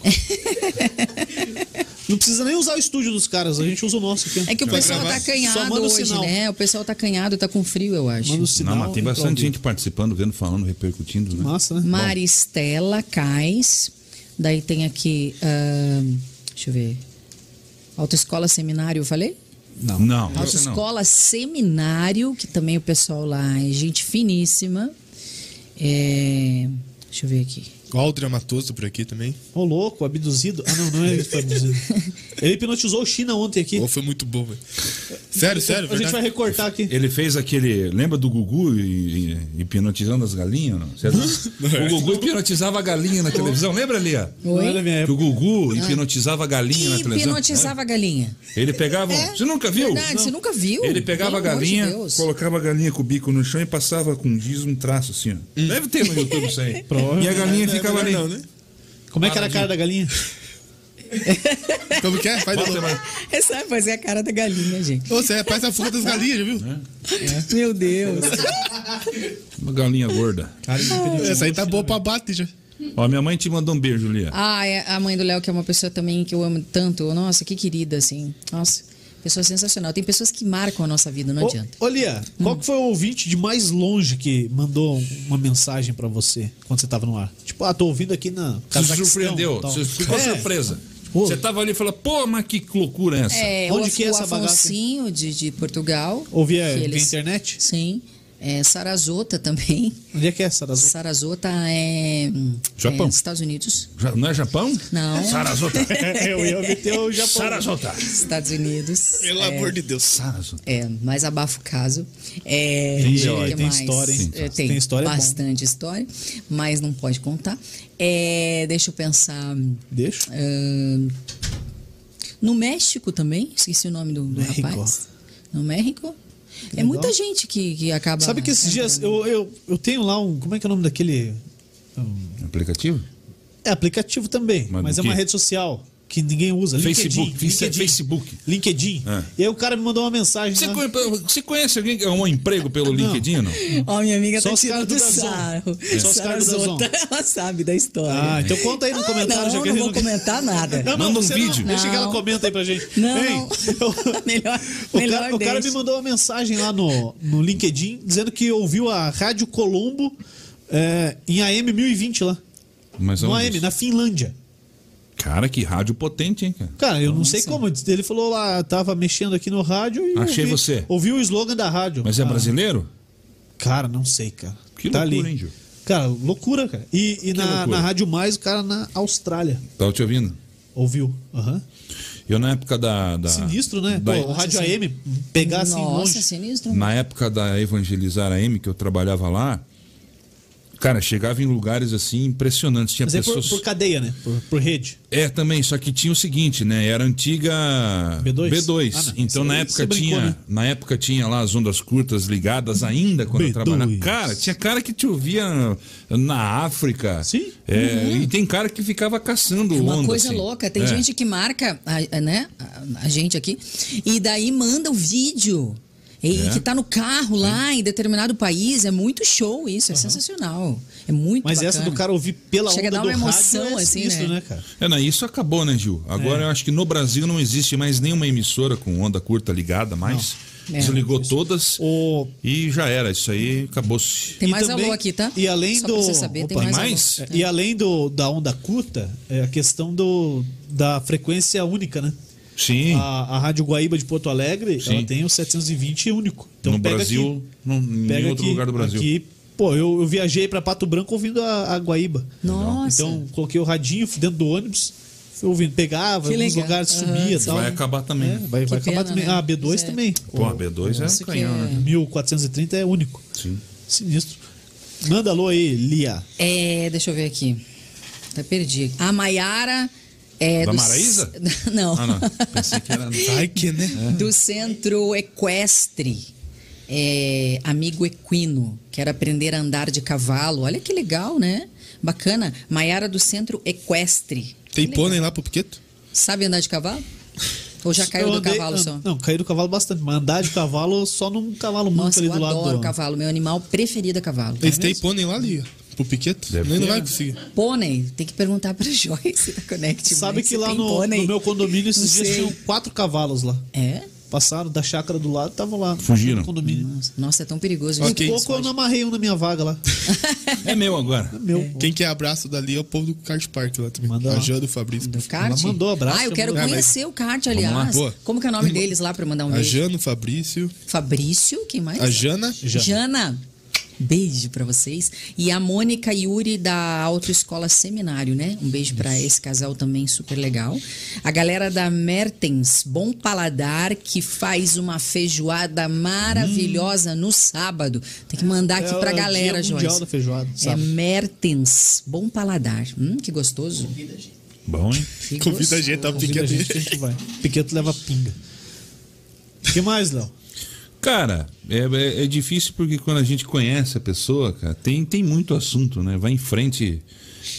Não precisa nem usar o estúdio dos caras, a gente usa o nosso aqui. É que o pessoal tá gravar. acanhado Só manda um hoje, sinal. né? O pessoal tá acanhado, tá com frio, eu acho. Manda o sinal. então, Não, mas tem entra ao bastante vivo. gente participando, vendo, falando, repercutindo, né? Massa, né? Maristela Cais. Daí tem aqui. ahn, deixa eu ver. Autoescola Seminário, eu falei? Não, não. você não. Autoescola Seminário, que também o pessoal lá é gente finíssima. É, deixa eu ver aqui. O Aldra Matoso por aqui também. Ô, louco, abduzido. Ah, não, não é ele que foi abduzido. Ele hipnotizou o China ontem aqui. Ô, foi muito bom, velho. Sério, sério, a gente vai verdade. recortar aqui. Ele fez aquele. Lembra do Gugu e- e- hipnotizando as galinhas? Não? Você- o Gugu hipnotizava a galinha na televisão. Lembra, Lia? Olha a minha Que o época. Gugu hipnotizava a galinha na E televisão. É. Ah. hipnotizava a galinha. Ele pegava. É, você nunca viu? verdade, você nunca viu? Ele pegava Pelo a amor de galinha, Deus. colocava a galinha com o bico no chão e passava com giz um traço assim, ó. Hum. Deve ter no YouTube isso aí. e a galinha Não é ficava ali. melhor não, né? Como é que era a cara da galinha? Como que é? Vai de Bota novo. lá. Essa vai fazer a cara da galinha, gente. Ô, Você parece a fuga das galinhas, já viu? Né? Meu Deus. Uma galinha gorda. Essa aí tá boa pra bate já. Ó, minha mãe te mandou um beijo, Lia. Ah, é a mãe do Léo, que é uma pessoa também que eu amo tanto. Nossa, que querida, assim. Nossa, pessoa sensacional. Tem pessoas que marcam a nossa vida, não adianta. Olha, qual que foi o ouvinte de mais longe que mandou uma mensagem pra você quando você tava no ar? Tipo, ah, tô ouvindo aqui na Você Cazaquistão, surpreendeu. tal. Você ficou É. surpresa. Pô. Você tava ali e falou, pô, mas que loucura é essa? É, Onde o, que é o essa bagaça? Afonsinho de, de Portugal. Ouvia que via é, internet? Sim. É, Sarasota também. Onde é que é, Sarasota? Sarasota é. Japão. é, Estados Unidos. Já- Não é Japão? Não. Sarasota. Eu ia meter o Japão. Sarasota. Estados Unidos. Pelo é, amor de Deus. Sarasota. É, mas abafa o caso. É, Tem, que ó, tem mais? história, hein? É, Tem tem, história, é bom. bastante história, mas não pode contar. É, deixa eu pensar. Deixa. ahn, no México também, esqueci o nome do, do México. rapaz. No México. É legal. muita gente que, que acaba. Sabe que esses dias entrando. eu, eu, eu tenho lá um. Como é que é o nome daquele. Um, Aplicativo? é aplicativo também, Mas mas, do é uma quê? rede social que ninguém usa. Facebook. LinkedIn. Isso é LinkedIn. Facebook. LinkedIn. É. E aí o cara me mandou uma mensagem. Você lá. conhe- você conhece alguém que ganhou um emprego pelo LinkedIn ou não? Ó, minha amiga Só tá os tirando caras do Dazon. sarro. É. Só os caras do Sarasota, Dazon. ela sabe da história. Ah, então conta aí no Ah, comentário. já Não, que não ele vou comentar nada. Manda um você vídeo. Deixa que ela Não. comenta aí pra gente. Não. Hein? Melhor- o, melhor cara, o cara deixa. me mandou uma mensagem lá no, no LinkedIn dizendo que ouviu a Rádio Colombo é, em AM 1020 lá. Mas No onde AM, isso? na Finlândia. Cara, que rádio potente, hein, cara? Cara, eu não sei como. Ele falou lá, tava mexendo aqui no rádio e. Achei ouvi, você. Ouvi o slogan da rádio. Mas é Ah, brasileiro? Cara, não sei, cara. Que tá loucura, ali. hein, Gil? Cara, loucura, cara. E, e na, loucura. na Rádio Mais, o cara na Austrália Tava te ouvindo? ouviu. Aham. Eu na época da. da- Sinistro, né? da- Pô, o Rádio AM pegar assim Nossa, longe. sinistro. na época da Evangelizar AM, que eu trabalhava lá, cara, chegava em lugares assim impressionantes. Tinha Mas é por, pessoas. por cadeia, né? Por, por rede. É, também, só que tinha o seguinte, né? Era a antiga B2? B2. Ah, não, isso então na aí você época brincou, tinha, né? na época tinha lá as ondas curtas ligadas ainda quando eu B2. trabalhava. Cara, tinha cara que te ouvia na África. Sim. É, E tem cara que ficava caçando É uma onda, coisa assim. louca. Tem É. gente que marca, a- a- né? A, a gente aqui. E daí manda o vídeo. E É. que tá no carro lá em determinado país. É muito show isso. É sensacional. É muito Mas bacana. essa do cara ouvir pela Chega a onda dar uma do emoção, rádio é assim, sinistro, né? né, cara? É, não, isso acabou, né, Gil? Agora É. eu acho que no Brasil não existe mais nenhuma emissora com onda curta ligada mais. Não. É. Desligou todas O... e já era. Isso aí acabou-se. Tem E mais também- alô aqui, tá? e além Só do- Pra você saber, tem Opa, mais, mais? alô. E além do, da onda curta, é a questão do, da frequência única, né? Sim. A, a Rádio Guaíba de Porto Alegre, Sim. ela tem o 720 único. Então no pega Brasil, não, em aqui, pega outro aqui, lugar do Brasil. Aqui, pô, eu, eu viajei pra Pato Branco ouvindo a, a Guaíba. Nossa. Então, coloquei o radinho dentro do ônibus, fui ouvindo, pegava, Que alguns legal. lugares Aham. subia e tal. Vai acabar também. É, vai, Que vai acabar pena, também. né? Ah, B2 Zero. também. Pô, a B2 é Isso um que canhão, né? é- 1430 é único. Sim. Sinistro. Manda alô aí, Lia. É, deixa eu ver aqui. Até perdi. A Maiara. É, Da do- Maraísa? Não. Ah, não. Pensei que era. Ai, que, né? do Centro Equestre. é, amigo equino, quer aprender a andar de cavalo. Olha que legal, né? Bacana. Maiara do Centro Equestre. Tem pônei lá pro Piqueto? Sabe andar de cavalo? Ou já caiu Eu do andei- cavalo só? Não, caiu do cavalo bastante. Mas andar de cavalo só num cavalo muito Nossa, ali eu do lado adoro do. cavalo. Meu animal preferido é cavalo. Eles têm pônei lá ali, ó, pro Piqueto. Deve Nem não ter. vai conseguir. Pônei, tem que perguntar pra Joyce da Connect. Sabe Mãe, se que lá tem no, pônei. no meu condomínio esses Não dias um- sei. tinham quatro cavalos lá. É? Passaram da chácara do lado, estavam lá. Fugiram. No condomínio. Nossa, Nossa, é tão perigoso. Um gente. Ok. pouco eu não amarrei um na minha vaga lá. É meu agora. Meu. Quem quer abraço dali é o povo do kart park lá também. Manda lá. a Jana do Fabrício. Do kart? Ela mandou abraço, Ah, eu ela quero mandou. conhecer o kart, lá, aliás. boa. Como que é o nome deles lá pra eu mandar um A beijo? Jana, o Fabrício, Fabrício, quem mais? a Jana. Jana. Jana. Beijo pra vocês. E a Mônica Yuri da Autoescola Seminário, né? Um beijo pra esse casal também super legal. A galera da Mertens, Bom Paladar, que faz uma feijoada maravilhosa no sábado. Tem que mandar aqui É pra o galera, Dia Mundial da Joyce. Feijoada, É sabe? Mertens, Bom Paladar. Hum, que gostoso. Bom, hein? Que Convida a gostoso. gente, tá Convida a Piqueto. gente, a gente vai. Piqueto leva pinga. O que mais, Léo? Cara, é, é- é difícil porque quando a gente conhece a pessoa, cara, tem, tem muito assunto, né? Vai em frente,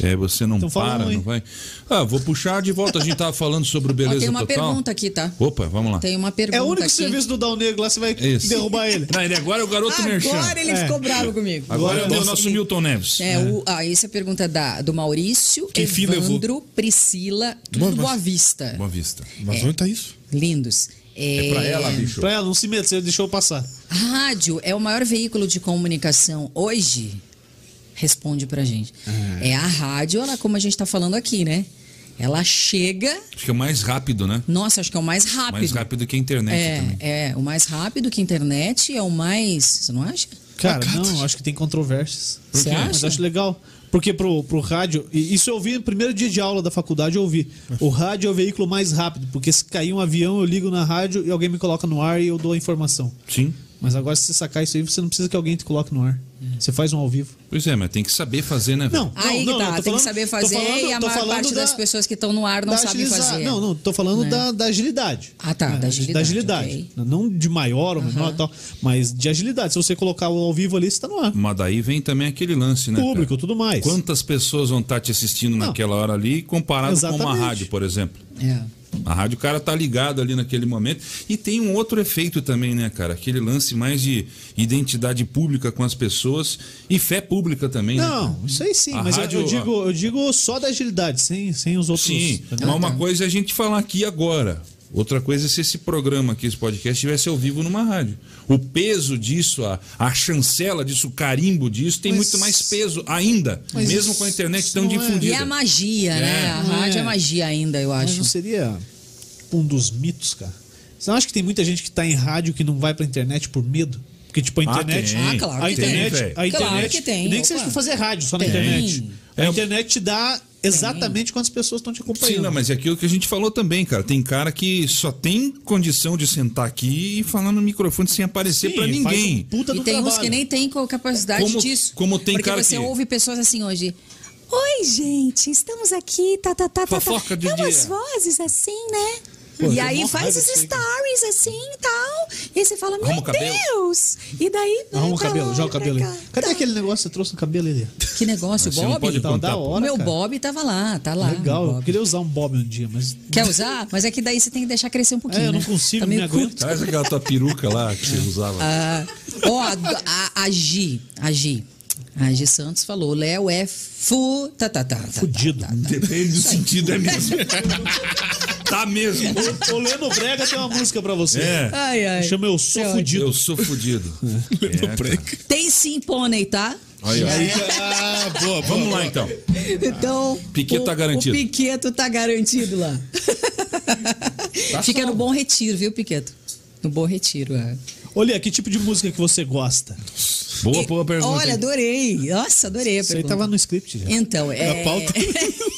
é, você não Então fala para, um, hein? não vai. Ah, vou puxar de volta. A gente tava falando sobre o Ó, Beleza tem uma Total. pergunta aqui, tá? Opa, vamos lá. Tem uma pergunta É o único aqui. serviço do Down Negro lá, você vai Isso. derrubar ele. Não, ele agora é o garoto merchan. Agora ele É. ficou bravo comigo. Agora é o Nossa, nosso Milton Neves. É, O, ah, essa é a pergunta da, do Maurício, Que fila eu vou? Evandro, Priscila, tudo Boa, do mas- Boa Vista. Boa vista. Mas onde tá isso? Lindos. É, É pra ela, bicho. Pra ela, não se meta, você deixou eu passar. Rádio é o maior veículo de comunicação É hoje? Responde pra gente. É a rádio, ela, como a gente tá falando aqui, né? Ela chega, Acho que é o mais rápido, né? nossa, acho que é o mais rápido. Mais rápido que a internet também. É, é, o mais rápido que a internet é o mais. Você não acha? Cara, Ah, não, cara. acho que tem controvérsias. Você Mas acha? acho legal. Porque pro, pro rádio, e isso eu ouvi no primeiro dia de aula da faculdade, eu ouvi. O rádio é o veículo mais rápido, porque se cair um avião, eu ligo na rádio e alguém me coloca no ar e eu dou a informação. Sim. Mas agora, se você sacar isso aí, você não precisa que alguém te coloque no ar. Hum. Você faz um ao vivo. Pois é, mas tem que saber fazer, né? velho? Não, Aí não, que tá, não, tô tem falando- que saber tô fazer falando- e a tô maior falando parte da- das pessoas que estão no ar não da sabe agilizar. fazer. Não, não, tô falando Né? da, da agilidade. Né? Ah, tá, da agilidade, ok. Não de maior ou menor e tal, mas de agilidade. Se você colocar o ao vivo ali, você tá no ar. Mas daí vem também aquele lance, né? Público, cara? tudo mais. Quantas pessoas vão estar te assistindo É Não. naquela hora ali comparado com Exatamente. uma rádio, por exemplo? É. A rádio, o cara tá ligado ali naquele momento. E tem um outro efeito também, né, cara? Aquele lance mais de identidade pública com as pessoas e fé pública também, né? cara? Não, isso aí sim, A mas eu- rádio, eu, digo, eu digo só da agilidade, sem, sem os outros. Sim, entendeu? mas uma tá. coisa é a gente falar aqui agora. Outra coisa é se esse programa aqui, esse podcast, estivesse ao vivo numa rádio. O peso disso, a, a chancela disso, o carimbo disso, tem Mas- muito mais peso ainda, Mas mesmo isso- com a internet isso tão não é- difundida. E a magia, É. né? A rádio é. É. magia ainda, eu Mas acho. não seria um dos mitos, cara? Você não acha que tem muita gente que tá em rádio que não vai pra internet por medo? Porque, tipo, a internet. tem. Ah, claro a que tem. internet, velho. a internet, Claro que tem, Nem que seja opa. pra fazer rádio, só na Tem. internet. A É, internet te dá exatamente quantas pessoas estão te acompanhando. Sim, não, mas é aquilo que a gente falou também, cara. Tem cara que só tem condição de sentar aqui e falar no microfone sem aparecer Sim, pra faz ninguém. um puta E do tem uns trabalho. que nem tem co- capacidade Como- disso. como tem Porque cara você que- ouve pessoas assim hoje. Oi, gente, estamos aqui, tá, tá, tá, tá, Fofoca tá. do Tem umas dia." vozes assim, né? Pô, e eu aí tenho mó faz raiva os disso aí, cara. stories assim e tal. E aí você fala, Arruma meu o cabelo." Deus! E daí. Arruma o pra cabelo, lá, joga o pra cabelo cá. aí. Cadê aquele negócio que você trouxe no cabelo ali? Que negócio, Mas você não Bob? pode Tá contar. da pô. O hora. meu cara. Bob tava lá, tá lá. Legal, eu Bob. queria usar um bob um dia, mas. Quer usar? Mas é que daí você tem que deixar crescer um pouquinho. É, eu não né? consigo, tá não meio me curto. aguento. Traz aquela tua peruca lá que você usava. Ah, Ó, a, a, a Gi, a Gi, a Gi Santos falou, o Léo é fu... Tá, tá, tá, tá, tá, Fudido. tá, tá. Depende do sentido, é mesmo. tá mesmo. O, o Leno Brega tem uma música pra você. É. tá. Ai, ai. Chama Eu Sou Que Fudido. Eu sou fudido. É, cara. ótimo. Tem sim pônei, tá? Aí, ó. Ah, boa, boa. Vamos boa. lá então. Então, Piquet o, tá garantido. O Piqueto tá garantido lá. Tá Fica no Bom Retiro, viu, Piqueto? No Bom Retiro, é. Olha, que tipo de música que você gosta? Boa, boa pergunta. Olha, adorei. Nossa, adorei a Isso aí pergunta. tava no script já. Então, é. a pauta.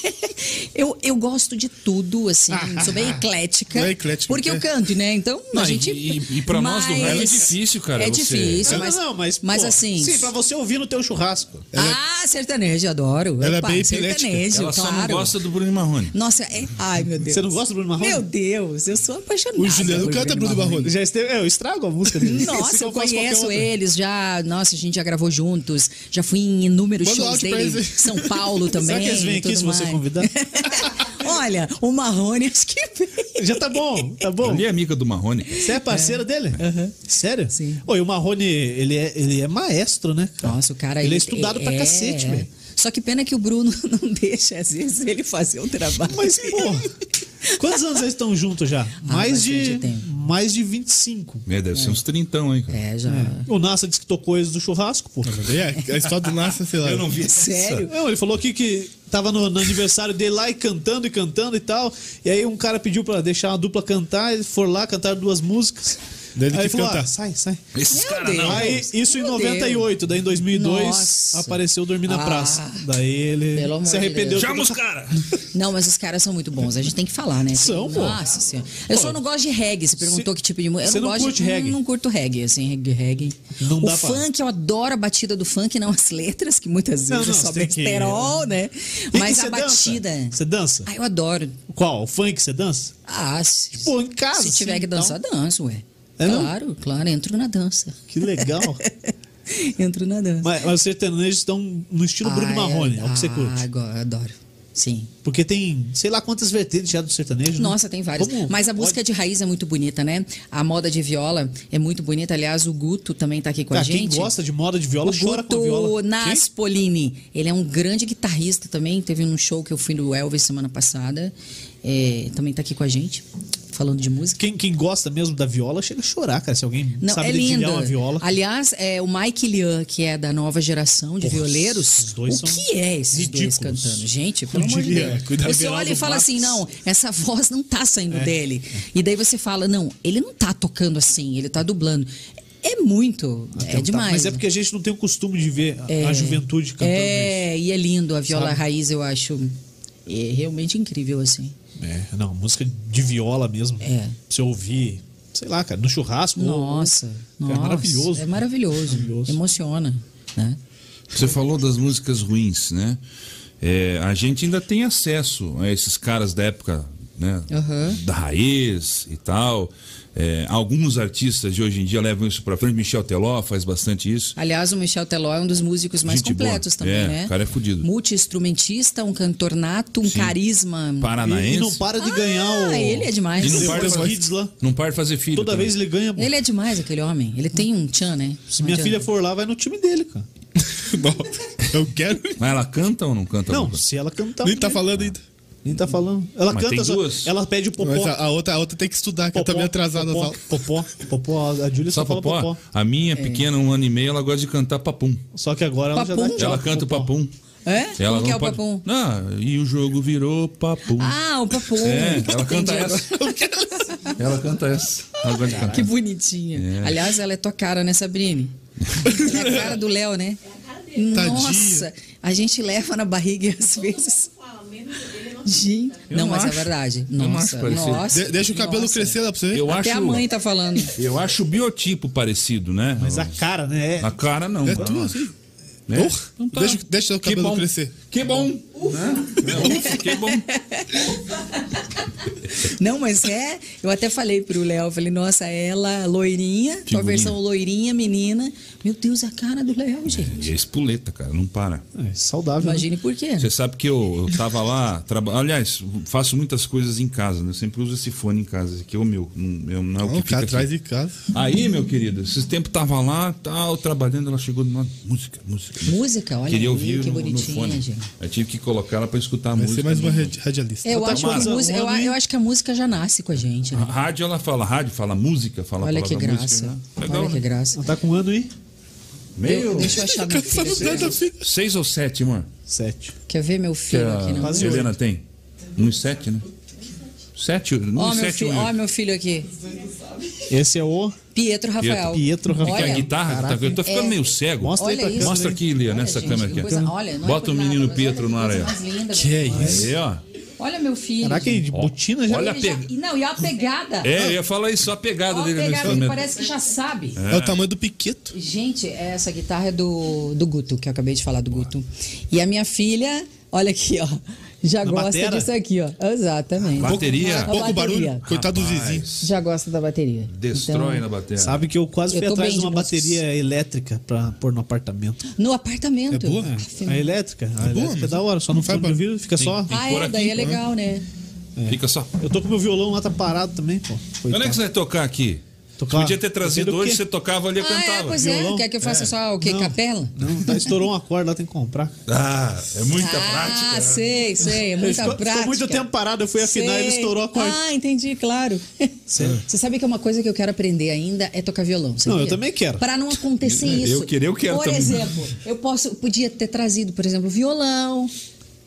eu, eu gosto de tudo, assim. sou bem eclética. É eclética, Porque eu é. canto, né? Então, Não, a e- gente. e- e pra nós do rádio é difícil, cara, É você- difícil, Não, mas. não, mas, mas pô, assim. Sim, pra você ouvir no teu churrasco. Ah, sertanejo, adoro. Ela é Opa, bem epilética. sertanejo, Ela claro. só não gosta do Bruno Marrone. Nossa, é. Ai, meu Deus. Você não gosta do Bruno Marrone? Meu Deus, eu sou apaixonada. O Juliano por canta Bruno Marrone. Já esteve, é, eu estrago a música dele. Nossa, Assim eu como faço qualquer conheço outra. eles já. Nossa, a gente já gravou juntos. Já fui em inúmeros Manda um shows áudio pra dele. eles aí. São Paulo também. Será que eles vêm e aqui se tudo você mais. convidar? Olha, o Marrone acho que vem. Já tá bom, tá bom. Ali é amiga do Marrone. Você é parceiro dele? Sério? Sim. Oi, o Marrone, ele é, ele é maestro, né? cara? Nossa, o cara Ele é estudado pra cacete, velho. Só que pena que o Bruno não deixa, às vezes, ele fazer o trabalho. Mas, pô, quantos anos eles estão juntos já? mais, de, Ah, bastante tempo. mais de 25. É, deve ser uns trintão, hein, cara. É, já. O Nassa disse que tocou eles do churrasco, pô. É, a história do Nasser, sei lá. Eu não vi essa. Sério? Não, ele falou aqui que tava no, no aniversário dele lá e cantando e cantando e tal. E aí um cara pediu pra deixar a dupla cantar, eles foram lá, cantaram duas músicas. Daí ele aí quis ele falou, cantar. ah, sai, sai. Esses Meu caras Deus. não. Aí, isso em Meu 98, daí em 2002 Nossa. apareceu Dormir na Ah. Praça. Daí ele Pelo amor se arrependeu. de Deus. Chama os caras! Não, mas os caras são muito bons. A gente tem que falar, né? São, pô. Nossa senhora. Eu só não gosto de reggae. Você perguntou Cê- que tipo de música. Eu cê não gosto curte de, reggae? Não curto reggae, assim, reggae. reggae. Não o dá pra- funk, eu adoro a batida do funk, não as letras, que muitas Não, vezes não, é só você tem que- besterol, né? E Mas a que cê batida. Dança? Você dança? Ah, eu adoro. Qual? O funk você dança? Ah, se, Pô, em casa. se assim, tiver que então. dançar, danço, ué. É, não? claro, claro, entro na dança. então. Que legal. entro na dança. mas, mas os sertanejos estão no estilo Bruno Ah, Marrone, eu- é o que você curte. Ah, go- adoro. Sim. Porque tem sei lá quantas vertentes já do sertanejo. né? Nossa, tem várias. Como Mas a pode- música de raiz é muito bonita, né? A moda de viola é muito bonita. Aliás, o Guto também tá aqui com Cara, a Ah, quem gente. gosta de moda de viola o chora com Guto viola. Quem? Naspolini. Ele é um grande guitarrista também. Teve um show que eu fui no Elvis semana passada. É, também tá aqui com a gente. falando de música. Quem, quem gosta mesmo da viola chega a chorar, cara. Se alguém Não, sabe é dedilhar linda. uma viola. Aliás, é, o Mike Lian, que é da nova geração de Porra, violeiros, esses dois o são que é esses ridículos. dois cantando? Gente, pelo amor de diria, Deus. cuidado, Você olha Everaldo e fala Matos. assim, não, essa voz não tá saindo É. dele. E daí você fala, não, ele não tá tocando assim, ele tá dublando. É muito, é Tentar. demais. Mas é porque a gente não tem o costume de ver a- a juventude cantando isso. É, e é lindo a viola Sabe? raiz, eu acho. É realmente incrível, assim. É, não, música de viola mesmo. É. Pra você ouvir, sei lá, cara, no churrasco. Nossa, É nossa, maravilhoso. É maravilhoso. Maravilhoso. Emociona, né? Você falou das músicas ruins, né? É, a gente ainda tem acesso a esses caras da época, né? Aham. Da raiz e tal. É, alguns artistas de hoje em dia levam isso pra frente. Michel Teló faz bastante isso. Aliás, o Michel Teló é um dos músicos mais Gente boa. completos também, É, né? o cara é fudido. Multi-instrumentista, um cantor nato, um Sim. carisma. E, Paranaense. e não para de Ah, ganhar o. ele é demais. E não Não para para os de- hits lá. Não para de fazer filho. Toda também. vez ele ganha. Ele é demais, aquele homem. Ele tem um tchan, né? Se Não minha adianta. filha for lá, vai no time dele, cara. Nossa, eu quero. Mas ela canta ou não canta? Não, nunca? se ela cantar. Nem tá né? falando ainda. Nem tá falando. Ela Mas tem canta, só, duas. ela pede o popó. Mas a, a outra, a outra tem que estudar, que eu tá meio atrasada. popó, as aulas. popó, popó. A Júlia só, Só fala papó? popó. É. A minha, pequena, um ano e meio, ela gosta de cantar papum. Só que agora ela já Papum? dá tchau Ela pro canta o papum. É? Ela Como que é o pode- papum? Ah, e o jogo virou papum. Ah, o papum. É, ela canta Entendi. essa. ela canta essa. Ela gosta de cantar. Que bonitinha. É. Aliás, ela é tua cara, né, Sabrine? Ela é a cara do Léo, né? Tadinha. Nossa, a gente leva na barriga às vezes. Gente, Eu não, não mas é acho. verdade. Eu não Nossa, acho parecido. nossa. De- deixa o cabelo nossa. crescer lá pra você ver. Eu Até acho, a mãe tá falando. eu acho o biotipo parecido, né? Mas a cara, né? É, A cara não. É cara. tu, assim. Né? Porra, deixa- deixa o Que cabelo bom. crescer. Que bom. Né? É, ufa, que bom. Não, mas é. Eu até falei pro Léo, eu falei, nossa, ela loirinha, tua Figurinha. versão loirinha, menina. Meu Deus, a cara do Léo, gente. E é espoleta, cara. Não para. é saudável. né? Imagine por quê. Você sabe que eu, eu tava lá, traba... aliás, faço muitas coisas em casa, né? Eu sempre uso esse fone em casa, esse aqui é o meu, não, eu- não é o que Não, o fica cara aqui. atrás de casa. Aí, meu querido, esses tempos tava lá, tal, trabalhando, ela chegou do lado, música, música. Música, olha aí, Queria ouvir que no, no bonitinha, fone. gente. É, Eu tive que colocar ela pra escutar a Vai música. né? ser mais uma mesmo. radi- radialista. Eu tá acho, que a Tamara, música, eu, a- homem- eu acho que a música já nasce com a gente, A né? rádio ela fala, rádio fala música, fala Olha a que Ah, palavra graça. música, né? Legal, Olha que né? graça. Ela tá com um ano e Meio Deixa eu achar meu filho. assim. seis ou sete, amor? sete. Quer ver meu Que filho aqui a na Quase música? Helena tem? Um e sete, né? Sete, um Ó, e meu sete, filho, um e ó, oito. meu filho aqui. Esse é o. Pietro Rafael. Pietro Rafael. Que a Olha, guitarra, que tá- eu tô ficando É. meio cego. Mostra aí olha pra isso. Mostra aqui, Lia, Olha, nessa gente, câmera que aqui. coisa- olha, não é Bota por o nada, menino mas olha Pietro que no coisa areia. mais linda, Que é olha. isso? Aí, ó. Olha meu filho. Caraca, gente. ele de botina já. Olha- Ele já- pega- e Não, e a pegada. É, eu ia falar isso, só a pegada Ó, a dele no pegada, ele instrumento. parece que já sabe. É o tamanho do piqueto. Gente, essa guitarra é do, do Guto, que eu acabei de falar do Guto. E a minha filha, olha aqui, ó. Já Na gosta batera? disso aqui, ó. Exatamente. Ah, Bateria. Pouco- Pouco barulho. bateria. Coitado do Rapaz, vizinho. Já gosta da bateria. Destrói Então, na bateria. Sabe que eu quase Eu fui tô atrás bem de uma de músicas. bateria elétrica pra pôr no apartamento. No apartamento. É boa? Ah, A filho. elétrica? A boa, elétrica é Tá mas da hora, só não faz para faz vir, fica só. tem. Ah, Por é, aqui, daí é né? legal, né? Fica só. Eu tô com meu violão lá, tá parado também, pô. Quando é que você vai tocar aqui? Tocar- Podia ter Fazer trazido o hoje, quê? você tocava ali e Ah, é, cantava. pois Violão? é. Quer que eu faça só o quê? Não. Capela? Não, tá, estourou um acorde lá, tem que comprar. Ah, é muita Ah, prática. sei, sei. É Ele muita ficou, ficou prática. muito tempo parado, eu fui afinar e ele Sei. estourou a corda. Ah, entendi, claro. Sério? Você sabe que é uma coisa que eu quero aprender ainda é tocar violão. sabia? Não, eu também quero. Pra não acontecer Eu isso. querer, eu quero Por também. exemplo, eu posso, podia ter trazido, por exemplo, violão.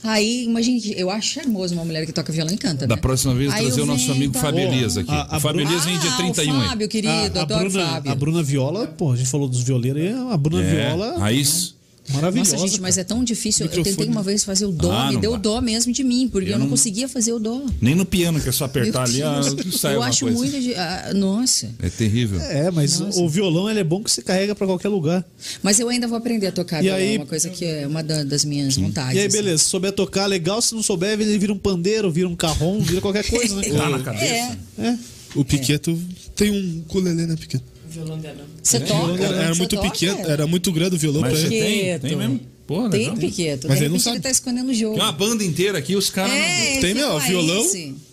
Aí, imagina, que- eu acho charmoso uma mulher que toca violão e canta. Da né? próxima vez Aí trazer eu o nosso venho, amigo tá Fábio bom. Elias aqui. A- a o Fábio Bruna- Elias vem dia Ah, 31 o aí. Fábio, querido, Ah, a, a adoro Bruna, Fábio. a Bruna é Viola, pô, a gente falou dos violeiros aí, a Bruna É, Viola, Raiz. maravilhosa. Nossa, gente, mas é tão difícil. Eu Microfone. tentei uma vez fazer o dó, Ah, me não deu dá. dó mesmo de mim, porque eu, Eu não não- conseguia fazer o dó. Nem no piano, que é só Meu apertar ali, ah, Deus, sai eu alguma acho coisa. muito. de- ah, nossa. É terrível. É, mas Nossa. o violão ele é bom que você carrega pra qualquer lugar. Mas eu ainda vou aprender a tocar E violão, aí- uma coisa que é uma da- das minhas vontades. e aí, assim. beleza, se souber tocar, legal, se não souber, ele vira um pandeiro, vira um carrom, vira qualquer coisa, né? Tá na cabeça. O piqueto tem um ukulele, né, piqueto? Você toca? né? Era, era Você muito toca? pequeno, era muito grande o violão Mas pra você ele. tem? Tem Piqueto. mesmo? Pô, legal. Tem piqueto. Mas de ele não repente sabe. ele tá escondendo o jogo. Tem uma banda inteira aqui, os caras. É, Tem esse mesmo, país. violão?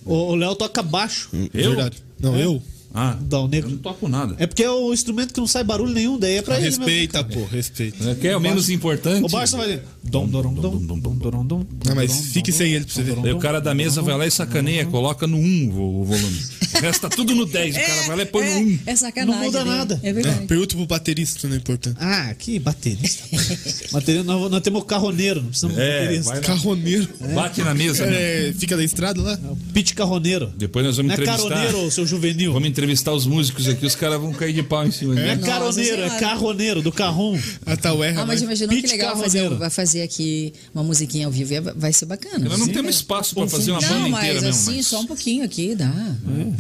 O o Léo toca baixo. Eu? Verdade. Não, eu? Ah, Dal Eu não negro. toco nada. É porque é um instrumento que não sai barulho nenhum, daí é pra ele mesmo. Respeita, pô, respeita. É, que é o menos importante. O baixo vai dizer. Dom, dorom, dom, dom, dom, dorom, dom. Não, Tá mas fique sem ele pra você ver. Daí o cara da mesa vai lá e sacaneia, coloca no 1 o volume. Resta tudo no 10, o cara vai lá e põe no 1. é, é sacanagem. Não muda né? nada. É verdade. Pergunta pro baterista, não é importante. Ah, que baterista. baterista nós, nós temos o carroneiro, não precisamos de É, baterista. vai lá, Carroneiro. bate na mesa. né? É, fica na estrada lá? Pit carroneiro. Depois nós vamos Não é entrevistar. caroneiro, seu juvenil. Vamos entrevistar os músicos aqui, os caras vão cair de pau em cima. É É. Nossa caroneiro, é Senhora. carroneiro, do carrom. A tal erra. Ah, mas né? imaginou que Pete legal fazer, Carroneiro. vai fazer aqui uma musiquinha ao vivo. é- Vai ser bacana. Nós não temos espaço pra fazer uma Não, banda inteira mas mesmo. assim, mas então só um pouquinho aqui, dá.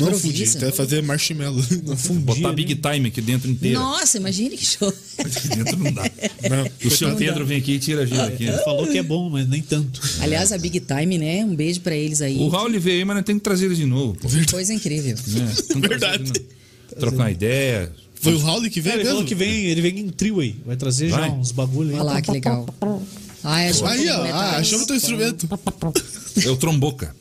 Não Improvisa. fugir, é até fazer marshmallow. Não fundi. Botar Big né? Time aqui dentro inteira. Nossa, imagine que show. Aqui dentro não dá. Não. O senhor Pedro vem aqui e tira a gente aqui. né? Falou que é bom, mas nem tanto. Aliás, a Big Time, né? Um beijo pra eles aí. O Raul ele veio aí, mas nós temos que trazer ele de novo. Pô, né? Coisa incrível. Temos que Verdade. trazer ele de novo. Trocar uma ideia. Foi o Raul É que veio Ele falou mesmo? que vem, ele vem em trio aí. Vai trazer Vai. já uns bagulho aí. Olha lá que legal. Ah, é Aí, ó, ah, achamos teu instrumento. É o tromboca.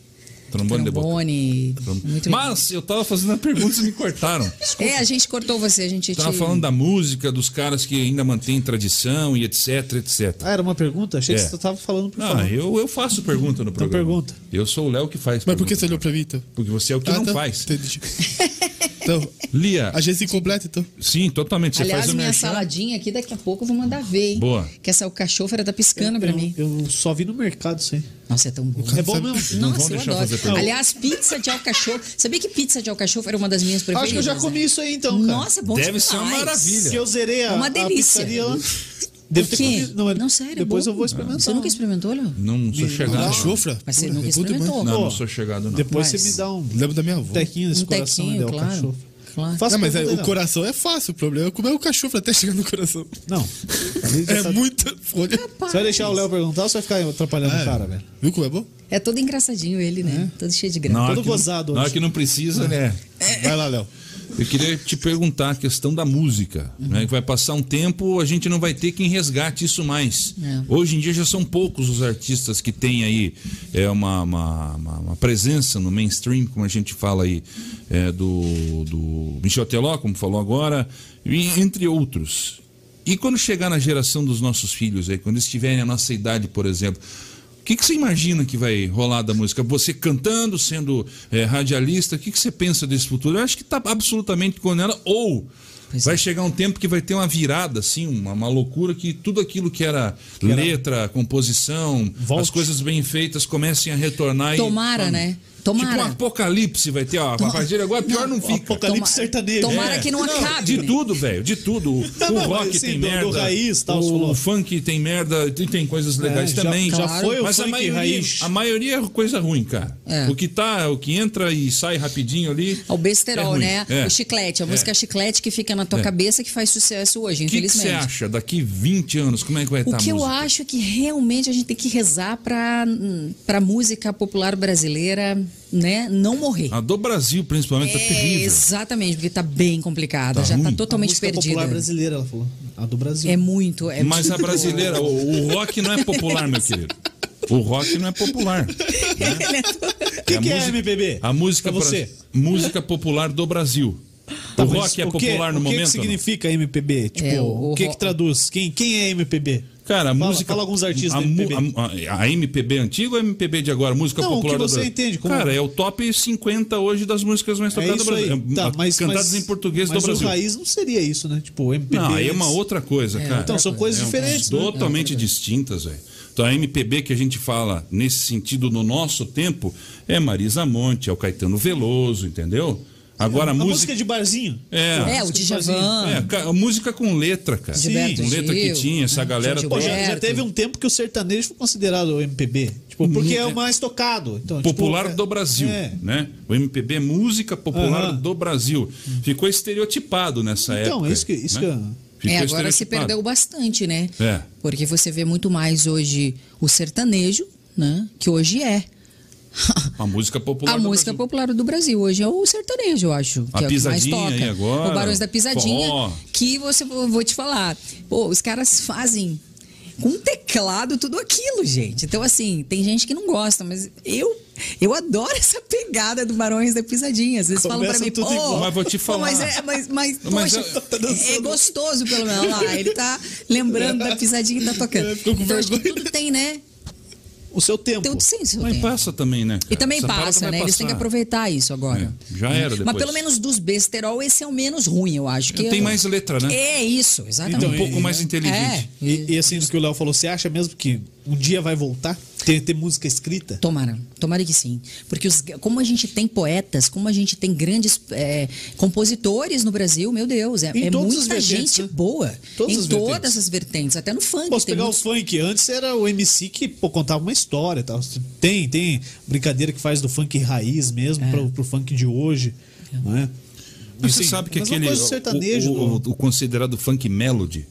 Trombone de boca. Trombone. Muito legal. Mas eu tava fazendo a pergunta e me cortaram. É, a gente cortou você, a gente Tava te- falando da música, dos caras que ainda mantêm tradição e etc, etc. Ah, era uma pergunta? Achei É. que você tava falando por Tá Não, favor. eu, eu faço pergunta no programa. pergunta. Eu sou o Léo que faz. Então Mas por que pergunta. você olhou pra mim, então? Porque você é o que Ah, não tá. faz. Entendi. Então, Lia, a gente se completa, então. sim, totalmente. Você Aliás, faz o minha merchan. saladinha aqui, daqui a pouco eu vou mandar ver, hein? Boa. Que essa cachofra tá piscando pra eu, mim. eu só vi no mercado isso aí. Nossa, é tão bom. É bom Sabe- mesmo. Não vão Nossa, eu deixar adoro. fazer pergunta. Aliás, pizza de alcachofra. Sabia que pizza de alcachofra era uma das minhas preferidas? Acho que eu já comi né? isso aí então, cara. Nossa, é bom Deve demais. ser uma maravilha. Que eu zerei a, É uma a delícia. pizzaria lá. Por quê? Não, mas sério. é Depois bom. eu vou experimentar. Você nunca experimentou, Léo? Não sou chegado. Ah, não. chofra? Mas você Pura, nunca é bom demais. experimentou? Um Não, não Pô, sou chegado, não. Depois Mas- você me dá um Lembro da minha avó. tequinho nesse Um coração é tequinho, aí, claro. cachorro. Claro. Faça Não, mas é, pergunta aí, o não. coração é fácil, o problema é comer o cachorro até chegar no coração. Não. É muita folha. Você vai deixar o Léo perguntar ou você vai ficar atrapalhando o cara, velho? Viu como é bom? É todo engraçadinho ele, né? É. Todo cheio de Na é graça. hora, Todo que gozado não, na hora hoje. que não precisa, né? É. Vai lá, Léo. Eu queria te perguntar a questão da música. Né? Que vai passar um tempo, a gente não vai ter quem resgate isso mais. É. Hoje em dia já são poucos os artistas que têm aí é, uma, uma- uma- uma presença no mainstream, como a gente fala aí, é, do, do Michel Teló, como falou agora, e entre outros. E quando chegar na geração dos nossos filhos, aí, quando eles tiverem a nossa idade, por exemplo, o que, que você imagina que vai rolar da música? Você cantando, sendo eh, radialista, o que, que você pensa desse futuro? Eu acho que está absolutamente condenada. Ou Pois vai é. chegar um tempo que vai ter uma virada, assim, uma, uma loucura, que tudo aquilo que era letra, composição, Volte. as coisas bem feitas comecem a retornar. Tomara, e, né? Tipo um Tomara. apocalipse vai ter, ó, a partir de agora pior não, fica. Apocalipse Toma- sertanejo. Tomara É. que não, acabe. De né? tudo, velho, de tudo. O, Tá o bom, rock assim, tem do- do merda. raiz, tal, você o, falou. funk tem merda, e tem, tem coisas legais É, já- também. Já, Claro. foi o Mas a funk maioria, raiz. a maioria é coisa ruim, cara. É. O que tá, o que entra e sai rapidinho ali. É O besterol, é ruim. né? É. O chiclete, a É. música chiclete que fica na tua É. cabeça que faz sucesso hoje, O que que infelizmente. você acha daqui 20 anos? Como é que vai O estar que a eu música? acho é que realmente a gente tem que rezar para para música popular brasileira, né, não morrer. A do Brasil, principalmente, tá É, Ah, terrível. exatamente, porque tá bem complicada, Tá já tá ruim. A totalmente música popular perdida. brasileira, ela falou. A do Brasil. É muito, é Mas a muito- brasileira, o, o rock não é popular, meu querido. O rock não é popular. O que, a que é música- MPB? A música, pra bra- É você. música popular do Brasil. Tá, o mas rock é o que- popular no o que momento? que ou não? significa MPB? Tipo, É, o- o, que que ro- traduz? Quem, quem é MPB? Cara, a Fala- música. fala alguns artistas a, da mu- MPB. A, a- a MPB antiga ou a MPB de agora? Música Não, o popular que do você Brasil. entende como- Cara, é o top 50 hoje das músicas mais É tocadas do isso aí. Brasil. Tá, mas, Cantadas mas- em português mas do Brasil. o raiz não seria isso, né? Tipo, o MPB. Não, aí é uma antes. outra coisa, cara. Então, são coisas É um- diferentes. né? Totalmente distintas, velho. Então, a MPB que a gente fala nesse sentido no nosso tempo é Marisa Monte, é o Caetano Veloso, entendeu? Agora, É, a A música música. de barzinho. É. É, o É, Djavan. ca- música com letra, cara. Gilberto com letra Gil, que tinha, essa né? galera. Jorge Pô, já, já Roberto. teve um tempo que o sertanejo foi considerado MPB. Tipo, porque é o mais tocado. Então, tipo, popular é- do Brasil, É. né? O MPB é música popular Aham. Uhum. do Brasil. Ficou estereotipado nessa época. Então, isso que- isso né? que eu- Ficou É, agora se estereotipado. perdeu bastante, né? É. Porque você vê muito mais hoje o sertanejo, né, que hoje é a música popular. a do música Brasil. popular do Brasil hoje é o sertanejo, eu acho. A Que é o que mais pisadinha toca. aí agora, o Barões da Pisadinha, forró. que você vou te falar. Pô, os caras fazem com um teclado, tudo aquilo, gente. Então, assim, tem gente que não gosta, mas eu eu adoro essa pegada do Barões da Pisadinha. Às vezes falam pra Começa mim, tudo pô, igual. Mas vou te pô, falar. mas é, mas, mas, Mas poxa, eu- é gostoso, pelo menos. Olha lá, ele tá lembrando da pisadinha que tá tocando. Ficou com Então, acho que vergonha. tudo tem, né? O seu tempo. Tem, um sim, seu Mas tempo. passa também, né? cara? E também Essa parada passa, vai né? Eles têm que passar. aproveitar isso agora. É, já era depois. Mas pelo menos dos besterol, esse é o menos ruim, eu acho. Que Tem eu- mais letra, né? É isso, exatamente. um pouco mais inteligente. É. E, e assim, do que o Léo falou, você acha mesmo que um dia vai voltar? Ter, ter música escrita? Tomara, tomara que sim. Porque os- como a gente tem poetas, como a gente tem grandes é, compositores no Brasil, meu Deus, é, Em é todas as muita vertentes, gente né? boa. Todas em as todas vertentes. as vertentes, até no funk. Posso tem pegar muitos- o funk, antes era o MC que pô, contava uma história e tal. Tem, tem brincadeira que faz do funk raiz mesmo, É. pro, pro funk de hoje, não é? Mas você Assim, sabe que mas uma aquele. coisa sertanejo, né? o, o- o considerado funk melody,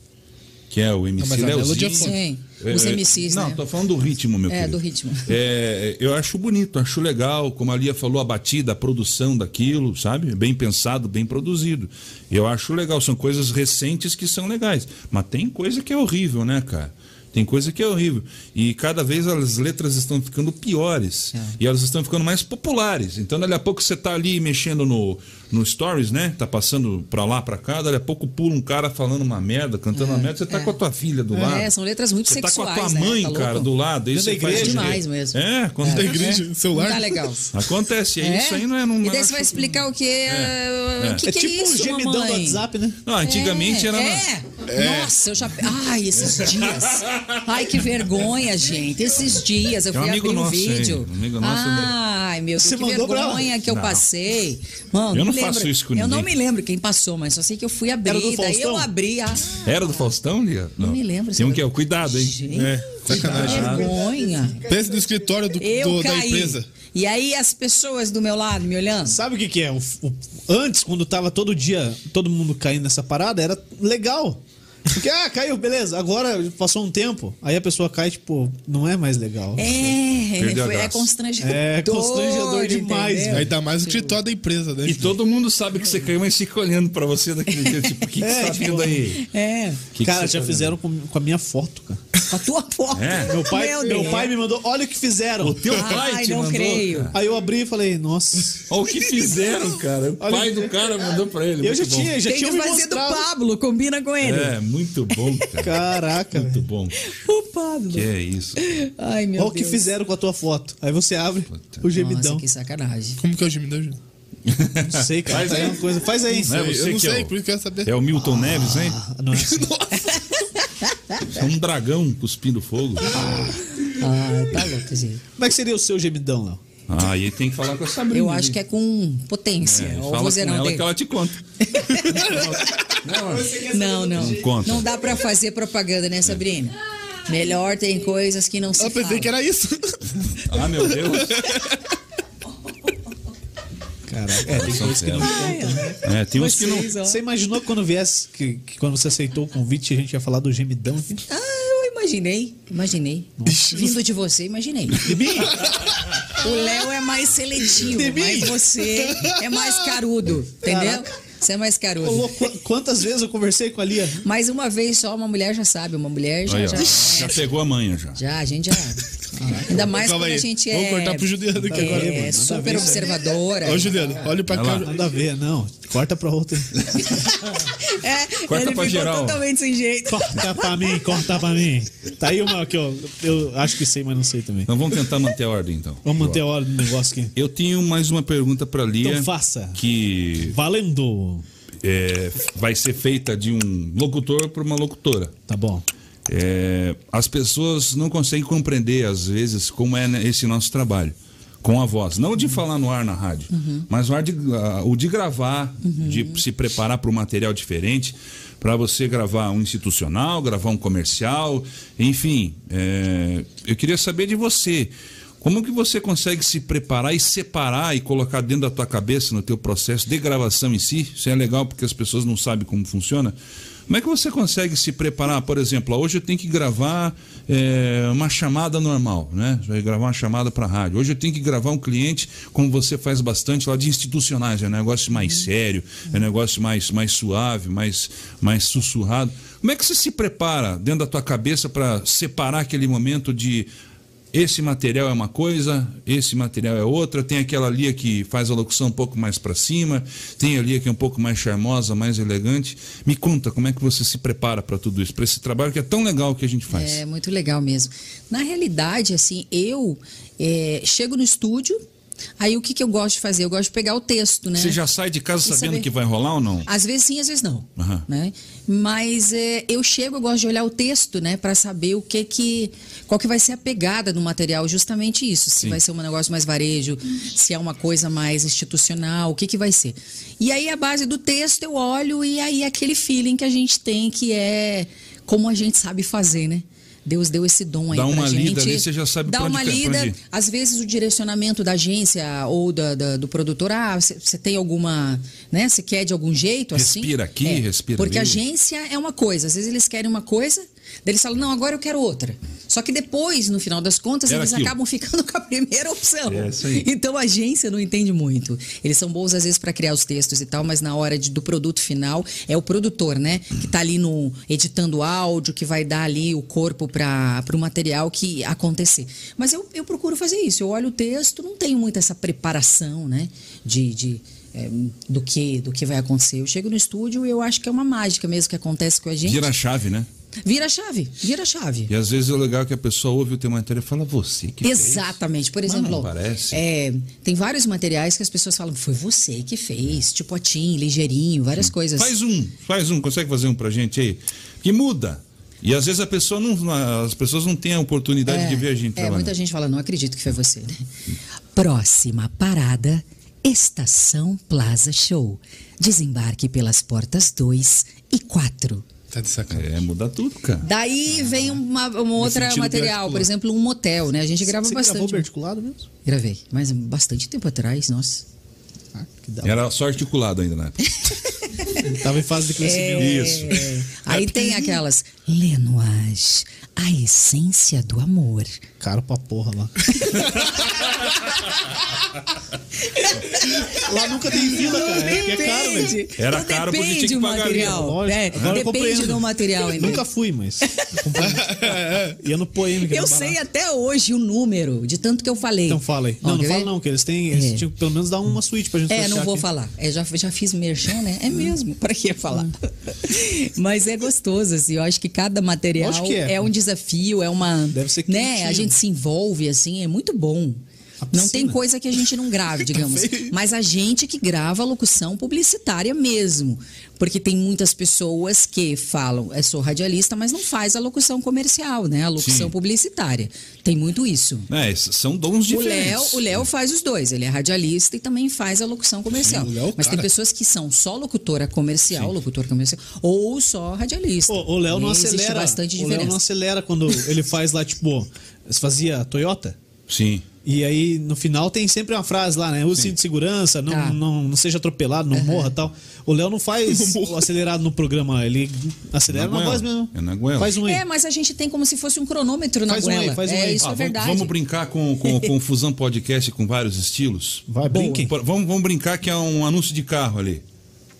que é o MC Não, mas a melody Leozinho. é funk. Sim, os É, MCs, Não, né? tô falando do ritmo, meu É, querido. do ritmo. É, eu acho bonito, acho legal, como a Lia falou, a batida, a produção daquilo, sabe? Bem pensado, bem produzido. Eu acho legal, são coisas recentes que são legais. Mas tem coisa que é horrível, né, cara? Tem coisa que é horrível. E cada vez as letras estão ficando piores. É. E elas estão ficando mais populares. Então, dali a pouco você tá ali mexendo no, no Stories, né? Tá passando pra lá, pra cá. Dali a pouco pula um cara falando uma merda, cantando uma merda. Você tá é. com a tua filha do lado. É, são letras muito Você tá com sexuais. a tua né? mãe, Tá louco? é cara, do lado. Isso Dentro da igreja. Demais mesmo. É, Da acontece. igreja, no Não celular. tá legal. Acontece. É? É. Isso aí não é... Não, E daí acho- você vai explicar o que é. É, O que, é que tipo é isso, o gemidão mamãe? do WhatsApp, né? Não, antigamente é, era... na- É. Nossa, eu já. Ai, esses É. dias. Ai, que vergonha, gente. Esses dias eu É um fui amigo abrir um nosso, vídeo. hein? Um amigo nosso, né? Ai, meu Deus, Você que mandou pra vergonha que eu Não. passei. Mano, Eu não me lembro. faço isso com Eu não me ninguém. lembro quem passou, mas só sei que eu fui abrir. Era do daí eu Faustão? abri. Ah, Era do Faustão, Lia? Não me lembro, Tem um sabe? que é o Cuidado, hein? Gente. É. Sacanagem. vergonha. Pensa no escritório do, Eu do- da caí. empresa. E aí as pessoas do meu lado me olhando. Sabe o que, que é? O- o- antes, quando tava todo dia, todo mundo caindo nessa parada, era legal. Porque, ah, caiu, beleza. Agora passou um tempo, aí a pessoa cai, tipo, não é mais legal. É, Assim, Perdeu a foi, é graça. constrangedor. É constrangedor demais, entendeu? velho. Ainda mais o escritório da empresa, né? E todo mundo sabe que você caiu, mas fica olhando pra você daquele dia. Tipo, o que, que você tá vendo aí? É, Que que cara, você já tá fizeram com, com a minha foto, cara. com a tua porta. É. Meu pai, meu, Deus. pai me mandou, olha o que fizeram. vendo? Teu pai Ai, te não mandou, creio. cara. Aí eu abri e falei, nossa. Olha o que fizeram, cara. O Olha pai o que- do cara mandou pra ele. Eu é Muito já bom. tinha, já Tem tinha que me fazer do mostrado. Pablo, combina com ele. É, muito bom, cara. Caraca, Muito velho. bom. O Pablo. Que é isso. Ai, meu Olha o que Deus. fizeram com a tua foto. Aí você abre Puta. o gemidão. Nossa, que sacanagem. Como que é o gemidão, gente? Não sei, cara. Faz Faz aí aí. uma coisa. Faz aí. Não é Eu você não que sei, é o... por isso que eu quero saber. É o Milton Neves, hein? Ah, não é assim. É um dragão cuspindo fogo. Ah, tá louco, gente. Como é que seria o seu gemidão, Léo? Ah, aí tem que falar com a Tá Sabrina. Eu acho que é com potência. É, Ó, o fala com vozeirão ela dele. que ela te conta. Não, não. Conta. Não dá pra fazer propaganda, né, Sabrina? Melhor tem coisas que não se Eu pensei falam. que era isso. Ah, meu Deus. Caraca, é, tem coisa que não Ai, ai. É, tem uns que não. Vocês, ó. Você imaginou quando viesse, que, que quando você aceitou o convite, a gente ia falar do gemidão aqui? Ah, eu imaginei. Imaginei. Vindo de você, imaginei. De mim? O Léo é mais seletivo, De mas mim? você é mais carudo, entendeu? Você é mais carudo. Ô, louco, qu- quantas vezes eu conversei com a Lia? Mas uma vez só, uma mulher já sabe, uma mulher já. Aí, ó, já, já pegou a manha já. já, a gente já. Ainda mais Calma quando aí. a gente Vamos é. cortar pro Juliano aqui é, agora. mano. Nada a ver super isso aí. observadora. Ó, Juliano, olha pra Vai cá. lá. Nada a ver, não. Corta pra outra. É, Corta ele pra ficou geral. totalmente sem jeito. Corta pra mim, corta pra mim. Tá aí uma que eu, eu acho que sei, mas não sei também. Então vamos tentar manter a ordem, então. Vamos manter a hora do negócio aqui. Eu tenho mais uma pergunta pra Lia. Então faça. Que Valendo. é, vai ser feita de um locutor para uma locutora. Tá bom. É, as pessoas não conseguem compreender, às vezes, como é né, esse nosso trabalho com a voz. Não de falar no ar na rádio, mas o, ar de, ah, o de gravar, de se preparar para um material diferente, para você gravar um institucional, gravar um comercial, enfim. é, eu queria saber de você. Como que você consegue se preparar e separar e colocar dentro da tua cabeça, no teu processo de gravação em si? Isso é legal porque as pessoas não sabem como funciona. Como é que você consegue se preparar? Por exemplo, ó, hoje eu tenho que gravar é, uma chamada normal, né? Vai gravar uma chamada para rádio. Hoje eu tenho que gravar um cliente, como você faz bastante lá de institucionais, é um negócio mais sério, é um negócio mais, mais suave, mais, mais sussurrado. Como é que você se prepara dentro da tua cabeça para separar aquele momento de esse material é uma coisa, esse material é outra, tem aquela ali que faz a locução um pouco mais para cima, tem ali que é um pouco mais charmosa, mais elegante. Me conta como é que você se prepara para tudo isso, para esse trabalho que é tão legal que a gente faz. É muito legal mesmo. Na realidade, assim, eu é, chego no estúdio, aí o que, que eu gosto de fazer? Eu gosto de pegar o texto, né? Você já sai de casa E sabendo saber- que vai rolar ou não? Às vezes sim, às vezes não. Aham. Né? Mas é, eu chego, eu gosto de olhar o texto, né, para saber o que que qual que vai ser a pegada do material, justamente isso. Se Sim. vai ser um negócio mais varejo, se é uma coisa mais institucional, o que que vai ser. E aí a base do texto eu olho e aí é aquele feeling que a gente tem que é como a gente sabe fazer, né? Deus deu esse dom aí Dá pra uma gente. lida ali, você já sabe Dá pra onde uma quer- pra lida, onde ir. às vezes o direcionamento da agência ou da- da- do produtor, ah, você você tem alguma, né? Você quer de algum jeito assim? Respira aqui, É, respira Porque a ali. agência é uma coisa, às vezes eles querem uma coisa, daí eles falam, não, agora eu quero outra. Só que depois, no final das contas, Era eles aquilo. acabam ficando com a primeira opção. É, isso aí. Então a agência não entende muito. Eles são bons às vezes para criar os textos e tal, mas na hora de- do produto final é o produtor, né? Que tá ali no editando áudio, que vai dar ali o corpo para o material que acontecer. Mas eu, eu procuro fazer isso. Eu olho o texto, não tenho muito essa preparação, né? De. de, é, do que do que vai acontecer. Eu chego no estúdio e eu acho que é uma mágica mesmo que acontece com a gente. Vira a chave, né? Vira a chave, vira a chave. E às vezes é legal que a pessoa ouve o teu material e fala, você que fez?" Exatamente. Por Mas exemplo, não ó, parece. é, tem vários materiais que as pessoas falam, foi você que fez, tipo Tim, ligeirinho, várias coisas. É. Faz um, faz um, consegue fazer um pra gente aí? Que muda. E às vezes a pessoa não, as pessoas não têm a oportunidade um de ver a gente é, trabalhando. muita gente fala, não acredito que foi você. né? Próxima parada, Estação Plaza Show. Desembarque pelas portas 2 e 4. Tá de sacanagem. É, muda tudo, cara. Daí Ah, vem uma, uma outra sentido material, por verticular. exemplo, um motel, né? A gente grava Você bastante. gravou verticulado mesmo? Gravei, mas bastante tempo atrás, nossa. Ah, que Tá da Era só articulado ainda, né? Ele tava em fase de crescimento. Isso. É. Aí tem aquelas Lenoage, a essência do amor. Caro pra porra lá. lá nunca tem fila, cara. É, que é caro, velho. Era Então caro porque depende tinha que do pagar material. Lógico, né? agora eu depende compreendo. do material ainda. Nunca fui, mas. Ia é no poêmica. eu era sei barato. até hoje o número, de tanto que eu falei. Então fala aí. Ó, Não, não quer fala ver? não, que eles têm. Eles É. tinham que pelo menos dar uma suíte pra gente É, não fechar vou aqui. falar. É, já, já fiz merchan, né? É mesmo, pra que falar? Mas é gostoso, assim. Eu acho que cada material Hum. Lógico que é. um desafio, é uma. Deve ser né? quentinho. A gente se envolve, assim, é muito bom. A Não piscina. tem coisa que a gente não grave, digamos. Mas a gente que grava a locução publicitária mesmo. Porque tem muitas pessoas que falam, é sou radialista, mas não faz a locução comercial, né? A locução Sim. publicitária. Tem muito isso. É, s- são dons O Léo, diferentes. o Léo faz os dois, ele é radialista e também faz a locução comercial. Sim, o Léo, Mas tem cara. pessoas que são só locutora comercial, locutor comercial, ou só radialista. O, o Léo não E existe acelera. bastante o Léo diferença. não acelera quando ele faz lá, tipo, você fazia Toyota? Sim. E aí, no final, tem sempre uma frase lá, né? Use cinto de segurança, não, Tá. não, não seja atropelado, não morra tal. O Léo não faz o acelerado no programa, ele acelera Na na goela. voz mesmo. É na goela. Faz um aí. É, mas a gente tem como se fosse um cronômetro na Faz um aí, goela. faz um é, aí. isso Ah, é vamos, verdade. vamos brincar com, com, com o Fusão Podcast com vários estilos? Vai, Boa. brinquem. Por- Vamos, vamos brincar que é um anúncio de carro ali.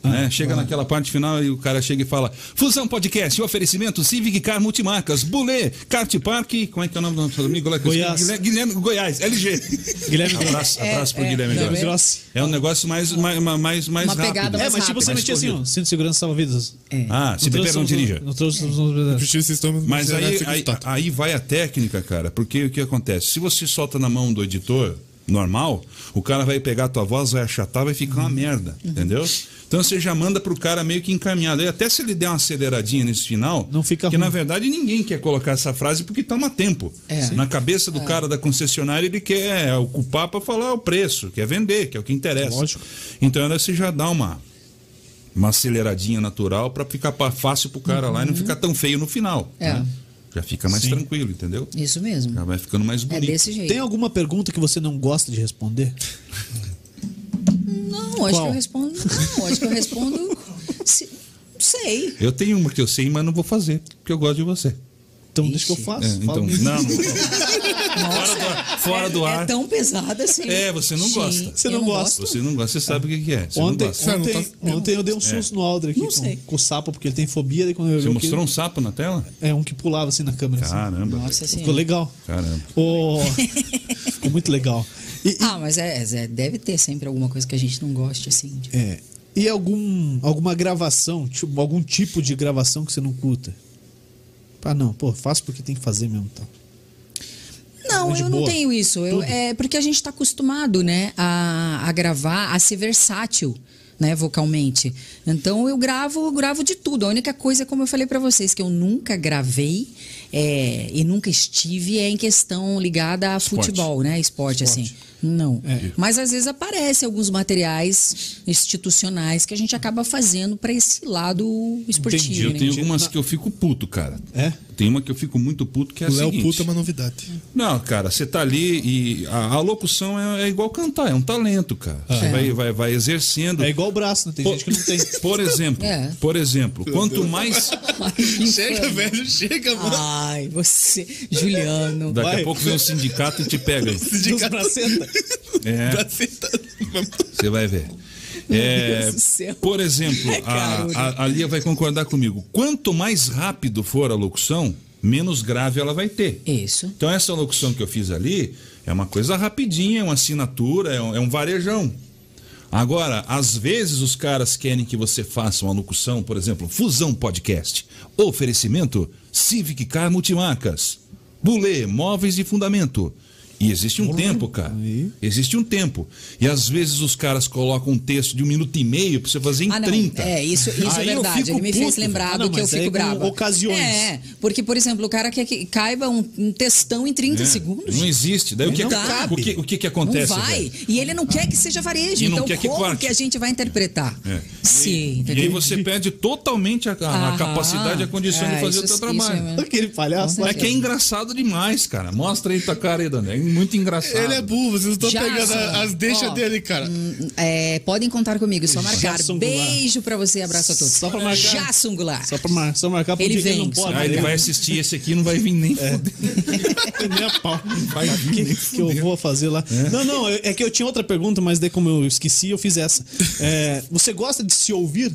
Ah, né? Chega naquela parte final e o cara chega e fala: Fusão Podcast, oferecimento Civic Car Multimarcas, Bulê, Kart Park. Como é que é o nome do nosso amigo? lá que eu esqueci? Goiás. Guilherme, Guilherme Goiás, LG. Guilherme um abraço, abraço pro é, Guilherme tá Goiás. vendo? Grossi. É um negócio mais, mais, mais, mais Uma rápido. pegada É, mais mas tipo, rápido. É. você Mais metia assim, corrido. ó, cinto de segurança salva-vidas. Ah, se beber não dirija. Não trouxe não- Vestiu esse estômago, Mas será aí, é que você aí, contato? aí vai a técnica, cara, porque o que acontece? Se você solta na mão do editor normal, o cara vai pegar a tua voz, vai achatar, vai ficar uma merda, entendeu? Então você já manda pro cara meio que encaminhado. E até se ele der uma aceleradinha nesse final, Não fica que ruim. na verdade ninguém quer colocar essa frase porque toma tempo. É. Sim. Na cabeça do cara da concessionária, ele quer ocupar para falar o preço, quer vender, que é o que interessa. Lógico. Então ela se já dá uma uma aceleradinha natural para ficar pa- fácil pro cara lá e não ficar tão feio no final. Uhum. É. né? Já fica mais Sim. tranquilo, entendeu? Isso mesmo. Já vai ficando mais É bonito. desse jeito. Tem alguma pergunta que você não gosta de responder? Não, acho Qual? que eu respondo. Não, acho que eu respondo. se- sei. Eu tenho uma que eu sei, mas não vou fazer, porque eu gosto de você. Então Ixi. deixa que eu faço. É, Fala. então, não, não. Nossa, fora do é, ar. É tão pesada assim. É, você não Gente, gosta. Você eu não gosta. Você não gosta, você sabe o que que é. Você Ontem, não gosta. Não, ontem, não ontem eu dei um susto no Alder aqui Não com, sei. com o sapo, porque ele tem fobia. Daí quando eu Você vi mostrou um sapo na tela? que- É um que pulava assim na câmera. assim. Caramba. Nossa Ficou senhora. legal. Caramba. Ô, Ficou muito legal. E, e- Ah, mas é, é, deve ter sempre alguma coisa que a gente não goste, assim. de- é, e algum, alguma gravação, tipo, algum tipo de gravação que você não curta? Ah, não, pô, faço porque tem que fazer mesmo. Tá. Não, De eu não boa. tenho isso. Eu- Tudo. é porque a gente está acostumado, né, a, a gravar, a ser versátil, né, vocalmente. Então eu gravo, gravo de tudo. A única coisa, como eu falei para vocês, que eu nunca gravei é, e nunca estive é em questão ligada a Esporte. futebol, né, esporte, assim. Não. Mas às vezes aparecem alguns materiais institucionais que a gente acaba fazendo para esse lado esportivo. Eu né? tenho algumas que eu fico puto, cara. É? Tem uma que eu fico muito puto que é a O Léo seguinte. Puta é uma novidade. Não, cara, você tá ali e a, a locução é, é igual cantar, é um talento, cara. Você vai, vai, vai exercendo. É igual o braço, né? Tem gente que não tem. Por exemplo, É. por exemplo, quanto mais. Chega, velho, chega, mano. Ai, você, Juliano. Daqui Vai. a pouco vem um sindicato e te pega. Dos bracetas. É. tá Pra sentar. Você vai ver. É, Deus do céu. por exemplo, É a, caro, né? a- a Lia vai concordar comigo. Quanto mais rápido for a locução, menos grave ela vai ter. Isso. Então, essa locução que eu fiz ali é uma coisa rapidinha, é uma assinatura, é um, é um varejão. Agora, às vezes os caras querem que você faça uma locução, por exemplo, Fusão Podcast. Oferecimento Civic Car Multimarcas. Bulê, móveis e fundamento. E existe um tempo, cara. Existe um tempo. E às vezes os caras colocam um texto de um minuto e meio pra você fazer em Ah, não. 30. É, isso, isso é Aí eu verdade. fico Ele me fez puto, lembrar Ah, do não, que eu mas aí fico com brava. ocasiões. É, porque, por exemplo, o cara quer que caiba um, um textão em 30 né? segundos. Não existe. Daí o que, Não que- cabe. o que, o que que Não acontece? vai. velho? E ele não quer que seja varejo. E não então, quer que como corte. que a gente vai interpretar? É. Sim, E aí entendeu? você perde totalmente a, a- a Aham. capacidade e a condição É, de fazer isso- o teu isso trabalho. mesmo. Aquele palhaço lá. É que é engraçado demais, cara. Mostra aí tua cara aí, Daniel. É muito engraçado. Ele é burro, vocês não estão Ah, Já, pegando Sam. a- as deixas Ó. dele, cara. É, podem contar comigo, é só marcar. Jason Goulart. Beijo pra você e abraço a todos. Só pra marcar. Jasson Goulart. Só pra mar- só marcar pra um Ele dia que ele vem, não pode. Ah, ele né? vai assistir esse aqui e não vai vir nem foder. Nem a pau. Vai vir que, nem que eu vou fazer lá. Não, não, é é que eu tinha outra pergunta, mas daí como eu esqueci, eu fiz essa. É, você gosta de se ouvir?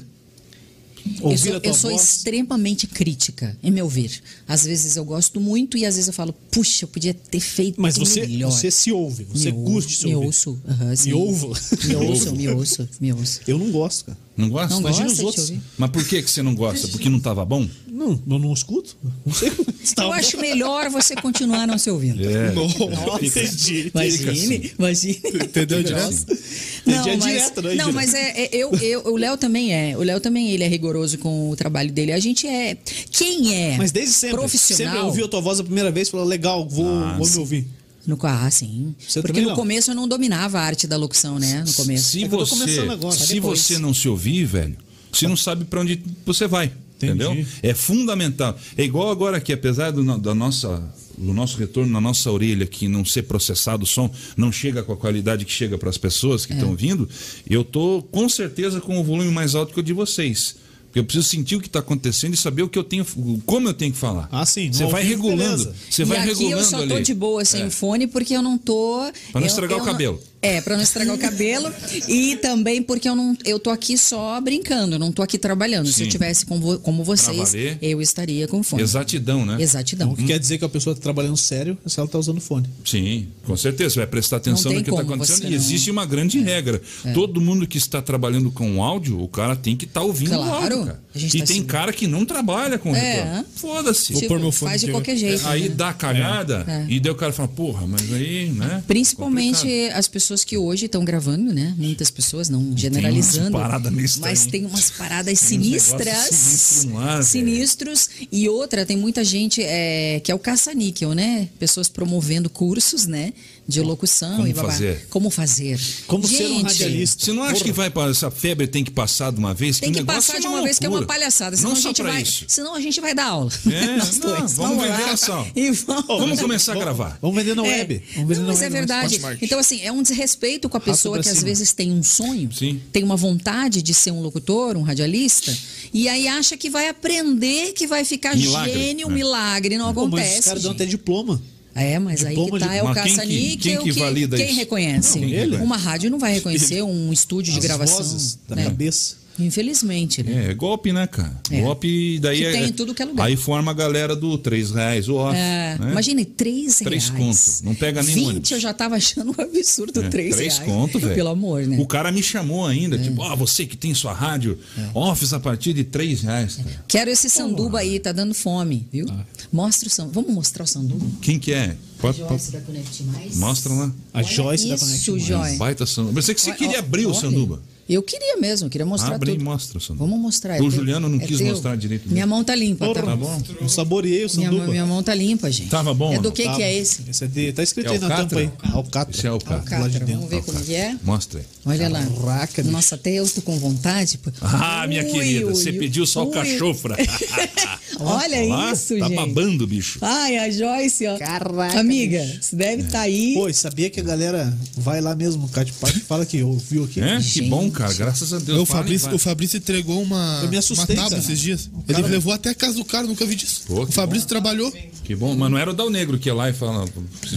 Eu Ouvir sou, a tua eu sou voz? extremamente crítica, em meu ver. Às vezes eu gosto muito e às vezes eu falo, puxa, eu podia ter feito Mas você, melhor. você se ouve, você me curte se me ouvir. ouço. aham, sim. Me ouvo. Me ouço, me ouço, me ouço. Eu não gosto, cara. Não gosta? Não Imagina gosta os de outros. ouvir? Mas por que, que você não gosta? Porque não tava bom? Não, eu não escuto. Não sei. Tá Eu bom. acho melhor você continuar não se ouvindo. É. É. Nossa, entendi. Imagine, imagine. Entendeu Que direto? grossa. Entendi, é direto, né, não, Júlia? mas é, é- eu, eu, o Léo também é. O Léo também ele é rigoroso com o trabalho dele. A gente é. Quem é Mas desde sempre. profissional? Sempre eu ouvi a tua voz a primeira vez e falei, legal, vou, vou me ouvir. No, ah, sim. Você Porque também no não? começo eu não dominava a arte da locução, né? No começo. Se É que eu tô você, começando agora, se depois. você não se ouvir, velho, você não sabe pra onde você vai. Entendeu? É fundamental. É igual agora aqui, apesar do, no- da nossa, do nosso retorno na nossa orelha, que não ser processado o som, não chega com a qualidade que chega para as pessoas que estão ouvindo, eu tô com certeza com o volume mais alto que o de vocês. Porque eu preciso sentir o que está acontecendo e saber o que eu tenho, como eu tenho que falar. Ah, sim, no Você ao vai vivo, regulando. beleza. Você e vai aqui regulando eu só tô ali. É. de boa sem o fone porque eu não tô. Pra não eu- estragar eu o cabelo. É, pra não estragar o cabelo. E também porque eu não. Eu tô aqui só brincando, não tô aqui trabalhando. Se Sim. eu tivesse com vo- como vocês, valer. eu estaria com fone. Exatidão, né? O Exatidão. que quer dizer que a pessoa tá trabalhando sério se ela tá usando fone. Sim, com certeza. Você vai prestar atenção tem no que está como acontecendo. você E não- É, existe uma grande regra. Todo mundo que está trabalhando com áudio, o cara tem que estar ouvindo o Claro. áudio, cara. A gente E tá tem assim. cara que não trabalha com É. retorno. Foda-se. Tipo, pôr meu fone faz de aqui, qualquer jeito. né? Aí dá a cagada É. e daí o cara fala, porra, mas aí, né? Principalmente complicado. as pessoas que hoje estão gravando, né? Muitas pessoas, não umas generalizando. paradas meio estranhas. mas tem umas paradas Tem uns negócios sinistras. sinistros no ar, velho. sinistros. E outra, tem muita gente é, que é o caça-níquel, né? Pessoas promovendo cursos, né? de locução Como e babá. fazer. Como fazer. Como ser um Gente, radialista. Você não acha que vai para essa febre tem que passar de uma vez? Tem que negócio passar de é uma vez que é uma loucura. palhaçada, senão, Não a só gente para vai, isso. senão a gente vai dar aula. É, Nós não, dois. vamos lá vender a ação. E vamos. Vamos começar a gravar. Vamos vender na É. web. Vamos vender Não, na mas é web, né? verdade. Hotmart. Então, assim, é um desrespeito com a pessoa pra que às cima. vezes tem um sonho, Sim. tem uma vontade de ser um locutor, um radialista, e aí acha que vai aprender, que vai ficar Milagre, gênio, né? milagre, não Pô, mas os acontece. caras dão até gente. diploma. É, mas aí que diploma de- tá, é o Mas quem que- quem caça-níquel que valida quem isso? reconhece. Não, ele. Uma rádio não vai reconhecer um estúdio de As gravação. vozes da né? cabeça. Infelizmente, né? É, é golpe, né, cara? É. Golpe, daí Que é. tem em tudo que é lugar. Aí forma a galera do 3 reais, o off. É, né? Imagina, 3 Três reais. conto, não pega nem 20 ônibus. eu já tava achando um absurdo, É, 3 três reais. conto, velho. Pelo amor, né? É. O cara me chamou ainda, tipo, ó, você que tem sua rádio, office a partir de 3 reais. cara. Quero esse sanduba aí, tá dando fome, viu? Mostra o sanduba. Vamos mostrar o sanduba? Quem que é? Ah. Pode- pode- da Connect Mais. Mostra lá. A Joyce da Conect Isso, Mais. Joyce. Baita sanduba. Pensei que você Olha, queria abrir o olha. sanduba. Eu queria mesmo, eu queria mostrar Abre e tudo. mostra o sanduba. Vamos mostrar. é O teu- Juliano não é quis teu. mostrar direito. Minha mão tá limpa, tá, Tá bom? bom? Eu saboreei o Minha, sanduba. mão- minha mão tá limpa, gente. Tava bom É ou do não? que Tá, que é esse? Esse é de, tá escrito É aí na tampa alcatra? aí. Alcatra. Esse é o cara. Lá de Alcatra, dentro. vamos ver como que é. Mostra aí. Olha lá. Caraca, bicho. Nossa, até eu tô com vontade. pô. Ah, minha Ui, querida, ui, você ui. pediu só o Ui. cachofra. Olha Lá, isso, Tá gente. babando, bicho. Ai, a Joyce, ó. Caraca. Amiga, você deve estar É. aí. Pô, e sabia que a galera vai lá mesmo, Cátia Parte, fala que ouviu aqui. É? Que Gente. bom, cara. Graças a Deus. O Fala, Fabrício, vai. o Fabrício entregou uma, Eu me assustei, uma tábua cara. esses dias. cara- né? Ele levou até a casa do cara, nunca vi disso. Pô, que o Fabrício trabalhou. Que bom, mas não era o Dal Negro que ia lá e fala.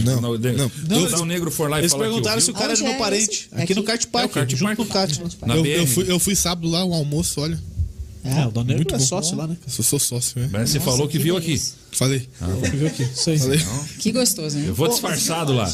Não, o Dal- não. Se o Dal Negro for lá e Eles falar perguntaram se que o cara Aonde é meu é parente. esse? É Aqui no Aqui? Kart É o Kart Park, junto Park. com o Kart. Na Eu, BR. eu fui, eu fui sábado lá, um almoço, olha. É, o Dono Muito é bom. sócio lá, né? Eu sou, sou sócio, né? Mas você falou que, que viu delícia. aqui. Falei. Ah. Viu aqui? Isso aí. Falei. Que gostoso, né? Eu vou disfarçado lá.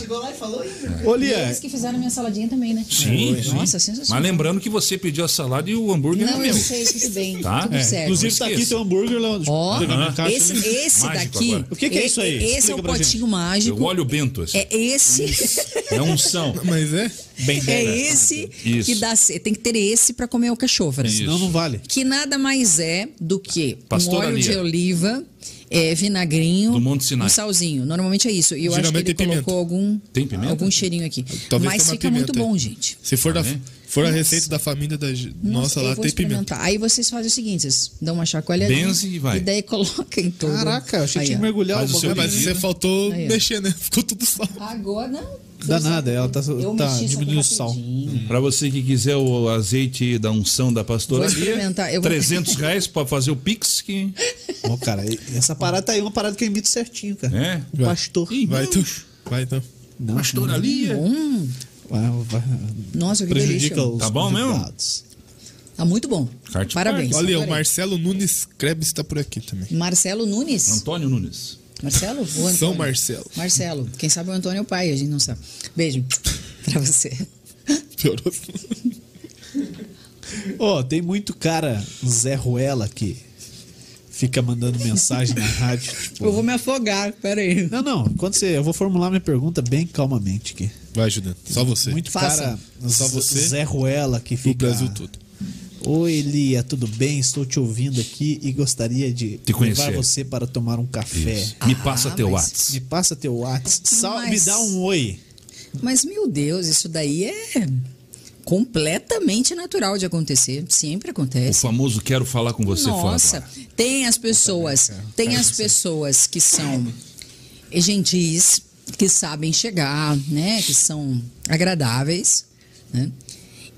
Ô, E Lia, eles que fizeram minha saladinha também, né? É. Sim, sim. Nossa, Mas sensacional. lembrando que você pediu a salada e o hambúrguer não, é Não, meu. eu sei, tudo bem. Tá? Tudo É, certo. inclusive tá aqui esqueça. teu hambúrguer lá. deixa eu Ó, pegar minha caixa né? esse, ali. esse Mágico daqui. agora. O que que é isso aí? Esse Explica é o pra gente. potinho Eu mágico. olho bento. Assim. É esse. É unção. Mas é? Bem É dela. esse Isso. que dá. ce- Tem que ter esse para comer o cachofra. Isso. Senão não vale. Que nada mais é do que um Pastora óleo Lia. de oliva, é, vinagrinho, Do Monte Sinai. um salzinho. Normalmente é isso. E eu acho que Geralmente ele tem pimenta. colocou algum, Tem pimenta? algum cheirinho aqui. Talvez Mas tenha uma fica muito pimenta aí. bom, gente. Se for, da, bem? for a receita da família da nossa, nossa eu lá, vou tem pimenta. experimentar. Aí vocês fazem o seguinte, vocês dão uma chacoalhadinha. Benze e vai. E daí coloca em tudo. Caraca, eu achei que Aí, tinha ó. que mergulhar um o Faz o seu bagulho. É, mas você faltou Aí, ó. mexer, né? Ficou tudo só. Agora não. Danada, ela tá- Eu mexi um tá isso aqui diminuindo o sal. rapidinho. Pra você que quiser o azeite da unção da pastora Vou Lia, experimentar, eu vou- 300 reais pra fazer o pix. Que... Ó, cara, e- essa parada aí é uma parada que eu imito certinho, cara. É? O pastor. Ih, Vai então. Vai então. Não, pastora Lia. Hum, não. Vai- vai- nossa, que delícia. Prejudica os Tá bom mesmo? convidados. Tá muito bom. Carte Parabéns. Olha, o adorei. Marcelo Nunes Krebs está por aqui também. Marcelo Nunes. Antônio Nunes. Marcelo? Ou então. Antônio? São Marcelo. Marcelo. Quem sabe o Antônio é o pai, a gente não sabe. Beijo pra você. Piorou. Ó, tem muito cara Zé Ruela que fica mandando mensagem na rádio. tipo, Eu vou me afogar, peraí. Não, não. Quando você, eu vou formular minha pergunta bem calmamente aqui. Vai, Juliano. Só você. Muito Faça. cara, Só Z- você Zé Ruela que do fica. Brasil todo. Oi, Lia, tudo bem? Estou te ouvindo aqui e gostaria de Te conhecer. levar você para tomar um café. Isso. Me Ah, passa teu mas- WhatsApp. Me passa teu WhatsApp. Sal, Mas- Me dá um oi. Mas, meu Deus, isso daí é completamente natural de acontecer. Sempre O acontece. famoso quero falar com você Nossa, fora. do ar. tem as pessoas, tem as pessoas que são gentis, que sabem chegar, né? Que são agradáveis, né?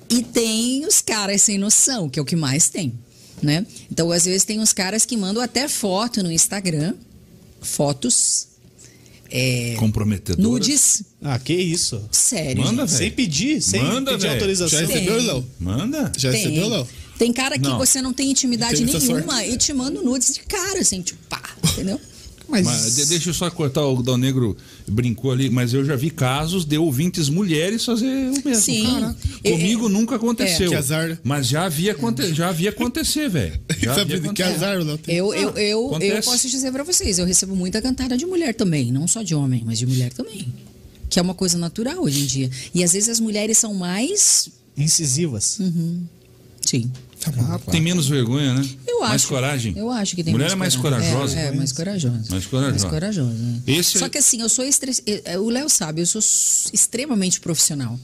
E tem os caras sem noção, que é o que mais tem, né? Então, às vezes, tem uns caras que mandam até foto no Instagram, fotos, é, Comprometedor. nudes, Ah, que isso. sério. Manda, gente. velho. Sem pedir, sem pedir Manda, velho. Já é autorização. recebeu, Léo? Manda. Já recebeu, Léo? Tem cara que Não. você não tem intimidade Teve essa nenhuma e te manda nudes de cara, assim, tipo, pá, entendeu? Mas, Mas de- deixa eu só cortar, o Dal Negro brincou ali, mas eu já vi casos de ouvintes mulheres fazer o mesmo. Sim. cara. É, Comigo é. nunca aconteceu. É. Que azar. Mas já havia, aconte já havia acontecer, velho. Já havia Sabe de que acontecer. azar, Léo? tem? Eu, eu, eu, eu acontece. posso dizer pra vocês, eu recebo muita cantada de mulher também, não só de homem, mas de mulher também. Que é uma coisa natural hoje em dia. E às vezes as mulheres são mais. incisivas. Sim. Tá maluco. Tem menos vergonha, né? Eu acho. Mais coragem. Eu acho que tem Mulher é mais corajosa. É, é, mais corajosa. Mais corajosa. Mais corajosa. é. Esse- Só que assim, eu sou estre... eh, o Léo sabe, eu sou s- extremamente profissional.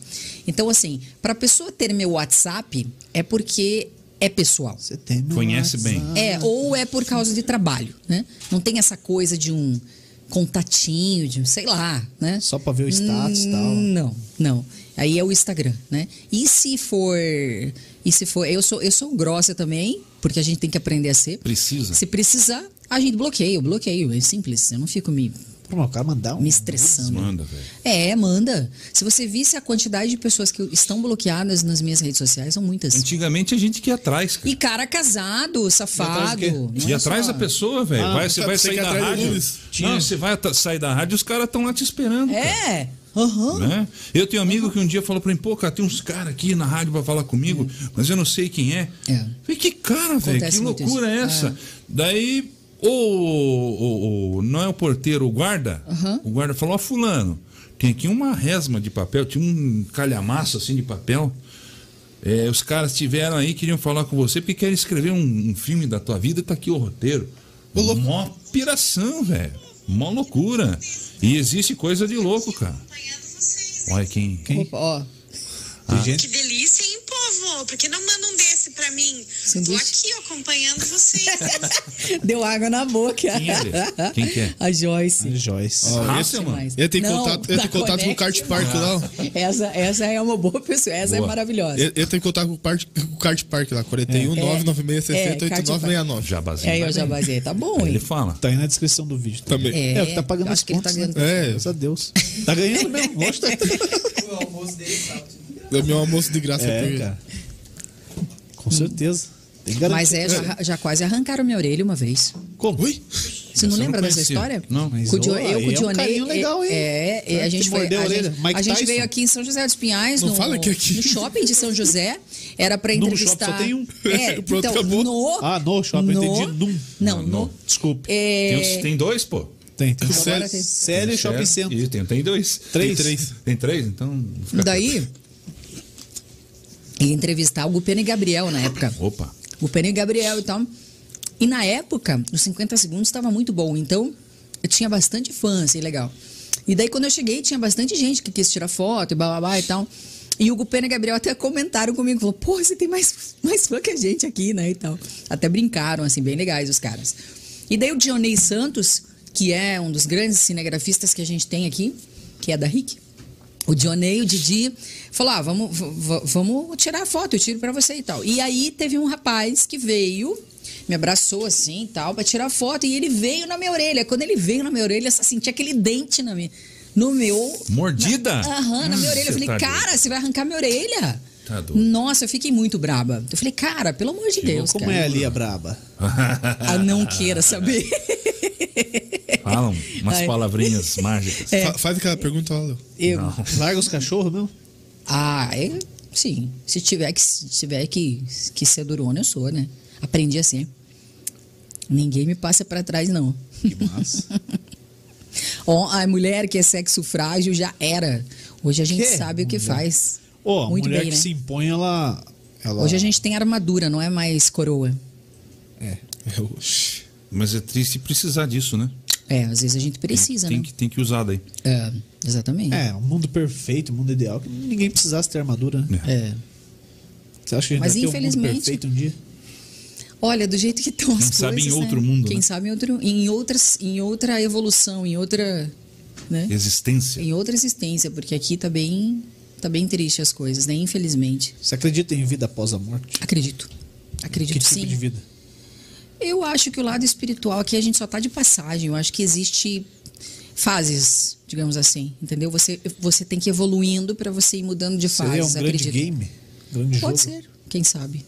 Então assim, para pessoa ter meu WhatsApp é porque é pessoal. Você tem meu Conhece bem. WhatsApp. É, ou é por causa de trabalho, né? Não tem essa coisa de um contatinho, de um, sei lá, né? Hum, Só pra ver o status e tal. Não, não. Aí é o Instagram, né? E se for. E se for. Eu sou, eu sou grossa também, porque a gente tem que aprender a ser. Precisa. Se precisar, a gente bloqueia, eu bloqueio. É simples. Eu não fico me, Pô, mas o cara mandar um. me estressando. Manda, velho. É, manda. Se você visse a quantidade de pessoas que estão bloqueadas nas minhas redes sociais, são muitas. Antigamente a gente que ia atrás, cara. E cara casado, safado. quê? não E é atrás só- da pessoa, velho. Ah, Vai- você sabe, vai você sair que da atrás rádio. deles. Não, Tinha. você vai at- sair da rádio os caras estão lá te esperando. cara. É. Aham. Né? Eu tenho um amigo que um dia falou pra mim, pô, cara, tem uns caras aqui na rádio pra falar comigo, mas eu não sei quem é. É. Falei, que cara, velho, que Acontece muito loucura é isso. essa? Daí, o, o- o- não é o porteiro, o guarda, o guarda falou, ó, fulano, tem aqui uma resma de papel, tinha um calhamaço assim de papel. É, os caras tiveram aí, queriam falar com você, porque querem escrever um, um filme da tua vida, tá aqui o roteiro. Mó piração, velho. Mó loucura. E existe coisa de louco, cara. Olha quem. quem? Opa, ó. Tem gente Que delícia, hein, povo? Por que não manda um desse pra mim? Sanduíche. Tô aqui ó, acompanhando vocês. Deu água na boca. Quem é ele? Quem que é? A Joyce. de Joyce. Hasselman? Demais. Eu tenho Não, contato, eu da tenho contato com o Conex, Kart Park lá. ó. Essa, essa é uma boa pessoa, essa Boa. é maravilhosa. Eu, eu tenho contato com o, Park, com o Kart Park lá. 41 996 60 8969. Jabazinho. É, eu tá já bem. basei. Tá bom, Aí Ele é hein? fala. Tá aí na descrição do vídeo. tá? Também. É, o que tá pagando eu as acho que ele contas, tá ganhando. É. Graças a Deus. Tá ganhando mesmo, gosta. Deu meu almoço de graça. É, porque- cara. Com certeza. Tem garantia. Hum. Mas é, já, já quase arrancaram minha orelha uma vez. Como? Ui? Você não Essa eu lembra não dessa conhecia. história? Não. Com Mas, o Dio- ó, eu aí com o é um Dionei. carinho legal, hein? Né? É, é, a Que gente foi. mordeu a A orelha. gente, Mike a gente Tyson. veio aqui em São José dos Pinhais, Não no, fala que aqui- no shopping de São José. Era pra Num entrevistar. shopping só tem um. É, Pronto, então, acabou. no. Ah, no shopping, eu entendi, num. Não, Não, no. no. Desculpe. É, Tem, uns- tem dois, pô. Tem, tem. Agora Sério? tem- Série Shopping Center. Isso, tem, tem dois. Três. Tem três, Tem três? então. não fica Daí, ia entrevistar o Gupena e Gabriel na época. quieto. Opa. O Gupena e Gabriel e tal. E na época, os 50 segundos estava muito bom. Então, eu tinha bastante fã, assim, legal. E daí, quando eu cheguei, tinha bastante gente que quis tirar foto e blá, blá, blá e tal. E o Gupena e Gabriel até comentaram comigo, falou, pô, você tem mais, mais fã que a gente aqui, né, e tal. Até brincaram, assim, bem legais os caras. E daí o Dionei Santos, que é um dos grandes cinegrafistas que a gente tem aqui, que é da RIC, o Dionei, o Didi, falou: ah, vamos, v- v- vamos tirar a foto, eu tiro pra você e tal. E aí teve um rapaz que veio, me abraçou assim e tal, pra tirar foto, e ele veio na minha orelha. Quando ele veio na minha orelha, eu só senti aquele dente na minha. No meu. Mordida? Aham, na minha Hum, orelha. Eu cê falei, tá cara, você vai arrancar minha orelha. Tá doido. Nossa, eu fiquei muito braba. Eu falei, cara, pelo amor de Deus. Como cara. é ali a braba? Ah, não queira saber. doido. Falam umas Ai. É. palavrinhas mágicas. Fa- faz aquela pergunta lá, Léo. Eu, Não. Larga os cachorros mesmo? Ah, é, sim. Se tiver que, se tiver que, que ser durona, eu sou, né? Aprendi assim. Ninguém me passa pra trás, não. Que massa. Ó, a mulher que é sexo frágil já era. Hoje a gente Que? sabe o que faz. Ó, a Muito mulher bem, que né? se impõe, ela. ela... Hoje a gente tem armadura, não é mais coroa. É, oxi. Mas é triste precisar disso, né? É, às vezes a gente precisa, tem, né? que, tem que usar daí. É, exatamente. É, um mundo perfeito, um mundo ideal, que ninguém precisasse ter armadura, né? É. É. Você acha que a gente Mas vai ter um mundo infelizmente- perfeito um dia? Olha, do jeito que estão as Quem sabe em coisas, né? outro mundo, Quem né? sabe em, outro, em, outras, em outra evolução, em outra... Né? Existência. em outra existência, porque aqui tá bem, tá bem triste as coisas, né? Infelizmente. Você acredita em vida após a morte? Acredito. Que Acredito tipo sim. de vida? Eu acho que o lado espiritual aqui a gente só tá de passagem. Eu acho que existe fases, digamos assim, entendeu? Você, você tem que ir evoluindo para você ir mudando de fase, Seria um grande acredito. game? Grande jogo? Pode ser, quem sabe.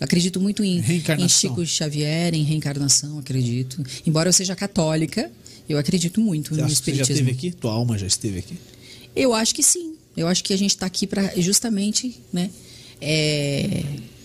Acredito muito em, Reencarnação. em Chico Xavier, em reencarnação, acredito. Embora eu seja católica, eu acredito muito Você no acha que você já espiritismo. esteve aqui? Tua alma já esteve aqui? Eu acho que sim. Eu acho que a gente está aqui para justamente, né, é,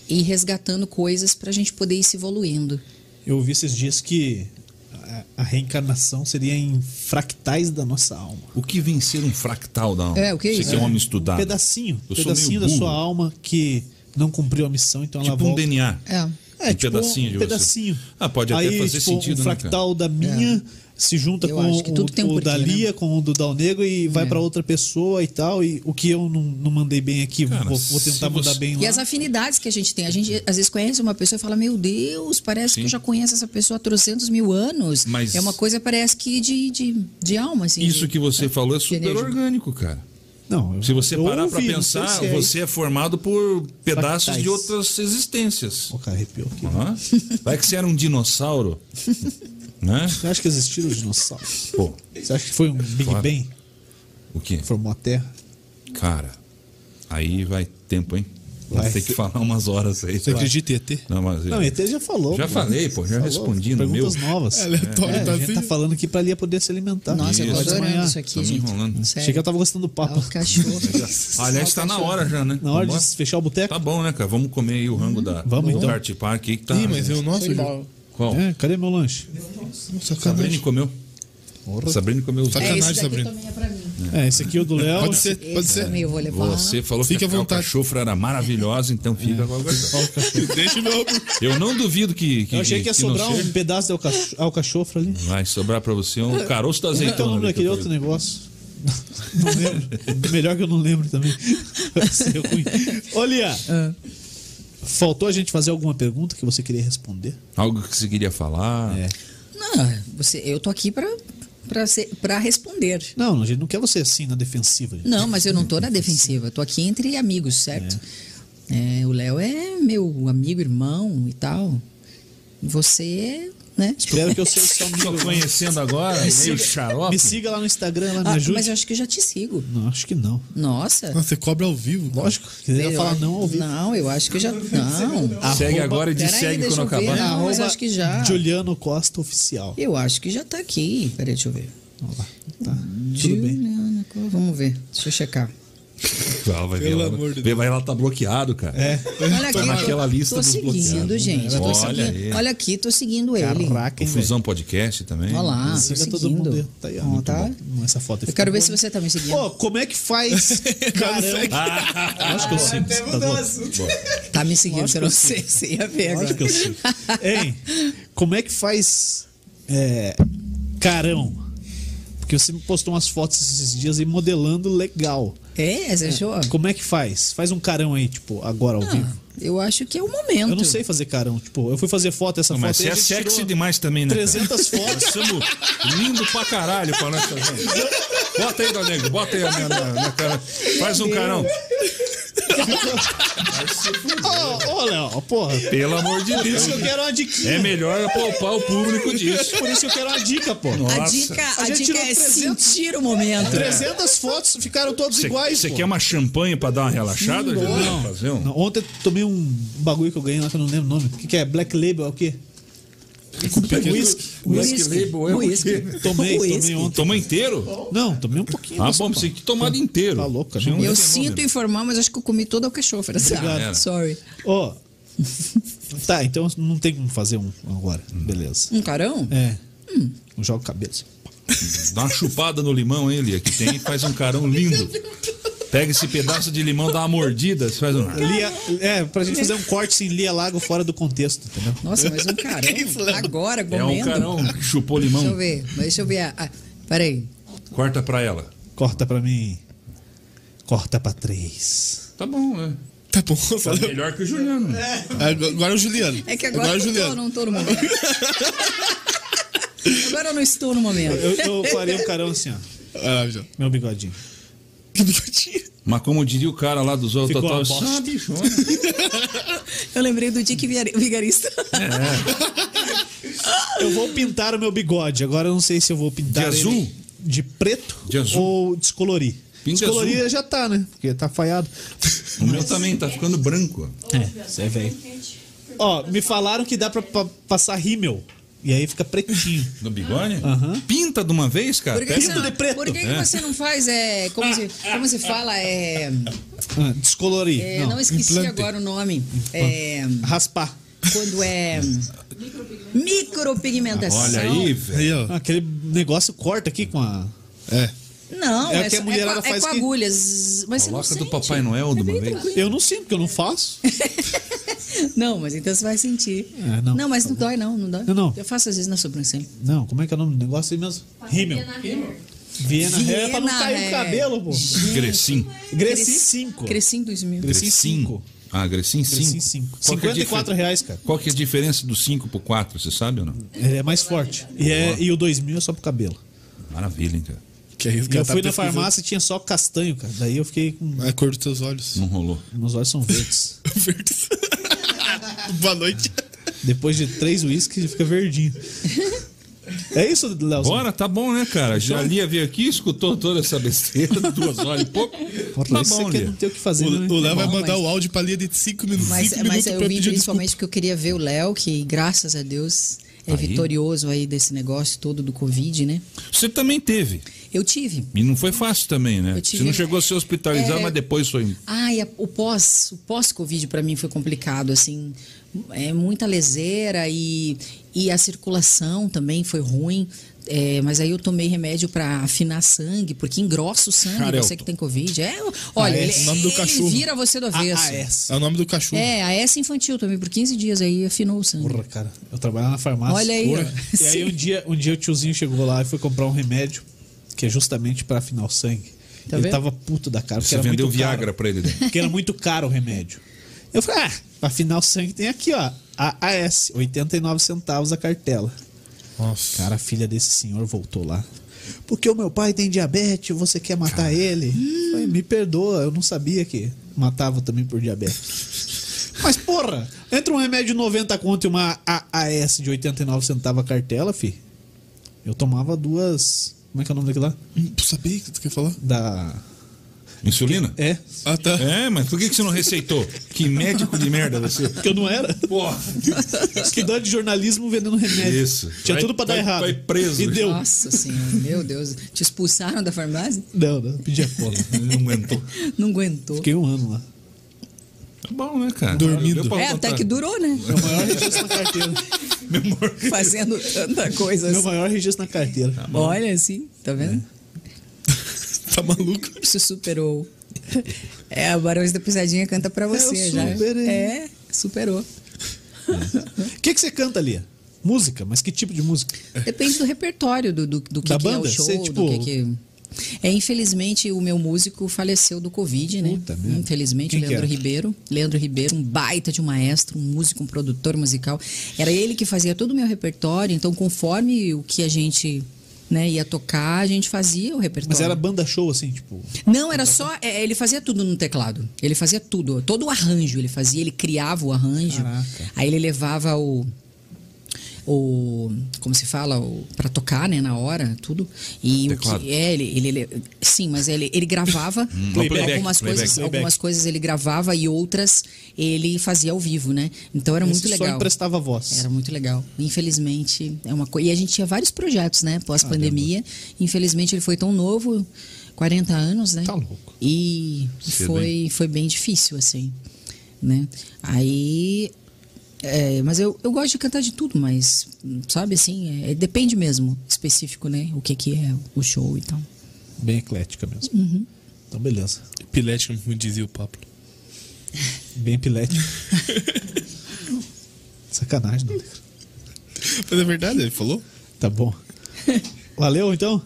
ir resgatando coisas para a gente poder ir se evoluindo. Eu ouvi esses dias que a, a reencarnação seria em fractais da nossa alma. O que vem ser um fractal da alma? É, o que é Você isso? que é um É. homem estudado. pedacinho, Eu sou pedacinho meio da burro. sua alma que não cumpriu a missão, então ela Tipo um volta. DNA. É. É, Um pedacinho de um você. pedacinho. Ah, pode até Aí, fazer tipo, sentido, né, Um fractal da minha se junta É. Eu com acho que o, tudo tem um o porquê, da né? Lia, com o do Dal Negro e vai É. pra outra pessoa e tal. E o que eu não, não mandei bem aqui, Cara, vou, vou se tentar mandar você- bem E lá. as afinidades que a gente tem. A gente às vezes conhece uma pessoa e fala: Meu Deus, parece Sim. que eu já conheço essa pessoa há 300 mil anos. Mas- É uma coisa, parece que de, de, de alma, assim. Isso de- que você falou é super energia. orgânico, cara. Não, eu- Se você eu parar pra ouvi, não sei pensar, se é isso. você é formado por pedaços Fractais. de outras existências. Pô, cara, arrepiou aqui. Hã? Vai que você era um dinossauro, né? Você acha que existiram os dinossauros? Pô, Você acha que foi um Big Claro. Bang? o quê? Formou a Terra? Cara, aí vai tempo, hein? Vai Vai. ter que falar umas horas aí. Você acredita em ET? Não, mas... Não, ET já falou. É. Já pô. falei, pô, já né? Falou. respondi no Perguntas meu. novas. Aleatório, É, tá a gente tá assim. falando aqui pra Lia poder se alimentar. Nossa, eu tô Isso. adorando Amanhã. isso aqui, Tô me gente. enrolando. Sério. Achei que eu tava gostando do Ah, papo. o cachorro. Aliás, tá na hora já, né? Na hora de Vambora? fechar o boteco? Tá bom, né, cara? Vamos comer aí o rango da Vamos, do então. Art Park aí que tá. Ih, mas eu nosso. Foi Ju. bom. Qual? É, cadê meu lanche? Sabrina Sacanagem. comeu. Sabrina comeu os É, Sacanagem, isso daqui Sabrina. também é pra mim. É, esse aqui é o do Léo. Pode ser, pode Esse ser. também eu vou levar. Você falou Fique que à a vontade. cachofra era maravilhosa, então fica com a alcachofra. Deixa o meu. Eu não duvido que. que Eu achei que ia não sobrar seja. um pedaço de alcacho- alcachofra ali. Vai sobrar pra você um caroço da então, Como é que tá é o nome daquele azeitona. ali que eu outro tô- negócio? Não lembro. Melhor que eu não lembro também. Vai ser ruim. Ô, Lia, É. faltou a gente fazer alguma pergunta que você queria responder? Algo que você queria falar. É. Não, você, eu tô aqui pra, pra, ser, pra responder. Não, a gente não quer você assim na defensiva. gente. Não, mas eu não tô na defensiva. Eu tô aqui entre amigos, certo? É, o Léo é meu amigo, irmão e tal. Você, né? Espero que eu seja seu amigo. Tô conhecendo agora, meio xarope. Me siga lá no Instagram, lá me Ah, ajude. mas eu acho que eu já te sigo. Não, acho que não. Nossa. Nossa, você cobra ao vivo. cara. Lógico. Se quiser Eu falar acho- não, ao vivo. Não, eu acho que eu já. Não. Segue agora e diz Peraí, segue deixa quando eu ver. acabar. Não, mas Arroba acho que já. Juliano Costa Oficial. Eu acho que já tá aqui. Peraí, deixa eu ver. Olha lá. Tá. Tudo bem. Juliana, qual- vamos ver. Deixa eu checar. Ah, Pelo vai ver, ela, amor de vê, Deus. vai ela tá bloqueado, cara. É. Olha aqui, Tá naquela eu tô, lista tô dos seguindo, bloqueados. gente. eu tô Olha seguindo. aí. Olha aqui, tô seguindo ele. né? Caraca, O hein, velho. Fusão Podcast também. Olha lá, tô Siga Ah, seguindo. todo mundo. Tá aí, ó. Ó, Muito tá? bom. Essa foto Eu quero ver se você tá me seguindo. Pô, como é que faz? Caramba. Ah, Acho que eu sigo. Tá louco? Tá me seguindo, Lógico você não sei se ia ver agora. Acho que eu sigo. Hein? Como é que faz é, carão? Porque você me postou umas fotos esses dias aí modelando legal. É, você achou? Como é que faz? Faz um carão aí, tipo, agora ao Ah, vivo. eu acho que é o momento. Eu não sei fazer carão. Tipo, eu fui fazer foto, essa Não, foto mas aí. você a é gente sexy tirou demais também, né? cara? 300 Nós fotos. somos lindo pra caralho pra nós fazer. Bota aí, Dalnego, bota aí na, na, na cara. Faz um carão. Ô, ô, Léo, porra. Pelo amor de Por Deus. isso que eu quero uma diquinha. É melhor poupar o público disso. Por isso que eu quero uma dica, pô. A Nossa. dica, A a gente dica tirou é 300. sentir o momento. 300 fotos ficaram todos Você- iguais. Você pô. É. quer uma champanhe pra dar uma relaxada? Não, não. Fazer um? Não, ontem eu tomei um bagulho que eu ganhei lá que eu não lembro o nome. O que, que é? Black Label é o quê? Whisky. Whisky. Whisky. Tomei, Whisky. tomei um. ontem. Toma inteiro? Não, tomei um pouquinho. Ah, mas, bom, pô, você tem que tomar inteiro. Tá louco, cara. Tinha um Eu fenômeno. sinto informar, mas acho que eu comi toda a cachofra. Era. Sabe? É. Sorry. Ó. tá, então não tem como fazer um agora. Hum. Beleza. Um carão? É. Eu jogo cabeça. Dá uma chupada no limão, hein, Lia, que tem e faz um carão lindo. Pega esse pedaço de limão, dá uma mordida, você faz um. Lia, é, pra gente fazer um corte sem Lia Lago fora do contexto, entendeu? Nossa, mas um carão? Agora, É um Tá comendo? carão que chupou Deixa eu limão. ver. mas Deixa eu ver. a- a- peraí. Corta pra ela. Corta pra mim. Corta pra três. Tá bom, né? Tá bom, eu Tá falei. melhor que o Juliano. É. Agora agora é o Juliano. É que agora, é o eu Juliano. não tô, não tô no momento. agora eu não estou no momento. Eu, eu faria um carão assim, ó. Ah, já. Meu bigodinho. Que bigodinho. Mas como diria o cara lá do Zorro Ficou Total, uma bosta. ah, bichona. Eu lembrei do Dick Vigar- Vigarista. Eu vou pintar o meu bigode. Agora eu não sei se eu vou pintar. De ele azul? De preto? De azul. Ou descolorir? Pinta descolorir azul. já tá, né? Porque tá falhado. O meu também tá ficando branco. É, você é velho. Ó, assim, me falaram que dá pra, pa- passar rímel. E aí fica pretinho. No bigode? Aham. Pinta de uma vez, cara. Por que, Pega- que você, Pinto de não, preto. por que que É. você não faz. É, como, se, como se fala? É, Ah, descolorir. é, não. não esqueci implante. agora o nome. É, Raspar. quando é. Micropigmentação. é Olha aí, velho. Aí, ó. Ah, Aquele negócio corta aqui com a. É. Não, É é, que a só- mulherada é com, faz é com que- agulhas. Mas é você não Coloca do sente. Papai Noel de É uma bem vez. tranquilo. Eu não sinto, porque eu não faço. Não, mas então você vai sentir. É, não. mas não dói, não, não dói. Não, não. Eu faço às vezes na sobrancelha. Não, como é que é o nome do negócio aí mesmo? Rímel. Viena Hair, pra não Viena cair o Hair. cabelo, pô. Grecim. Grecin Cres- 5. Cresci em 2000. Grecin 5. Ah, Grecim 5. Grecin 5. Qual que é a 54 difer- reais, cara. Qual que é a diferença do 5 pro 4, você sabe ou não? Ele é mais forte. E, é, e o 2000 é só pro cabelo. Maravilha, hein, cara. Que é isso E ela eu tá fui na pesquisando. farmácia e tinha só castanho, cara. Daí eu fiquei com. É a cor dos teus olhos. Não rolou. Meus olhos são verdes. Verdes. Boa noite. Depois de três uísques, ele fica verdinho. É isso, Léo? Bora, tá bom, né, cara? Já Lia veio aqui, escutou toda essa besteira, duas horas e pouco. Tá Isso bom, aqui Lia. não tem o que fazer, O, né? o Léo vai Bom, mandar mas- o áudio pra linha de 5 minutos. Mas, é cinco mas minutos pra eu vim pedir desculpa. principalmente porque eu queria ver o Léo, que graças a Deus é Aí. vitorioso aí desse negócio todo do Covid, né? Você também teve. Eu tive. E não foi fácil também, né? Eu Você tive- não chegou a ser hospitalizado, É. mas depois foi. Ai, a- o pós, o pós-Covid para mim foi complicado, assim, é muita leseira e, e a circulação também foi ruim. é, mas aí eu tomei remédio para afinar sangue, porque engrossa o sangue, Xarelto. você que tem Covid. É, olha, AS, ele, Ah, o nome do ele cachorro. vira você do ah, avesso. AAS. É o nome do cachorro. É, a S infantil também, por 15 dias aí afinou o sangue. Porra, cara. Eu trabalhava na farmácia. Olha aí, Porra. ó. E aí Sim. um dia, um dia o tiozinho chegou lá e foi comprar um remédio, que é justamente pra afinar o sangue. Tá ele vendo? tava puto da cara. porque Você era vendeu muito caro. Viagra pra ele. Né? Porque era muito caro o remédio. Eu falei, ah, pra afinar o sangue tem aqui, ó. A AS, 89 centavos a cartela. Nossa. Cara, a filha desse senhor voltou lá. Porque o meu pai tem diabetes, você quer matar ele? Eu Falei, me perdoa, eu não sabia que matava também por diabetes. Mas porra, entre um remédio de 90 conto e uma AAS de 89 centavos a cartela, fi. Eu tomava duas. Como é que é o nome daquilo lá? Hum, sabia o que tu quer falar? Da. Insulina? É. Ah, tá. É, mas por que que você não receitou? Que médico de merda você. Que eu não era. Porra. Estudante de jornalismo vendendo remédio. Isso. Tinha Vai- tudo pra dar vai- errado. vai preso. E deu. Nossa senhora, meu Deus. Te expulsaram da farmácia? Não, não. Pedi a cola. é Não aguentou. Não aguentou. Fiquei um ano lá. Tá bom, né, cara? Dormindo. Deu pra É, até contar. que durou, né? Meu maior registro na carteira. Fazendo tanta coisa Meu assim. maior registro na carteira. Olha assim, tá vendo? É. Tá maluco? Isso superou. É, a Barões da Pisadinha canta pra você Eu já. É, superei. É, superou. O que, que você canta, Lia? Música, mas que tipo de música? Depende do repertório do, do, do que, Da que é o banda? show, Você, tipo- do que, que- É, infelizmente, o meu músico faleceu do Covid, né? Puta merda. Infelizmente, Quem que Leandro era? Ribeiro. Leandro Ribeiro, um baita de um maestro, um músico, um produtor musical. Era ele que fazia todo o meu repertório, então conforme o que a gente né, ia tocar, a gente fazia o repertório. Mas era banda show, assim, tipo. Não, era só. é, Ele fazia tudo no teclado. Ele fazia tudo. Todo o arranjo ele fazia, ele criava o arranjo. Caraca. Aí ele levava o. O, como se fala, o, pra tocar, né, na hora, tudo. E o Teclado. que, é, ele, ele, ele- sim, mas ele, ele gravava playback, algumas playback. coisas, Playback. algumas coisas ele gravava e outras ele fazia ao vivo, né? Então era muito esse legal. Só emprestava voz. Era muito legal. Infelizmente, é uma coisa. E a gente tinha vários projetos, né? Pós-pandemia. Infelizmente, ele foi tão novo 40 anos, né? Tá louco. E Cedo, foi, foi bem difícil, assim. Né? Aí. é, mas eu, eu gosto de cantar de tudo, mas, sabe assim, é, depende mesmo, específico, né? O que, que é o show e tal. Bem eclética mesmo. Uhum. Então, beleza. Epilético, como dizia o Pablo. Bem epilética. Sacanagem, não. Mas é verdade, ele falou? Tá bom. Valeu, então?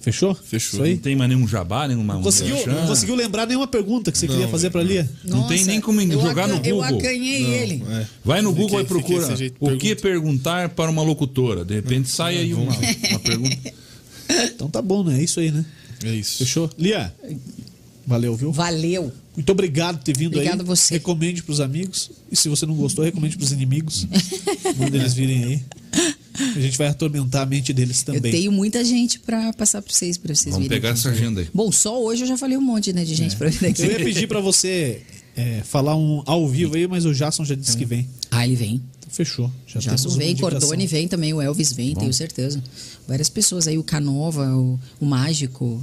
Fechou? Fechou. Isso Não aí? tem mais nenhum jabá, nenhuma. um Conseguiu, merchan? não conseguiu lembrar nenhuma pergunta que você queria fazer pra Lia? Não tem nem como eu jogar no acan- Eu Google. acanhei ele. É. Vai no Fiquei- Google e fiquei procura desse jeito, o que perguntar para uma locutora. De repente sai aí uma, uma pergunta. Então tá bom, né? É isso aí, né? É isso. Fechou? Lia, valeu, viu? Valeu. Muito obrigado por ter vindo aí. Obrigado a você. Recomende pros amigos. E se você não gostou, recomende pros inimigos. Manda eles virem aí. A gente vai atormentar a mente deles Eu também. tenho muita gente pra passar pra vocês, pra vocês Vamos virem. pegar É. essa agenda aí. Bom, só hoje eu já falei um monte, né, de gente pra vir Eu ia daqui. pedir pra você é, falar um ao vivo aí, mas o Jason já É. disse que vem. Ah, ele vem. Então fechou. Já Já temos uma vem, indicação. Cordone vem também, o Elvis vem, tenho certeza. Várias pessoas aí, o Canova, o, o Mágico.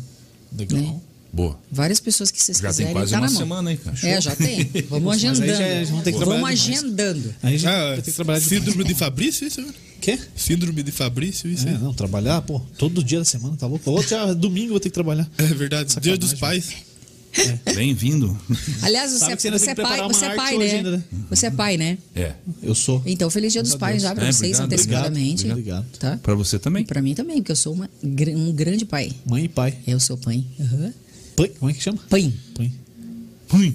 Legal. né? Boa. Várias pessoas que vocês Já tem quiserem, quase tá uma na mão. semana, hein, cara? É, já tem. Vamos Mas aí agendando. já- já vão ter que Vamos trabalhar demais. agendando. Aí a gente Ah, vai ter que trabalhar de síndrome de Fabrício, isso? né? Quê? Síndrome de Fabrício, isso? É, né? não, trabalhar, pô, todo dia da semana, tá louco? Outro já, domingo eu vou ter que trabalhar. É, verdade. Dia dos Pais. É. Bem-vindo. Aliás, você, Sabe que você ainda você tem é que pai, preparar você uma é pai, arte né? hoje ainda, né? Você é pai, né? É. Eu sou. Então, feliz dia dos pais já pra É, vocês obrigado, antecipadamente. obrigado, obrigado. Tá? Pra você também. E pra mim também, porque eu sou uma gr- um grande pai. Mãe e pai. Eu sou pai. Uhum. Pai, como é que chama? Pai. Pai. Hum.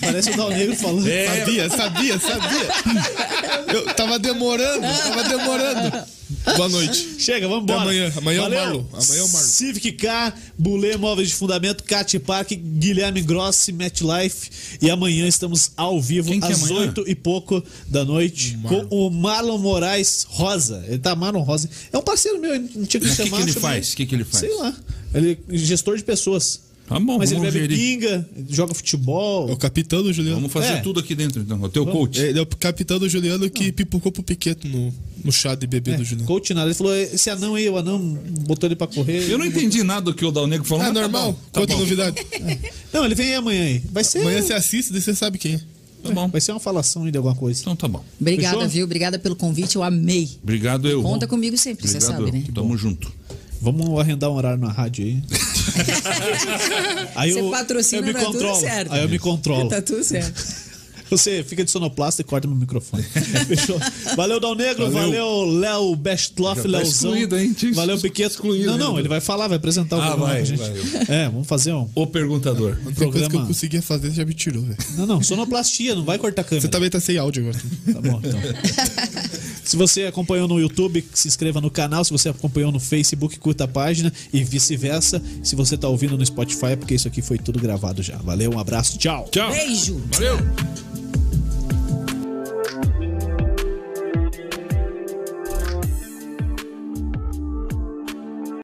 Parece o Dal É. Negro falando. Sabia, sabia, sabia. É. Eu tava demorando, tava demorando. Boa noite. Chega, vamos embora. Até amanhã. Amanhã é o Valeu. Marlon. Amanhã é o Marlon. Civic Car, Bulê Móveis de Fundamento, Cate Park, Guilherme Grossi, MetLife. E amanhã estamos ao vivo Quem que é às amanhã? oito e pouco da noite com o Marlon Moraes Rosa. Ele tá Marlon Rosa. É um parceiro meu, ele não tinha que Mas o que chamar. que ele chamei. faz? O que que ele faz? Sei lá. Ele é gestor de pessoas. Tá bom, Mas ele vamos bebe ver ele. pinga, joga futebol. É o capitão do Juliano. Vamos fazer É. tudo aqui dentro, então. O teu coach. Ele é o capitão do Juliano que pipucou pro Piqueto no, no chá de bebê tá do É, Juliano. coach nada. Ele falou: esse anão aí, o anão botou ele pra correr. Eu não entendi nada do que o Dalnego falou. Ah, mas tá normal. bom, Tá Quanta bom. novidade. Não, ele vem amanhã aí. Vai ser, um- Amanhã você assiste e você sabe quem é. Tá bom. vai ser uma falação aí de alguma coisa. Então tá bom. Obrigada, Fechou? viu? Obrigada pelo convite, eu amei. Obrigado, eu. Conta comigo sempre, Obrigado, você sabe, né? eu. Tamo junto. Vamos arrendar um horário na rádio aí. aí Você patrocina, eu me não é tudo controlo. certo. Aí eu me controlo. Tá tudo certo. Você fica de sonoplasta e corta meu microfone. Fechou? Valeu, Dal Negro. Valeu. Valeu, Léo Bestloff, Já tá Léozão. excluído, hein? Tinha Valeu, exclu- Piqueto. excluído, não, hein, não, Dudu? ele vai falar, vai apresentar o Ah, programa. vai, gente. É, vamos fazer um. O perguntador. Uma coisa que eu Programa. conseguia fazer, você já me tirou, velho. Não, não, sonoplastia, não vai cortar a câmera. Você também tá sem áudio agora. Tá bom, então. se você acompanhou no YouTube, se inscreva no canal. Se você acompanhou no Facebook, curta a página e vice-versa. Se você tá ouvindo no Spotify, é porque isso aqui foi tudo gravado já. Valeu, um abraço, tchau. Tchau. Beijo. Valeu.